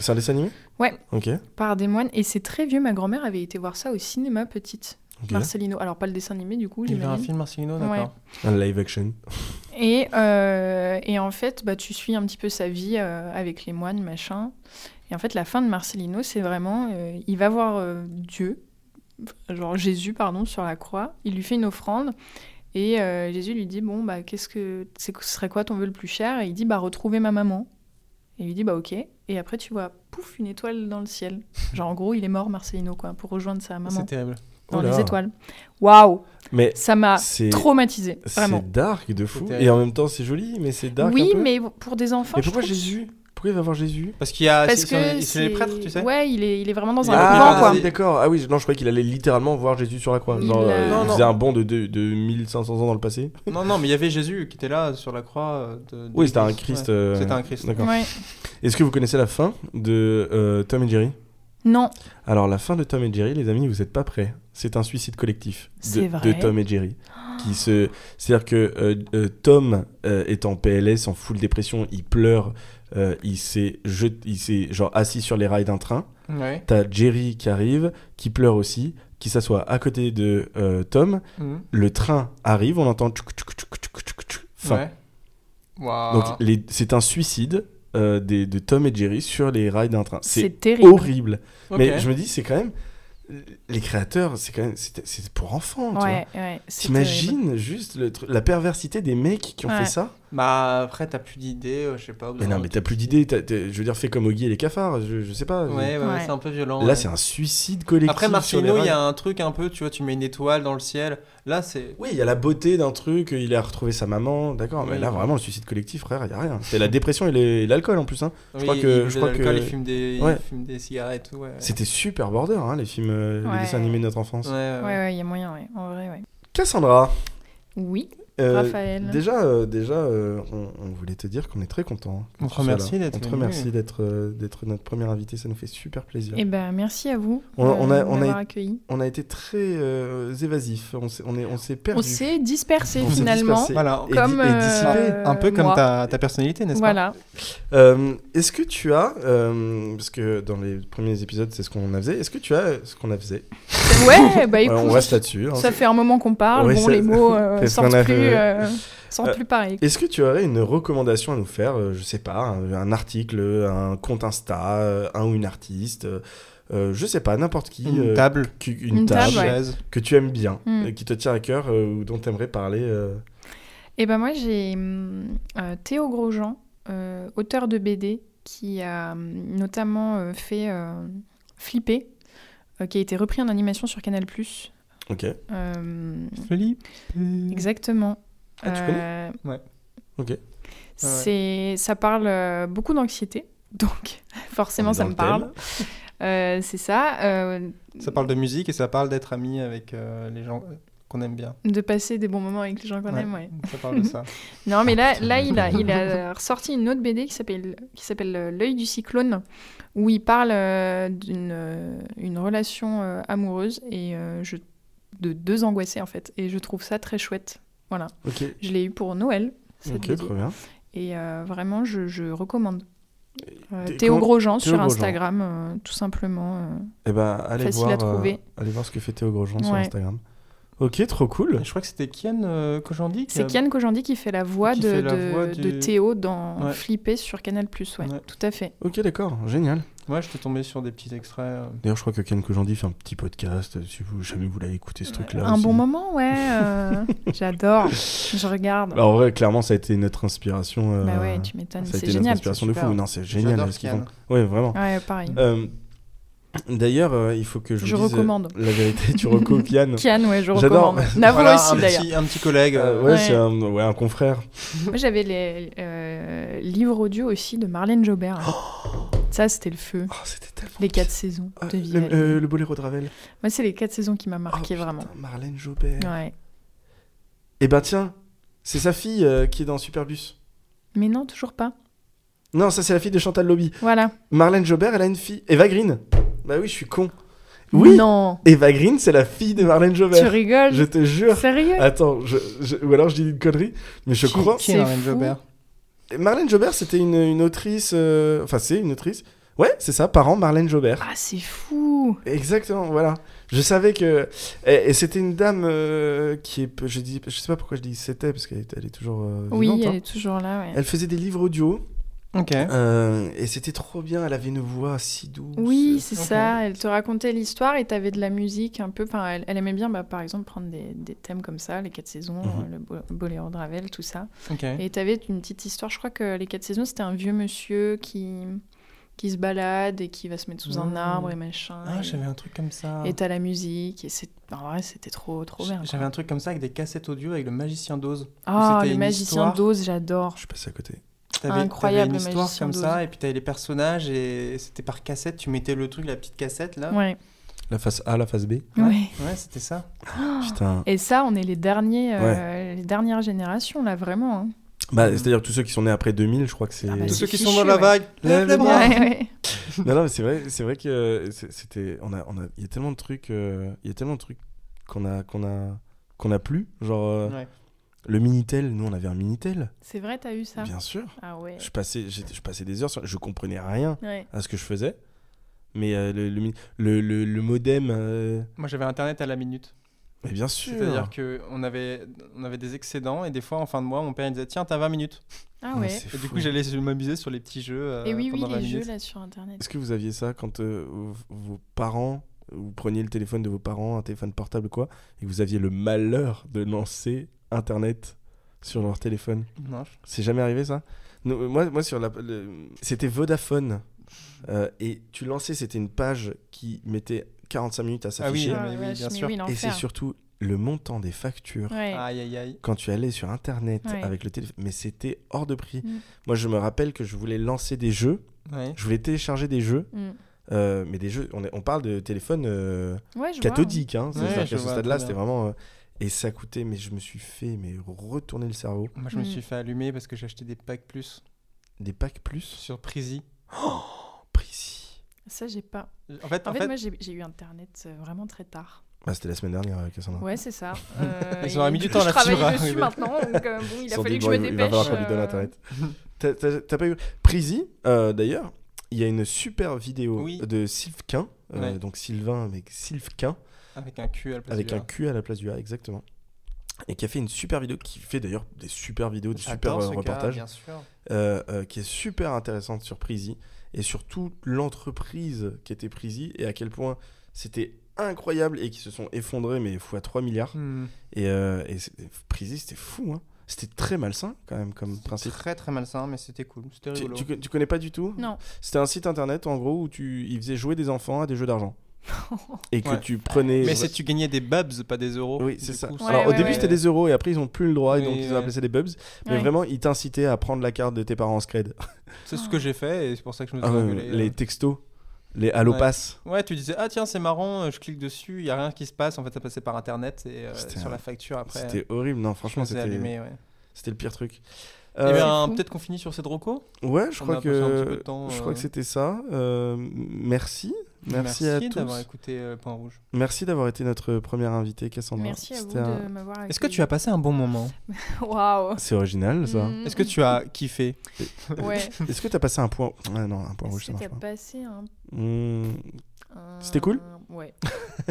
Speaker 2: C'est un dessin animé
Speaker 3: Ouais.
Speaker 2: Ok.
Speaker 3: par des moines. Et c'est très vieux. Ma grand-mère avait été voir ça au cinéma petite.
Speaker 2: ok.
Speaker 3: Marcelino. Alors, pas le dessin animé, du coup,
Speaker 1: Il y a un
Speaker 3: j'imagine.
Speaker 1: film Marcelino,
Speaker 3: Ouais.
Speaker 1: d'accord.
Speaker 2: Un live action.
Speaker 3: Et, euh, et en fait, bah, tu suis un petit peu sa vie euh, avec les moines, machin. Et en fait, la fin de Marcelino, c'est vraiment, euh, il va voir euh, Dieu, genre Jésus, pardon, sur la croix. Il lui fait une offrande. Et euh, Jésus lui dit, bon, bah, qu'est-ce que, c'est- ce serait quoi ton vœu le plus cher Et il dit, bah, retrouver ma maman. Et il lui dit, bah, ok. Et après, tu vois, pouf, une étoile dans le ciel. Genre, en gros, il est mort, Marcelino, quoi, pour rejoindre sa maman
Speaker 1: C'est terrible.
Speaker 3: dans
Speaker 2: Oh là.
Speaker 3: les étoiles. Waouh
Speaker 2: Mais
Speaker 3: Ça m'a
Speaker 2: c'est.
Speaker 3: traumatisé,
Speaker 2: C'est
Speaker 3: Ah, vraiment.
Speaker 2: dark de fou.
Speaker 1: C'était-
Speaker 2: Et en même temps, c'est joli, mais c'est dark.
Speaker 3: oui,
Speaker 2: un peu.
Speaker 3: mais pour des enfants,
Speaker 2: Mais
Speaker 3: je
Speaker 2: pourquoi
Speaker 3: trouve que
Speaker 2: Jésus Pourquoi il va voir Jésus
Speaker 1: Parce qu'il y a.
Speaker 3: Parce
Speaker 1: c'est-
Speaker 3: que
Speaker 1: c'est c'est les prêtres, tu sais
Speaker 3: Ouais, il est, il est vraiment dans
Speaker 1: Il
Speaker 3: un
Speaker 1: a
Speaker 3: couvent,
Speaker 1: pas
Speaker 2: ah
Speaker 3: quoi.
Speaker 2: oui, d'accord. Ah oui, je- non, je croyais qu'il allait littéralement voir Jésus sur la croix.
Speaker 3: Il
Speaker 2: Genre,
Speaker 3: l'a-
Speaker 2: euh,
Speaker 1: Non,
Speaker 2: il
Speaker 1: non.
Speaker 2: faisait un bond de, deux- de 1500 ans dans le passé.
Speaker 1: Non, non, mais il y avait Jésus qui était là sur la croix. euh, de- de
Speaker 2: Oui, c'était un
Speaker 1: l'église,
Speaker 2: Christ.
Speaker 1: ouais.
Speaker 2: euh,
Speaker 1: C'était un Christ.
Speaker 2: D'accord.
Speaker 3: Ouais.
Speaker 2: Est-ce que vous connaissez la fin de euh, Tom et Jerry
Speaker 3: Non,
Speaker 2: Alors, la fin de Tom et Jerry, les amis, vous n'êtes pas prêts. C'est un suicide collectif de,
Speaker 3: C'est
Speaker 2: de
Speaker 3: vrai.
Speaker 2: Tom et Jerry. Qui se... C'est-à-dire que euh, euh, Tom euh, est en PLS, en full dépression, il pleure, euh, il s'est jet- il s'est, genre assis sur les rails d'un train.
Speaker 1: Ouais.
Speaker 2: T'as Jerry qui arrive, qui pleure aussi, qui s'assoit à côté de euh, Tom.
Speaker 1: Mhm.
Speaker 2: Le train arrive, on entend tchouk, tchouk, tchouk, tchouk, tchouk, tchouk. Fin.
Speaker 1: Ouais. Ah. Waouh.
Speaker 2: Donc les- c'est un suicide euh, des- de Tom et Jerry sur les rails d'un train. C'est
Speaker 3: c'est terrible.
Speaker 2: horrible.
Speaker 1: Ok.
Speaker 2: Mais je me dis, c'est quand même. Les créateurs, c'est quand même. C'était c'était pour enfants. tu vois.
Speaker 3: Ouais, ouais. c'est terrible.
Speaker 2: T'imagines juste le tru- la perversité des mecs qui ont
Speaker 3: Ouais.
Speaker 2: fait ça
Speaker 1: Bah après, t'as plus d'idées, euh, je sais pas. au bout
Speaker 2: Mais
Speaker 1: d'un
Speaker 2: non, mais t'as plus d'idées. t'as- t'es- Je veux dire, fais comme Oggy et les cafards. Je, je sais pas.
Speaker 1: moment. Ouais, ouais, ouais,
Speaker 3: Ouais.
Speaker 1: c'est un peu violent.
Speaker 2: Là,
Speaker 1: ouais.
Speaker 2: c'est un suicide collectif.
Speaker 1: Après,
Speaker 2: sur les
Speaker 1: Marcelino, il y
Speaker 2: rails.
Speaker 1: a un truc un peu, tu vois, tu mets une étoile dans le ciel. Là, c'est.
Speaker 2: Oui, il y a la beauté d'un truc, il a retrouvé sa maman, d'accord, mais
Speaker 1: Oui.
Speaker 2: là vraiment le suicide collectif, frère, il y a rien. C'est la dépression et les- et l'alcool en plus. Hein.
Speaker 1: Je
Speaker 2: crois que- je crois que-
Speaker 1: Il fume des,
Speaker 2: Ouais.
Speaker 1: il fume des cigarettes, ouais. ouais.
Speaker 2: C'était super border, hein, les films, euh, les
Speaker 3: Ouais.
Speaker 2: dessins animés de notre enfance.
Speaker 1: Ouais, ouais,
Speaker 3: Ouais,
Speaker 1: ouais.
Speaker 3: ouais, il y a moyen, ouais. En vrai, ouais.
Speaker 2: Cassandra,
Speaker 3: Oui,
Speaker 2: euh,
Speaker 3: Raphaël.
Speaker 2: déjà, euh, déjà, euh, on, on voulait te dire qu'on est très content.
Speaker 1: On te remercie d'être
Speaker 2: On te
Speaker 1: venu.
Speaker 2: remercie d'être, euh, d'être notre premier invité, ça nous fait super plaisir.
Speaker 3: Eh ben, merci à vous
Speaker 2: On-
Speaker 3: euh,
Speaker 2: on a-
Speaker 3: de
Speaker 2: on a-
Speaker 3: m'avoir accueilli.
Speaker 2: On a été très euh, évasif, on s'est, on est, on s'est perdu.
Speaker 3: On s'est dispersés
Speaker 2: On s'est
Speaker 3: finalement.
Speaker 2: dispersés.
Speaker 1: Voilà.
Speaker 2: Et
Speaker 3: Comme,
Speaker 2: di- et dissipé.
Speaker 3: euh,
Speaker 1: Un peu comme
Speaker 3: moi.
Speaker 1: ta, ta personnalité, n'est-ce pas
Speaker 3: Voilà.
Speaker 2: Euh, est-ce que tu as, euh, parce que dans les premiers épisodes c'est ce qu'on a faisait, est-ce que tu as euh, ce qu'on a faisait
Speaker 3: ouais, bah écoute,
Speaker 2: Voilà, On reste là-dessus. hein,
Speaker 3: ça fait un moment qu'on parle.
Speaker 2: Ouais,
Speaker 3: bon,
Speaker 2: ça-
Speaker 3: les mots euh,
Speaker 2: c'est ce
Speaker 3: sortent
Speaker 2: qu'on a
Speaker 3: plus,
Speaker 2: fait, ouais.
Speaker 3: euh, sortent
Speaker 2: Euh,
Speaker 3: plus pareil.
Speaker 2: Est-ce que tu aurais une recommandation à nous faire euh, Je sais pas, un, un article, un compte Insta, euh, un ou une artiste, euh, euh, je sais pas, n'importe qui.
Speaker 1: Une
Speaker 2: euh,
Speaker 1: table,
Speaker 2: qui- une
Speaker 3: Une
Speaker 2: table,
Speaker 3: table,
Speaker 1: une
Speaker 3: ouais.
Speaker 1: chaise.
Speaker 2: que tu aimes bien,
Speaker 3: Mm.
Speaker 2: euh, qui te tient à cœur euh, ou dont tu aimerais parler. euh.
Speaker 3: Et ben moi j'ai hum, euh, Théo Grosjean, euh, auteur de BD, qui a hum, notamment euh, fait euh, Flipper, euh, qui a été repris en animation sur Canal+.
Speaker 2: Ok,
Speaker 3: Euh,
Speaker 1: Flip.
Speaker 3: exactement.
Speaker 2: Mmh. Ah, tu connais
Speaker 3: Euh,
Speaker 1: Ouais.
Speaker 2: Ok.
Speaker 3: C'est, ça parle euh, beaucoup d'anxiété, donc
Speaker 2: On
Speaker 3: forcément
Speaker 2: est
Speaker 3: ça
Speaker 2: dans
Speaker 3: me
Speaker 2: le thème.
Speaker 3: parle. Euh, c'est ça, euh,
Speaker 1: Ça parle de musique et ça parle d'être ami avec euh, les gens qu'on aime bien.
Speaker 3: de passer des bons moments avec les gens qu'on
Speaker 1: Ouais.
Speaker 3: aime. ouais.
Speaker 1: Ça parle de ça.
Speaker 3: Non, mais là, là il, a, il a ressorti une autre BD qui s'appelle qui s'appelle euh, L'œil du cyclone, où il parle euh, d'une euh, une relation euh, amoureuse et euh, je, de deux angoissés en fait. Et je trouve ça très chouette. Voilà,
Speaker 2: ok,
Speaker 3: je l'ai eu pour Noël cette
Speaker 2: ok,
Speaker 3: BD.
Speaker 2: très bien.
Speaker 3: et euh, vraiment je, je recommande. Euh,
Speaker 2: Thé-
Speaker 3: Théo
Speaker 2: comment-
Speaker 3: Grosjean
Speaker 2: Théo
Speaker 3: sur
Speaker 2: Grosjean.
Speaker 3: Instagram, euh, tout simplement. euh.
Speaker 2: Eh ben, allez
Speaker 3: Facile
Speaker 2: voir,
Speaker 3: à trouver.
Speaker 2: euh, allez voir ce que fait Théo Grosjean sur
Speaker 3: Ouais.
Speaker 2: Instagram. Ok, trop cool.
Speaker 1: Je crois que c'était Kian euh, Kojandi. qui
Speaker 3: C'est
Speaker 1: a-
Speaker 3: Kian Kojandi qui fait la voix,
Speaker 1: Qui
Speaker 3: de,
Speaker 1: fait la
Speaker 3: de-
Speaker 1: voix
Speaker 3: de
Speaker 1: du-
Speaker 3: Théo dans
Speaker 1: Ouais.
Speaker 3: Flipper sur Canal+. Ouais,
Speaker 1: Ouais.
Speaker 3: tout à fait.
Speaker 2: Ok, d'accord, génial.
Speaker 1: Ouais, je t'ai tombé sur des petits extraits. euh.
Speaker 2: D'ailleurs, je crois que Ken Kojandi fait un petit podcast. euh, Si vous jamais voulez écouter ce truc-là,
Speaker 3: Euh, Un
Speaker 2: aussi.
Speaker 3: bon moment, ouais. euh, J'adore. Je regarde.
Speaker 2: Bah, en vrai, clairement, ça a été notre inspiration. euh,
Speaker 3: bah ouais, tu m'étonnes.
Speaker 2: Ça a été
Speaker 3: C'est
Speaker 2: notre
Speaker 3: génial.
Speaker 2: inspiration
Speaker 1: c'est
Speaker 2: de fou.
Speaker 1: super.
Speaker 2: Non, c'est génial euh,
Speaker 1: J'adore
Speaker 2: ce qu'ils
Speaker 1: Kian.
Speaker 2: font. Ouais, vraiment.
Speaker 3: Ouais, pareil.
Speaker 2: Euh, D'ailleurs, euh, il faut que je,
Speaker 3: Je
Speaker 2: vous dise, euh,
Speaker 3: recommande.
Speaker 2: la vérité, tu recours Kian.
Speaker 3: Kian, ouais, je
Speaker 2: J'adore.
Speaker 3: recommande. Navo
Speaker 1: Voilà, un
Speaker 3: Bah, aussi, d'ailleurs.
Speaker 1: petit, un petit collègue.
Speaker 2: Euh,
Speaker 1: euh,
Speaker 2: ouais,
Speaker 3: Ouais.
Speaker 2: c'est un, ouais, un confrère.
Speaker 3: Moi, j'avais les euh, livres audio aussi de Marlène Jobert. Ça, c'était le feu.
Speaker 2: Oh, c'était tellement.
Speaker 3: Les quatre saisons
Speaker 2: Ah,
Speaker 3: de
Speaker 2: le,
Speaker 3: Vivaldi.
Speaker 2: euh, le boléro de Ravel.
Speaker 3: Moi, c'est les quatre saisons qui m'a
Speaker 2: Oh,
Speaker 3: marqué
Speaker 2: putain,
Speaker 3: vraiment.
Speaker 2: Marlène Jobert.
Speaker 3: Ouais.
Speaker 2: Et ben tiens, c'est sa fille euh, qui est dans Superbus.
Speaker 3: Mais non, toujours pas.
Speaker 2: Non, ça c'est la fille de Chantal Lobby.
Speaker 3: Voilà.
Speaker 2: Marlène Jobert, elle a une fille. Eva Green. Bah oui, je suis con. Oui.
Speaker 3: Non.
Speaker 2: Eva Green, c'est la fille de Marlène
Speaker 3: Tu
Speaker 2: Jobert.
Speaker 3: rigoles.
Speaker 2: Je Euh, te jure.
Speaker 3: Sérieux
Speaker 2: Attends, je, je- ou alors je dis une connerie, mais je
Speaker 1: qui-
Speaker 2: crois.
Speaker 1: Qui
Speaker 3: C'est
Speaker 1: est Marlène
Speaker 3: fou.
Speaker 1: Jobert
Speaker 2: Marlène Jobert, c'était une, une autrice. euh, Enfin, c'est une autrice. Ouais, c'est ça, parent Marlène Jobert.
Speaker 3: Ah, c'est fou.
Speaker 2: Exactement, voilà. Je savais que. Et, et c'était une dame euh, qui est. peu- Je, dis, je sais pas pourquoi je dis c'était, parce qu'elle est, elle est toujours. euh,
Speaker 3: Oui,
Speaker 2: vivante,
Speaker 3: elle
Speaker 2: hein.
Speaker 3: est toujours là, ouais.
Speaker 2: Elle faisait des livres audio.
Speaker 1: Ok.
Speaker 2: euh, et c'était trop bien. Elle avait une voix si douce.
Speaker 3: Oui, c'est
Speaker 1: Ok.
Speaker 3: ça. Elle te racontait l'histoire et t'avais de la musique un peu. Enfin, elle, elle aimait bien, bah, par exemple, prendre des, des thèmes comme ça, les quatre saisons,
Speaker 2: Mhm.
Speaker 3: euh, le bo- boléro de Ravel, tout ça.
Speaker 1: Ok.
Speaker 3: Et t'avais une petite histoire. Je crois que les quatre saisons, c'était un vieux monsieur qui qui se balade et qui va se mettre sous un
Speaker 1: Mhm.
Speaker 3: arbre et machin.
Speaker 1: Ah,
Speaker 3: et-
Speaker 1: j'avais un truc comme ça.
Speaker 3: et t'as la musique et c'est en vrai c'était trop trop bien. quoi.
Speaker 1: J'avais un truc comme ça avec des cassettes audio avec le magicien d'Oz.
Speaker 3: Ah
Speaker 1: c'était
Speaker 3: le
Speaker 1: une
Speaker 3: magicien
Speaker 1: histoire.
Speaker 3: d'Oz j'adore.
Speaker 2: Je suis passé à côté.
Speaker 1: T'avais t'avais
Speaker 3: Incroyable,
Speaker 1: une
Speaker 3: le
Speaker 1: histoire
Speaker 3: Magicien
Speaker 1: comme
Speaker 3: d'Oz.
Speaker 1: ça, et puis t'avais les personnages, et c'était par cassette, tu mettais le truc, la petite cassette là.
Speaker 3: Ouais.
Speaker 2: La face A, la face B.
Speaker 3: Ouais.
Speaker 1: Ouais, c'était ça.
Speaker 3: Oh.
Speaker 2: Putain.
Speaker 3: Et ça, on est les derniers, euh, les dernières générations là, vraiment. hein.
Speaker 2: Bah, c'est-à-dire que tous ceux qui sont nés après 2000, je crois que c'est.
Speaker 3: Ah bah,
Speaker 1: Tous
Speaker 3: c'est
Speaker 1: ceux qui
Speaker 3: fichu,
Speaker 1: sont dans la
Speaker 3: ouais.
Speaker 1: vague, lève les bras.
Speaker 3: Ouais, ouais.
Speaker 2: non, non, mais c'est vrai, c'est vrai que euh, c'est- c'était. On a, on a. Il y a tellement de trucs. euh, Il y a tellement de trucs qu'on a, qu'on a, qu'on a plus. Genre euh,
Speaker 1: Ouais.
Speaker 2: le minitel. Nous, on avait un minitel.
Speaker 3: C'est vrai, t'as eu ça.
Speaker 2: Bien sûr.
Speaker 3: Ah ouais.
Speaker 2: Je passais, j'étais- je passais des heures. Sur... Je comprenais rien
Speaker 3: Ouais.
Speaker 2: à ce que je faisais. Mais euh, le, le, mi- le, le- le modem. euh,
Speaker 1: Moi j'avais internet à la minute.
Speaker 2: Mais bien sûr.
Speaker 1: C'est-à-dire qu'on avait, on avait des excédents et des fois en fin de mois, mon père il disait Tiens, t'as 20 minutes.
Speaker 3: Ah
Speaker 2: Non,
Speaker 3: ouais.
Speaker 2: c'est
Speaker 1: Et du
Speaker 2: fou.
Speaker 1: coup, j'allais m'amuser sur les petits jeux. euh,
Speaker 3: Et oui, oui,
Speaker 1: pendant 20
Speaker 3: les jeux
Speaker 1: minutes.
Speaker 3: là sur internet.
Speaker 2: Est-ce que vous aviez ça quand euh, vos- vos parents, vous preniez le téléphone de vos parents, un téléphone portable ou quoi, et que vous aviez le malheur de lancer Internet sur leur téléphone
Speaker 1: Non, je-
Speaker 2: C'est jamais arrivé ça Nous, euh, Moi, moi sur la, le- c'était Vodafone euh, et tu lançais, c'était une page qui mettait 45 minutes à
Speaker 1: Ah oui,
Speaker 2: s'afficher
Speaker 1: ah mais
Speaker 3: ouais,
Speaker 1: oui, bien
Speaker 3: mais
Speaker 1: sûr.
Speaker 3: oui,
Speaker 2: et Ah c'est
Speaker 3: l'enfer.
Speaker 2: surtout le montant des factures.
Speaker 3: Ouais.
Speaker 1: Aïe, aïe, aïe.
Speaker 2: Quand tu allais sur internet
Speaker 3: Ouais.
Speaker 2: avec le téléphone, mais c'était hors de prix.
Speaker 3: Mm.
Speaker 2: Moi, je me rappelle que je voulais lancer des jeux,
Speaker 1: Ouais.
Speaker 2: je voulais télécharger des jeux
Speaker 3: Mm.
Speaker 2: euh, mais des jeux, on, est- on parle de téléphone euh,
Speaker 3: Ouais, je vois.
Speaker 2: cathodique, hein, c'est
Speaker 1: Ouais,
Speaker 2: à
Speaker 1: je
Speaker 2: ce
Speaker 1: vois,
Speaker 2: stade-là,
Speaker 1: très
Speaker 2: c'était
Speaker 1: bien.
Speaker 2: vraiment. euh, et ça coûtait, mais je me suis fait mais retourner le cerveau.
Speaker 1: Moi, je me
Speaker 3: Mm.
Speaker 1: suis fait allumer parce que j'ai acheté des packs plus
Speaker 2: Des packs plus
Speaker 1: sur Prezi.
Speaker 2: précis.
Speaker 3: Ça, j'ai pas.
Speaker 1: En fait,
Speaker 3: En,
Speaker 1: en
Speaker 3: fait,
Speaker 1: fait,
Speaker 3: moi, j'ai j'ai eu internet euh, vraiment très tard.
Speaker 2: Bah, c'était la semaine dernière, euh, Cassandra.
Speaker 3: Ouais, c'est ça. Euh,
Speaker 1: Ils auraient
Speaker 3: et
Speaker 1: mis du
Speaker 3: coup,
Speaker 1: temps
Speaker 3: Je
Speaker 1: là-dessus, hein,
Speaker 3: travaille dessus
Speaker 1: mais-
Speaker 3: maintenant, donc euh, bon, il
Speaker 2: Ils
Speaker 3: a
Speaker 2: ont
Speaker 3: fallu
Speaker 2: dit,
Speaker 3: que
Speaker 2: bon,
Speaker 3: je me
Speaker 2: il- Il
Speaker 3: dépêche.
Speaker 2: va falloir qu'on lui donne
Speaker 3: euh,
Speaker 2: internet. T'as- T'as t'as pas eu. Prezi, euh, d'ailleurs, il y a une super vidéo
Speaker 1: Oui.
Speaker 2: de Sylvain, euh,
Speaker 1: Ouais.
Speaker 2: donc Sylvain, mais Sylvain,
Speaker 1: avec un cul à la place
Speaker 2: avec
Speaker 1: du
Speaker 2: un
Speaker 1: A.
Speaker 2: Q à la place du A, exactement. Et qui a fait une super vidéo, qui fait d'ailleurs des super vidéos, des super
Speaker 1: J'adore
Speaker 2: euh,
Speaker 1: ce gars,
Speaker 2: reportages.
Speaker 1: bien sûr.
Speaker 2: euh, euh, qui est super intéressante sur Prezi et surtout l'entreprise qui était Prezi et à quel point c'était incroyable et qui se sont effondrés mais fois 3 milliards
Speaker 1: Hmm.
Speaker 2: et, euh, et c'était- Prezi c'était fou hein. c'était très malsain quand même comme
Speaker 1: C'est
Speaker 2: principe
Speaker 1: très très malsain, mais c'était cool. C'était
Speaker 2: tu,
Speaker 1: rigolo.
Speaker 2: tu co- tu connais pas du tout
Speaker 3: Non.
Speaker 2: c'était un site internet en gros où tu ils faisaient jouer des enfants à des jeux d'argent et que
Speaker 1: Ouais.
Speaker 2: tu prenais
Speaker 1: Mais c'est tu gagnais des babs, pas des euros.
Speaker 2: oui
Speaker 1: Du
Speaker 2: c'est ça
Speaker 1: coup,
Speaker 2: alors au
Speaker 3: Ouais,
Speaker 2: début
Speaker 3: ouais.
Speaker 2: c'était des euros et après ils ont plus le droit et
Speaker 1: Oui,
Speaker 2: donc ils ont
Speaker 1: ouais.
Speaker 2: appelé ça des bubs mais
Speaker 3: Ouais.
Speaker 2: vraiment ils t'incitaient à prendre la carte de tes parents en scred
Speaker 1: C'est ce que j'ai fait et c'est pour ça que je me suis
Speaker 2: Ah ouais,
Speaker 1: engueulé,
Speaker 2: les
Speaker 1: euh.
Speaker 2: textos les allopass
Speaker 1: Ouais, tu disais, ah tiens, c'est marrant, euh, je clique dessus, il n'y a rien qui se passe. En fait, ça passait par internet et euh,
Speaker 2: C'était
Speaker 1: sur
Speaker 2: un-
Speaker 1: la facture après. euh,
Speaker 2: C'était horrible,
Speaker 1: je
Speaker 2: non,
Speaker 1: me
Speaker 2: franchement,
Speaker 1: faisais
Speaker 2: c'était
Speaker 1: allumer, ouais.
Speaker 2: c'était le pire truc.
Speaker 1: Eh
Speaker 2: Euh,
Speaker 1: bien,
Speaker 3: C'est fou.
Speaker 1: peut-être qu'on finit sur ces drocos
Speaker 2: ouais, je
Speaker 1: on
Speaker 2: crois
Speaker 1: a passé un petit peu
Speaker 2: que
Speaker 1: de temps,
Speaker 2: je
Speaker 1: euh,
Speaker 2: crois que c'était ça. Euh, merci. Merci, à tous.
Speaker 1: d'avoir écouté euh, Point Rouge.
Speaker 2: Merci d'avoir été notre première invitée, Cassandra.
Speaker 3: Merci à vous
Speaker 2: C'était un-
Speaker 3: de m'avoir
Speaker 1: Est-ce que tu as passé un bon moment
Speaker 3: accueilli. Waouh.
Speaker 2: C'est original, ça.
Speaker 3: Mm.
Speaker 1: Est-ce que tu as kiffé
Speaker 3: Ouais.
Speaker 2: Est-ce que t'as passé un point Ouais, non, un point
Speaker 3: Est-ce
Speaker 2: rouge, ça
Speaker 3: que
Speaker 2: marche
Speaker 3: t'as
Speaker 2: pas.
Speaker 3: passé un.
Speaker 2: Mm,
Speaker 3: un-
Speaker 2: C'était cool
Speaker 3: Ouais.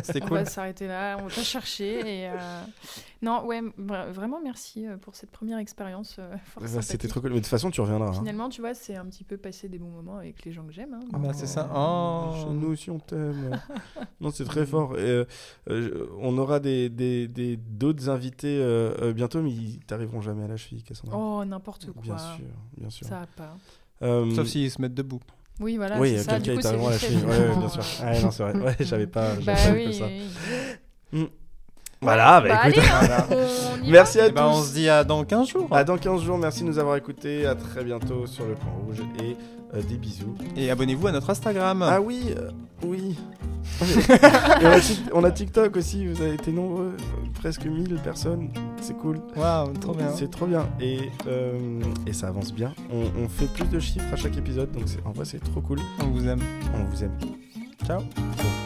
Speaker 1: C'était
Speaker 3: On
Speaker 1: cool.
Speaker 3: va s'arrêter là, on t'a cherché. Et, euh, Non, ouais, vra- vraiment merci euh, pour cette première expérience. euh, fort
Speaker 2: bah, C'était
Speaker 3: sympathique.
Speaker 2: trop cool. Mais de toute façon, tu reviendras. hein.
Speaker 3: Finalement, tu vois, c'est un petit peu passer des bons moments avec les gens que j'aime. hein.
Speaker 1: Ah bah, c'est ça.
Speaker 2: Oh,
Speaker 1: Oh.
Speaker 2: chez Nous aussi, on t'aime. non, c'est très fort. Et, euh, euh, on aura des des- des- d'autres invités euh, euh, bientôt, mais ils t'arriveront jamais à la cheville, Cassandra.
Speaker 3: Oh, n'importe quoi.
Speaker 2: bien sûr, bien sûr.
Speaker 3: Ça va pas.
Speaker 2: Euh,
Speaker 1: Sauf s'ils se mettent debout.
Speaker 3: Oui, voilà.
Speaker 2: oui,
Speaker 3: c'est
Speaker 2: il y a
Speaker 3: ça.
Speaker 2: quelqu'un
Speaker 3: Du
Speaker 2: qui
Speaker 3: coup,
Speaker 2: est
Speaker 3: c'est
Speaker 2: arrivé à la
Speaker 3: vite
Speaker 2: cheville.
Speaker 3: fait,
Speaker 2: Ouais, ouais,
Speaker 3: vraiment,
Speaker 2: bien sûr.
Speaker 3: euh,
Speaker 2: Ouais, non, c'est vrai. Ouais, j'avais pas.
Speaker 3: Bah
Speaker 2: j'avais pas
Speaker 3: oui.
Speaker 2: ça.
Speaker 3: oui.
Speaker 2: Voilà, bah,
Speaker 3: Bah,
Speaker 2: écoute.
Speaker 3: allez,
Speaker 1: Voilà.
Speaker 3: on y va.
Speaker 2: Merci à
Speaker 1: Eh ben, on
Speaker 2: tous.
Speaker 1: se dit à dans 15 jours.
Speaker 2: À dans 15 jours, merci de nous avoir écoutés. À très bientôt sur le point rouge et euh, des bisous.
Speaker 1: Et abonnez-vous à notre Instagram.
Speaker 2: Ah oui, euh, oui. Et on, a Tik- on a TikTok aussi, vous avez été nombreux, euh, presque 1000 personnes, c'est cool.
Speaker 1: Waouh, trop bien.
Speaker 2: C'est trop bien. Et, euh, et ça avance bien. On, on fait plus de chiffres à chaque épisode, donc c'est- en vrai c'est trop cool.
Speaker 1: On vous aime.
Speaker 2: On vous aime.
Speaker 1: Ciao.
Speaker 2: Ciao.